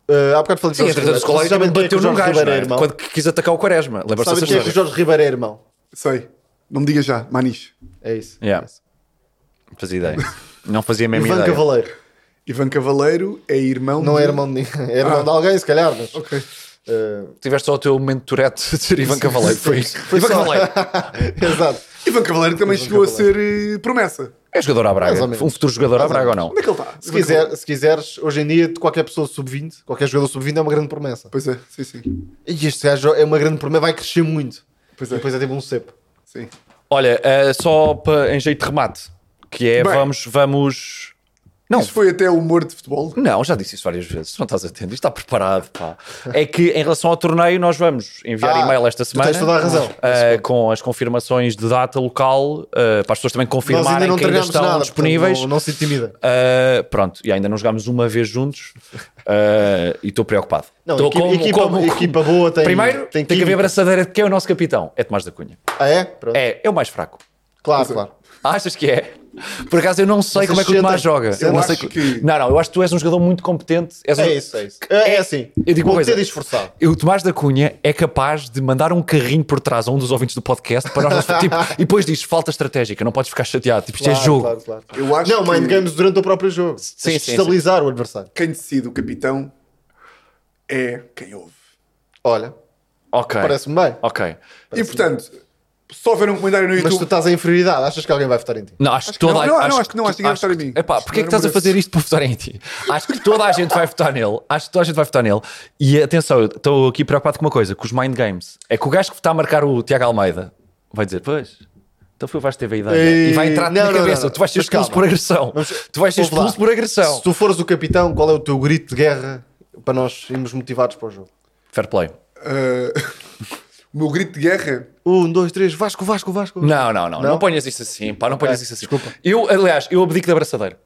[SPEAKER 3] Uh, há bocado falei de
[SPEAKER 2] Sim, entretanto, o Scolari também bateu num gajo, não é?
[SPEAKER 3] irmão.
[SPEAKER 2] Quando quis atacar o Quaresma. Lembra-se
[SPEAKER 3] Sabe
[SPEAKER 2] dessa
[SPEAKER 3] quem é que o
[SPEAKER 2] história?
[SPEAKER 3] Jorge Ribeiro é irmão?
[SPEAKER 1] Sei. Não me diga já, Manis.
[SPEAKER 3] É isso.
[SPEAKER 2] Yeah.
[SPEAKER 3] É isso.
[SPEAKER 2] Fazia
[SPEAKER 3] [laughs]
[SPEAKER 2] ideia. Não fazia a mesma
[SPEAKER 3] Ivan
[SPEAKER 2] ideia.
[SPEAKER 3] Cavaleiro.
[SPEAKER 1] Ivan Cavaleiro é irmão.
[SPEAKER 3] Não
[SPEAKER 1] de-
[SPEAKER 3] é irmão de ninguém. É irmão
[SPEAKER 1] Ah.
[SPEAKER 3] de alguém, se calhar. Mas,
[SPEAKER 1] Ok.
[SPEAKER 3] uh,
[SPEAKER 2] Tiveste só o teu momento de Tourette de ser Ivan Cavaleiro. Foi isso. Ivan
[SPEAKER 3] só.
[SPEAKER 2] Cavaleiro.
[SPEAKER 3] [laughs] Exato.
[SPEAKER 1] Ivan Cavaleiro também
[SPEAKER 3] Ivan
[SPEAKER 1] chegou
[SPEAKER 3] Cavaleiro.
[SPEAKER 1] a ser eh, promessa.
[SPEAKER 2] É jogador à
[SPEAKER 3] Mais
[SPEAKER 2] Braga.
[SPEAKER 3] ou menos.
[SPEAKER 2] Um futuro jogador à
[SPEAKER 3] Mais ou
[SPEAKER 2] Braga ou
[SPEAKER 3] menos.
[SPEAKER 2] não?
[SPEAKER 1] Onde é que ele está?
[SPEAKER 3] Se, quiser, se quiseres, hoje em dia, de qualquer pessoa sub-20, qualquer jogador sub-20 é uma grande promessa.
[SPEAKER 1] Pois é, sim, sim.
[SPEAKER 3] E este gajo é uma grande promessa, vai crescer muito.
[SPEAKER 1] Pois
[SPEAKER 3] E
[SPEAKER 1] é.
[SPEAKER 3] depois é tipo um cepo.
[SPEAKER 1] sim.
[SPEAKER 2] Olha, eh, só para em jeito de remate, que é
[SPEAKER 1] Bem.
[SPEAKER 2] vamos, vamos. Não,
[SPEAKER 1] Isso foi até o humor de futebol.
[SPEAKER 2] não, já disse isso várias vezes, não estás atento, isto está preparado, pá. É que em relação ao torneio, nós vamos enviar
[SPEAKER 3] Ah,
[SPEAKER 2] e-mail esta
[SPEAKER 3] tu
[SPEAKER 2] semana.
[SPEAKER 3] tens toda a razão.
[SPEAKER 2] eh, com as confirmações de data local, eh, para as pessoas também
[SPEAKER 3] Nós ainda
[SPEAKER 2] confirmarem
[SPEAKER 3] não
[SPEAKER 2] é que ainda
[SPEAKER 3] treinámos
[SPEAKER 2] estão
[SPEAKER 3] nada. portanto,
[SPEAKER 2] disponíveis.
[SPEAKER 3] Não, não se intimida.
[SPEAKER 2] Eh, pronto, e ainda não jogámos uma vez juntos eh, e estou preocupado.
[SPEAKER 3] Não,
[SPEAKER 2] Estou
[SPEAKER 3] equipa- equipa- equipa boa
[SPEAKER 2] [laughs]
[SPEAKER 3] tem-
[SPEAKER 2] Primeiro,
[SPEAKER 3] tem
[SPEAKER 2] tem, que haver
[SPEAKER 3] química.
[SPEAKER 2] abraçadeira de quem é o nosso capitão? É Tomás da Cunha.
[SPEAKER 3] Ah, é? Pronto.
[SPEAKER 2] É, é o mais fraco.
[SPEAKER 3] Claro, claro.
[SPEAKER 2] Achas que é? Por acaso eu não sei
[SPEAKER 3] Vocês
[SPEAKER 2] como é que o Tomás
[SPEAKER 3] sentem-
[SPEAKER 2] joga.
[SPEAKER 3] Eu
[SPEAKER 2] não,
[SPEAKER 1] acho
[SPEAKER 2] sei
[SPEAKER 1] que-
[SPEAKER 2] não, não, eu acho que tu és um jogador muito competente. És um-
[SPEAKER 3] É isso, é isso. É, é assim.
[SPEAKER 2] Eu digo uma
[SPEAKER 3] Vou ter
[SPEAKER 2] coisa.
[SPEAKER 3] de esforçar.
[SPEAKER 2] O Tomás da Cunha é capaz de mandar um carrinho por trás a um dos ouvintes do podcast para nós. tipo, e depois diz falta estratégica, não podes ficar chateado. Tipo, isto é jogo.
[SPEAKER 3] Claro, claro, claro.
[SPEAKER 1] Eu acho
[SPEAKER 3] não,
[SPEAKER 1] que-
[SPEAKER 3] mind games durante o próprio jogo. Sim,
[SPEAKER 2] sim,
[SPEAKER 3] estabilizar o adversário.
[SPEAKER 1] Quem decide o capitão é quem ouve.
[SPEAKER 3] Olha,
[SPEAKER 2] Ok.
[SPEAKER 3] parece-me bem.
[SPEAKER 2] Ok.
[SPEAKER 1] e portanto, só ver um comentário no
[SPEAKER 3] Mas tu
[SPEAKER 1] YouTube.
[SPEAKER 3] estás em inferioridade. Achas que alguém vai votar em ti?
[SPEAKER 2] Não, acho, que
[SPEAKER 1] que
[SPEAKER 2] toda
[SPEAKER 1] não,
[SPEAKER 2] a
[SPEAKER 1] não, não, acho que não,
[SPEAKER 2] tu-
[SPEAKER 1] acho que ninguém vai votar em mim.
[SPEAKER 2] Epá,
[SPEAKER 1] Acho que
[SPEAKER 2] porquê é que
[SPEAKER 1] não
[SPEAKER 2] estás a
[SPEAKER 1] mereço.
[SPEAKER 2] fazer isto para votar em ti? Acho que toda a gente vai votar nele. Acho que toda a gente vai votar nele. E atenção, eu estou aqui preocupado com uma coisa, com os mind games. É que o gajo que está a marcar o Tiago Almeida vai dizer, pois, então foi, vais ter a ideia.
[SPEAKER 3] Ei,
[SPEAKER 2] E vai entrar
[SPEAKER 3] não,
[SPEAKER 2] na
[SPEAKER 3] não,
[SPEAKER 2] cabeça,
[SPEAKER 3] não, não.
[SPEAKER 2] tu vais ser
[SPEAKER 3] Mas
[SPEAKER 2] expulso
[SPEAKER 3] calma.
[SPEAKER 2] por agressão.
[SPEAKER 3] Mas-
[SPEAKER 2] tu vais ser
[SPEAKER 3] ouve lá.
[SPEAKER 2] expulso por agressão.
[SPEAKER 3] Se tu fores o capitão, qual é o teu grito de guerra para nós irmos motivados para o jogo?
[SPEAKER 2] Fair play.
[SPEAKER 3] tá-
[SPEAKER 1] Eh, [laughs] o meu grito de guerra.
[SPEAKER 3] Um, dois, três, Vasco, Vasco, Vasco.
[SPEAKER 2] Não, não, não, não,
[SPEAKER 3] Não?
[SPEAKER 2] ponhas isso assim, pá, não ponhas
[SPEAKER 3] Ok,
[SPEAKER 2] isso assim.
[SPEAKER 3] desculpa.
[SPEAKER 2] Eu, aliás, eu abdico da abraçadeira.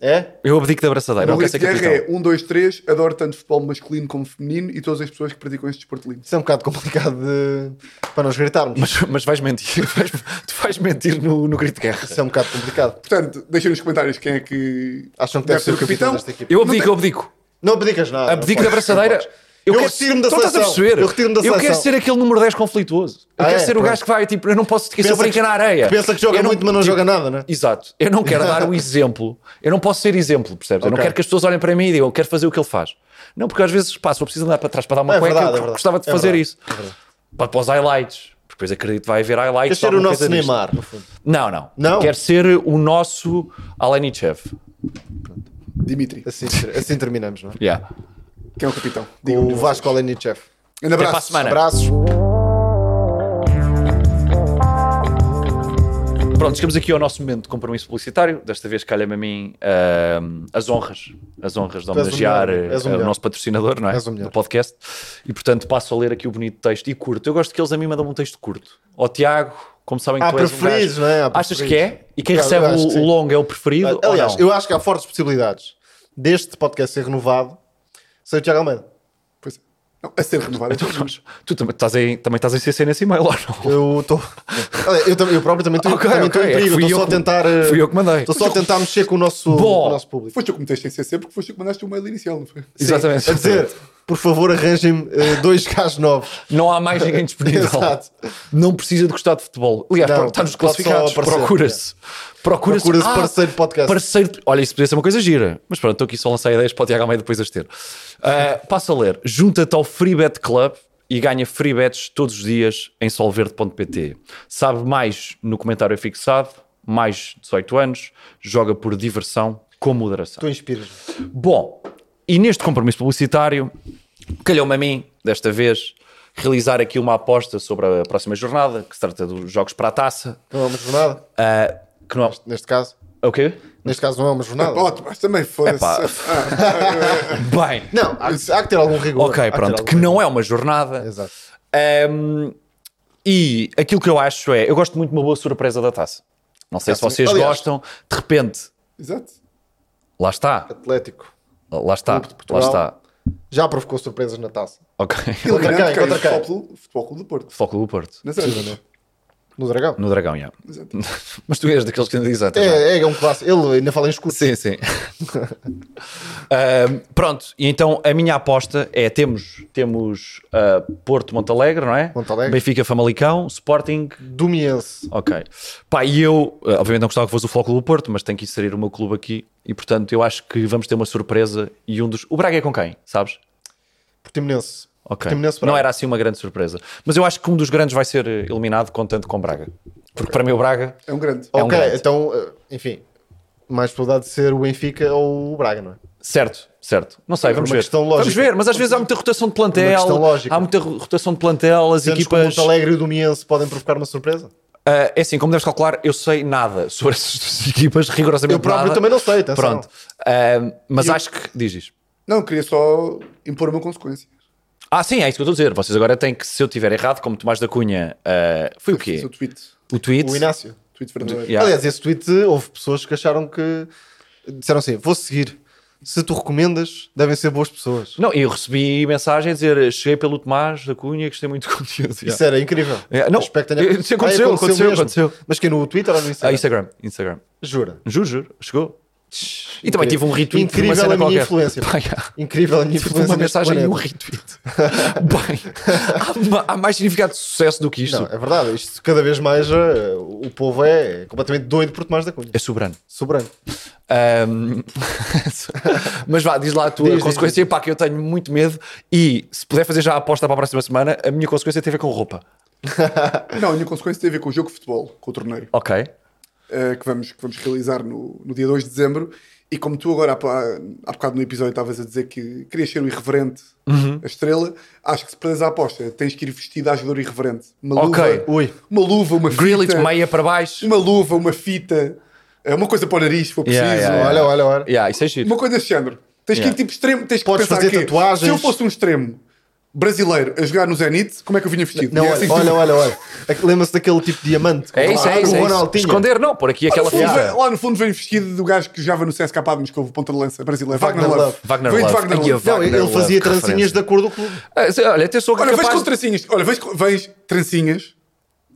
[SPEAKER 3] É?
[SPEAKER 2] Eu abdico da abraçadeira,
[SPEAKER 1] O meu
[SPEAKER 2] não
[SPEAKER 1] grito
[SPEAKER 2] quero
[SPEAKER 1] de
[SPEAKER 2] ser
[SPEAKER 1] guerra
[SPEAKER 2] capitão.
[SPEAKER 1] é 1, 2, 3. Adoro tanto futebol masculino como feminino e todas as pessoas que praticam este desporto lindo.
[SPEAKER 3] Isso é um bocado complicado de- para nós gritarmos.
[SPEAKER 2] Mas, mas vais mentir, [laughs] Vais- tu vais mentir no, no grito de guerra.
[SPEAKER 3] Isso é um bocado complicado.
[SPEAKER 1] Portanto, deixem nos comentários quem é que.
[SPEAKER 3] Acham que deve, ser o capitão, desta equipa?
[SPEAKER 2] Eu abdico, eu abdico.
[SPEAKER 3] Não abdicas nada.
[SPEAKER 2] Abdico
[SPEAKER 3] não
[SPEAKER 2] da
[SPEAKER 3] podes,
[SPEAKER 2] abraçadeira.
[SPEAKER 3] não podes. Eu,
[SPEAKER 2] quero-
[SPEAKER 3] retiro-me da
[SPEAKER 2] Tu não estás a
[SPEAKER 3] seleção.
[SPEAKER 2] perceber?
[SPEAKER 3] Eu retiro-me da
[SPEAKER 2] Eu
[SPEAKER 3] seleção.
[SPEAKER 2] quero ser aquele número 10 conflituoso. Eu
[SPEAKER 3] Ah,
[SPEAKER 2] quero
[SPEAKER 3] é?
[SPEAKER 2] ser o
[SPEAKER 3] Pronto.
[SPEAKER 2] gajo que vai, tipo, eu não posso eu sou
[SPEAKER 3] Pensa
[SPEAKER 2] brincar
[SPEAKER 3] que-
[SPEAKER 2] na areia.
[SPEAKER 3] pensa que joga
[SPEAKER 2] Eu não-
[SPEAKER 3] muito, mas não
[SPEAKER 2] tipo,
[SPEAKER 3] joga nada, né?
[SPEAKER 2] Exato. Eu não quero dar o exemplo. Eu não posso ser exemplo, percebes? Eu não
[SPEAKER 3] Ok.
[SPEAKER 2] quero que as pessoas olhem para mim e digam, eu quero fazer o que ele faz. Não, porque às vezes, pá, se eu preciso andar para trás para dar uma
[SPEAKER 3] É
[SPEAKER 2] cueca,
[SPEAKER 3] verdade, é
[SPEAKER 2] eu
[SPEAKER 3] verdade.
[SPEAKER 2] gostava de
[SPEAKER 3] É
[SPEAKER 2] fazer
[SPEAKER 3] verdade,
[SPEAKER 2] isso. Para, para os highlights. Porque depois acredito que vai haver highlights.
[SPEAKER 3] Queres ser o
[SPEAKER 2] alguma
[SPEAKER 3] nosso
[SPEAKER 2] coisa disto.
[SPEAKER 3] Neymar, no fundo.
[SPEAKER 2] Não, não.
[SPEAKER 3] Não?
[SPEAKER 2] Quero ser o nosso Alenichev.
[SPEAKER 1] Dimitri,
[SPEAKER 3] Assim, ter- assim terminamos, não é?
[SPEAKER 2] Yeah.
[SPEAKER 1] quem é o capitão? Digam-me
[SPEAKER 3] O
[SPEAKER 1] vocês.
[SPEAKER 3] Vasco Olenichev.
[SPEAKER 1] Grande
[SPEAKER 2] Até para a
[SPEAKER 1] abraço.
[SPEAKER 2] semana.
[SPEAKER 3] Abraços.
[SPEAKER 2] Pronto, chegamos aqui ao nosso momento de compromisso publicitário. Desta vez calha-me a mim ahm, as honras. As honras de
[SPEAKER 3] és o
[SPEAKER 2] homenagear
[SPEAKER 3] melhor,
[SPEAKER 2] eh,
[SPEAKER 3] és o
[SPEAKER 2] eh, o
[SPEAKER 3] melhor.
[SPEAKER 2] nosso patrocinador, não é?
[SPEAKER 3] És o melhor.
[SPEAKER 2] Do podcast. E portanto passo a ler aqui o bonito texto e curto. Eu gosto que eles a mim mandam um texto curto. Ó Tiago, como sabem que
[SPEAKER 3] Há
[SPEAKER 2] tu és um
[SPEAKER 3] preferidos,
[SPEAKER 2] gajo-
[SPEAKER 3] Ah, não é? Há
[SPEAKER 2] Achas que
[SPEAKER 3] preferidos.
[SPEAKER 2] é? E quem
[SPEAKER 3] Eu
[SPEAKER 2] recebe
[SPEAKER 3] acho que
[SPEAKER 2] o,
[SPEAKER 3] sim.
[SPEAKER 2] o longo é o preferido? ou
[SPEAKER 3] Aliás,
[SPEAKER 2] não?
[SPEAKER 3] eu acho que há fortes possibilidades deste podcast ser renovado sem o Tiago Almeida.
[SPEAKER 1] Pois é. Não, a ser renovado.
[SPEAKER 2] Então, nós- tu também estás, em, também estás em CC nesse e-mail, ou não? [laughs]
[SPEAKER 3] Eu estou. eu, tam- eu próprio também estou
[SPEAKER 2] Ok,
[SPEAKER 3] também estou
[SPEAKER 2] ok.
[SPEAKER 3] em
[SPEAKER 2] É que
[SPEAKER 3] perigo.
[SPEAKER 2] fui
[SPEAKER 3] Estou
[SPEAKER 2] eu
[SPEAKER 3] só a
[SPEAKER 2] que-
[SPEAKER 3] tentar. eh,
[SPEAKER 2] fui eu que mandei.
[SPEAKER 3] Estou só a tentar mexer com o nosso,
[SPEAKER 2] Bom.
[SPEAKER 3] com o nosso público.
[SPEAKER 1] Foste tu que meteste em CC porque foste tu que mandaste o mail inicial, não foi?
[SPEAKER 2] Exatamente.
[SPEAKER 3] A dizer, por favor, arranjem-me eh, dois gajos novos.
[SPEAKER 2] Não há mais
[SPEAKER 3] [laughs]
[SPEAKER 2] ninguém disponível.
[SPEAKER 3] Exato.
[SPEAKER 2] Não precisa de gostar de futebol. Aliás,
[SPEAKER 3] Não,
[SPEAKER 2] pro- está nos
[SPEAKER 3] pode só
[SPEAKER 2] classificados.
[SPEAKER 3] aparecer,
[SPEAKER 2] Procura-se. Procura-se Ah,
[SPEAKER 3] Procura-se parceiro de podcast.
[SPEAKER 2] Parceiro, olha, isso podia ser uma coisa gira. Mas pronto, estou aqui só a lançar ideias para o Tiago Almeida depois as ter. Uh, passa a ler. Junta-te ao Free Bet Club e ganha free bets todos os dias em solverde.pt. Sabe mais no comentário fixado, mais 18 anos, joga por diversão com moderação.
[SPEAKER 3] Tu inspiras-me.
[SPEAKER 2] Bom, e neste compromisso publicitário, calhou-me a mim, desta vez, realizar aqui uma aposta sobre a próxima jornada, que se trata dos jogos para a taça.
[SPEAKER 3] Não é uma jornada,
[SPEAKER 2] ah, que não
[SPEAKER 3] neste caso.
[SPEAKER 2] é... O quê?
[SPEAKER 3] Neste caso não é uma jornada.
[SPEAKER 1] Ótimo, mas também foda-se.
[SPEAKER 2] Epá. Bem,
[SPEAKER 3] Não, há, há que ter algum rigor. Há
[SPEAKER 2] ok,
[SPEAKER 3] que ter
[SPEAKER 2] pronto,
[SPEAKER 3] algum
[SPEAKER 2] que não é uma jornada.
[SPEAKER 3] rigor. Exato.
[SPEAKER 2] Ahm, e aquilo que eu acho é, eu gosto muito de uma boa surpresa da taça. Não sei se
[SPEAKER 3] sim.
[SPEAKER 2] vocês
[SPEAKER 3] É assim. Aliás-
[SPEAKER 2] gostam, de repente,
[SPEAKER 1] [laughs] Exato.
[SPEAKER 2] lá está,
[SPEAKER 3] Atlético.
[SPEAKER 2] lá está, lá
[SPEAKER 3] Portugal.
[SPEAKER 2] está.
[SPEAKER 3] Já provocou surpresas na taça.
[SPEAKER 2] Ok. [laughs]
[SPEAKER 3] Contra quem?
[SPEAKER 1] Eliminando quem?
[SPEAKER 3] Contra quem?
[SPEAKER 1] Futebol Clube- Futebol Clube do Porto.
[SPEAKER 2] Futebol Clube do Porto,
[SPEAKER 1] Nas andas.
[SPEAKER 3] No Dragão.
[SPEAKER 2] no Dragão, já.
[SPEAKER 1] Exato.
[SPEAKER 2] [laughs] Mas tu és daqueles que ainda dizem. "Ah,
[SPEAKER 3] É, é um clássico. Ele ainda fala em escuro.
[SPEAKER 2] Sim, sim. [laughs] Ahm, pronto, e então a minha aposta é: temos, temos ah, Porto Montalegre, não é?
[SPEAKER 3] Montalegre.
[SPEAKER 2] Benfica Famalicão, Sporting.
[SPEAKER 3] Domiense.
[SPEAKER 2] Ok. Pá, e eu, ah, obviamente, não gostava que fosse o Foco do Porto, mas tenho que inserir o meu clube aqui e, portanto, eu acho que vamos ter uma surpresa. E um dos. O Braga é com quem? Sabes?
[SPEAKER 3] Portimonense.
[SPEAKER 2] Ok.
[SPEAKER 3] Portimonense
[SPEAKER 2] Não
[SPEAKER 3] Braga.
[SPEAKER 2] era assim uma grande surpresa. Mas eu acho que um dos grandes vai ser eh, eliminado, contando com Braga. Porque para mim o Braga.
[SPEAKER 1] É um grande.
[SPEAKER 2] É um
[SPEAKER 3] ok,
[SPEAKER 2] grande.
[SPEAKER 3] então, eh, enfim, mais probabilidade de ser o Benfica ou o Braga, não é?
[SPEAKER 2] Certo, certo. Não sei, vamos
[SPEAKER 3] uma
[SPEAKER 2] ver.
[SPEAKER 3] questão lógica.
[SPEAKER 2] Vamos ver, mas às vezes há muita rotação de
[SPEAKER 3] Uma questão
[SPEAKER 2] plantel,
[SPEAKER 3] lógica.
[SPEAKER 2] há muita ro- rotação de plantel, as
[SPEAKER 3] Sentes que o
[SPEAKER 2] equipas.
[SPEAKER 3] Monte Alegre e o Domiense podem provocar uma surpresa?
[SPEAKER 2] Ah, é assim, como deves calcular, eu sei nada [laughs] sobre essas duas equipas, rigorosamente.
[SPEAKER 3] Eu próprio
[SPEAKER 2] nada.
[SPEAKER 3] também não sei, atenção.
[SPEAKER 2] Pronto. Ah, mas acho que. Diz isto.
[SPEAKER 1] Não, queria só impor uma consequência.
[SPEAKER 2] Ah, sim, é isso que eu estou a dizer. Vocês agora têm que, se eu tiver errado, como Tomás da Cunha, ah, foi o
[SPEAKER 1] Fiz
[SPEAKER 2] quê?
[SPEAKER 1] o um tweet.
[SPEAKER 2] O tweet.
[SPEAKER 3] O Inácio.
[SPEAKER 1] Tweet verdadeiro.
[SPEAKER 2] Yeah.
[SPEAKER 3] Aliás, esse tweet eh, houve pessoas que acharam que. Disseram assim: vou seguir. Se tu recomendas, devem ser boas pessoas.
[SPEAKER 2] Não, eu recebi mensagem a dizer: cheguei pelo Tomás da Cunha, gostei muito do conteúdo.
[SPEAKER 3] Isso era incrível.
[SPEAKER 2] [laughs] É, não,
[SPEAKER 3] Aspecto-
[SPEAKER 2] isso aconteceu, aconteceu,
[SPEAKER 3] mesmo.
[SPEAKER 2] aconteceu.
[SPEAKER 3] Mas que no Twitter ou no Instagram?
[SPEAKER 2] Ah, é- Instagram, Instagram.
[SPEAKER 3] Jura.
[SPEAKER 2] Juro, juro, chegou. E também tive um retweet de
[SPEAKER 3] Incrível
[SPEAKER 2] uma cena
[SPEAKER 3] a minha
[SPEAKER 2] qualquer.
[SPEAKER 3] influência.
[SPEAKER 2] [laughs] Pá, yeah.
[SPEAKER 3] Incrível a minha
[SPEAKER 2] Tive uma
[SPEAKER 3] influência neste
[SPEAKER 2] mensagem e um
[SPEAKER 3] planeta.
[SPEAKER 2] retweet. [laughs] Bem, há, ma- há mais significado de sucesso do que isto.
[SPEAKER 3] Não, é verdade. Isto cada vez mais eh, o povo é completamente doido por Tomás da Cunha.
[SPEAKER 2] É soberano.
[SPEAKER 3] Soberano.
[SPEAKER 2] Ahm, [laughs] Mas vá, diz lá a tua
[SPEAKER 3] Diz, diz,
[SPEAKER 2] consequência. Pá, que eu tenho muito medo. E se puder fazer já a aposta para a próxima semana, a minha consequência tem a ver com roupa.
[SPEAKER 1] Não, a minha consequência tem a ver com o jogo de futebol, com o torneio,
[SPEAKER 2] Ok.
[SPEAKER 1] eh, que, vamos, que vamos realizar no, no dia 2 de dezembro. E como tu agora, há, pá- há bocado no episódio, estavas a dizer que querias ser o irreverente,
[SPEAKER 3] Uhum.
[SPEAKER 1] a estrela, acho que se perdes a aposta, tens que ir vestido a jogador irreverente. Uma
[SPEAKER 2] Ok.
[SPEAKER 1] luva,
[SPEAKER 3] Ui.
[SPEAKER 1] uma luva, uma
[SPEAKER 2] Grealish,
[SPEAKER 1] fita,
[SPEAKER 2] meia para baixo.
[SPEAKER 1] uma luva, uma fita, é uma coisa para o nariz, se for preciso.
[SPEAKER 2] Yeah, yeah, yeah.
[SPEAKER 3] Olha, olha, olha.
[SPEAKER 2] Yeah, isso é giro.
[SPEAKER 1] Uma coisa desse género. Tens
[SPEAKER 2] Yeah.
[SPEAKER 1] que ir tipo extremo, tens que
[SPEAKER 3] Podes
[SPEAKER 1] pensar
[SPEAKER 3] fazer
[SPEAKER 1] que
[SPEAKER 3] tatuagens.
[SPEAKER 1] se eu fosse um extremo brasileiro a jogar no Zenit, como é que eu vinha vestido?
[SPEAKER 3] Não,
[SPEAKER 1] E é
[SPEAKER 3] olha,
[SPEAKER 1] assim que tu-
[SPEAKER 3] olha, olha, olha. Aque- Lembra-se daquele tipo de diamante
[SPEAKER 2] É isso,
[SPEAKER 3] que
[SPEAKER 2] é isso.
[SPEAKER 3] o
[SPEAKER 2] é
[SPEAKER 3] Ronaldo
[SPEAKER 2] isso.
[SPEAKER 3] tinha?
[SPEAKER 2] Esconder, não, por aqui aquela
[SPEAKER 1] Lá no fundo
[SPEAKER 2] fita.
[SPEAKER 1] vem- Lá no fundo vem vestido do gajo que jogava no CSKA de Moscou, ponta de lança brasileiro. Wagner,
[SPEAKER 3] Wagner
[SPEAKER 1] Love.
[SPEAKER 3] Love.
[SPEAKER 2] Wagner
[SPEAKER 1] Vem de
[SPEAKER 2] Love.
[SPEAKER 1] Wagner
[SPEAKER 2] Ai,
[SPEAKER 1] Love.
[SPEAKER 2] eu-
[SPEAKER 3] Não, ele
[SPEAKER 2] Wagner
[SPEAKER 3] fazia
[SPEAKER 2] Love, que
[SPEAKER 3] trancinhas
[SPEAKER 2] referência.
[SPEAKER 3] da cor do clube.
[SPEAKER 2] Ah, se- Olha, até sou
[SPEAKER 1] Olha, vês
[SPEAKER 2] capaz...
[SPEAKER 1] com trancinhas. Olha, vês, com- vês trancinhas.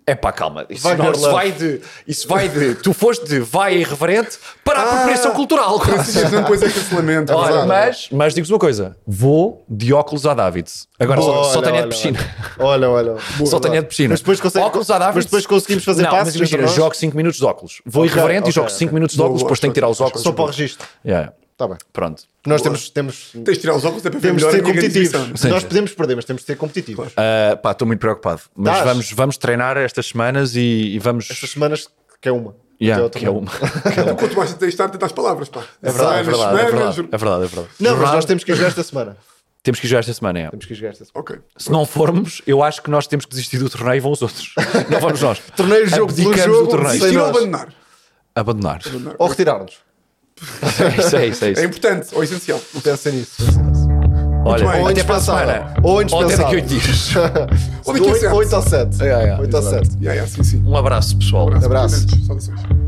[SPEAKER 2] É pá, calma. Isso,
[SPEAKER 3] Wagner
[SPEAKER 2] não, isso
[SPEAKER 3] Love.
[SPEAKER 2] vai de. Isso vai de. Tu foste de vai irreverente para
[SPEAKER 3] Ah!
[SPEAKER 2] a apropriação
[SPEAKER 3] [laughs]
[SPEAKER 2] cultural.
[SPEAKER 1] Trancinhas não depois é cancelamento. é
[SPEAKER 2] Olha,
[SPEAKER 1] verdade.
[SPEAKER 2] mas, mas digo-vos uma coisa: vou de óculos à Davids. Agora só,
[SPEAKER 3] Boa,
[SPEAKER 2] só
[SPEAKER 3] olha,
[SPEAKER 2] tenho é de
[SPEAKER 3] olha,
[SPEAKER 2] piscina.
[SPEAKER 3] Olha, olha. olha. Boa,
[SPEAKER 2] [laughs] só tenho é
[SPEAKER 3] boa.
[SPEAKER 2] de piscina.
[SPEAKER 3] Mas depois, consegue-
[SPEAKER 2] óculos à Davids.
[SPEAKER 3] mas depois conseguimos fazer
[SPEAKER 2] não,
[SPEAKER 3] passes
[SPEAKER 2] Mas imagina,
[SPEAKER 3] entre nós?
[SPEAKER 2] jogo 5 minutos de óculos. Vou
[SPEAKER 3] Ok,
[SPEAKER 2] irreverente
[SPEAKER 3] ok,
[SPEAKER 2] e jogo
[SPEAKER 3] ok.
[SPEAKER 2] 5 minutos de óculos,
[SPEAKER 1] Boa,
[SPEAKER 2] depois tenho que tirar os óculos.
[SPEAKER 3] Só para o registro.
[SPEAKER 2] Yeah, yeah.
[SPEAKER 3] Está bem.
[SPEAKER 2] Pronto.
[SPEAKER 3] Nós temos, temos,
[SPEAKER 1] Tens de tirar os óculos, é para ver
[SPEAKER 3] temos de
[SPEAKER 1] melhor
[SPEAKER 3] ser
[SPEAKER 1] a minha
[SPEAKER 3] competitivos.
[SPEAKER 1] divisão.
[SPEAKER 2] Sim,
[SPEAKER 3] Nós
[SPEAKER 2] sim.
[SPEAKER 3] podemos perder, mas temos de ser competitivos.
[SPEAKER 2] Ah, pá, estou muito preocupado. Mas
[SPEAKER 3] Estás?
[SPEAKER 2] vamos, vamos treinar estas semanas e, e vamos.
[SPEAKER 3] Estas semanas, que é uma.
[SPEAKER 2] Yeah,
[SPEAKER 3] Até outra Tá,
[SPEAKER 2] que é
[SPEAKER 3] não.
[SPEAKER 2] uma.
[SPEAKER 1] Tu Então, quanto mais tens de estar, tentas as palavras, pá.
[SPEAKER 2] É verdade, [laughs] é verdade, é verdade, é verdade, é verdade.
[SPEAKER 3] Não, mas
[SPEAKER 2] Jornada-
[SPEAKER 3] nós temos que ir jogar esta semana.
[SPEAKER 2] temos que ir jogar esta semana. é.
[SPEAKER 3] Temos que ir
[SPEAKER 1] [laughs]
[SPEAKER 3] jogar esta semana.
[SPEAKER 1] Ok.
[SPEAKER 2] Se não formos, eu acho que nós temos que desistir do torneio e vão os
[SPEAKER 3] [laughs]
[SPEAKER 2] outros. Não vamos nós.
[SPEAKER 3] Torneio, jogo,
[SPEAKER 2] Abdicamos
[SPEAKER 3] pelo jogo,
[SPEAKER 2] do torneio.
[SPEAKER 3] sem
[SPEAKER 1] Desistir ou
[SPEAKER 3] nós.
[SPEAKER 1] abandonar.
[SPEAKER 2] Abandonar.
[SPEAKER 3] Ou retirar-nos.
[SPEAKER 2] isso é isso, é isso.
[SPEAKER 1] É importante, ou essencial.
[SPEAKER 3] Pensa nisso. Pensa nisso.
[SPEAKER 1] bem.
[SPEAKER 2] Olha, até
[SPEAKER 3] Ou
[SPEAKER 2] para a
[SPEAKER 3] indispensável.
[SPEAKER 2] semana.
[SPEAKER 3] Ou
[SPEAKER 2] Ou até daqui a
[SPEAKER 3] indispensável.
[SPEAKER 2] oito dias.
[SPEAKER 3] 8
[SPEAKER 1] Oito a sete.
[SPEAKER 3] ou 7.
[SPEAKER 2] É, é, é,
[SPEAKER 3] 8 ou
[SPEAKER 2] exato.
[SPEAKER 3] 7.
[SPEAKER 1] Yeah, yeah, sim, sim.
[SPEAKER 2] Um abraço, pessoal.
[SPEAKER 1] Um
[SPEAKER 3] Abraço.
[SPEAKER 1] Saudações.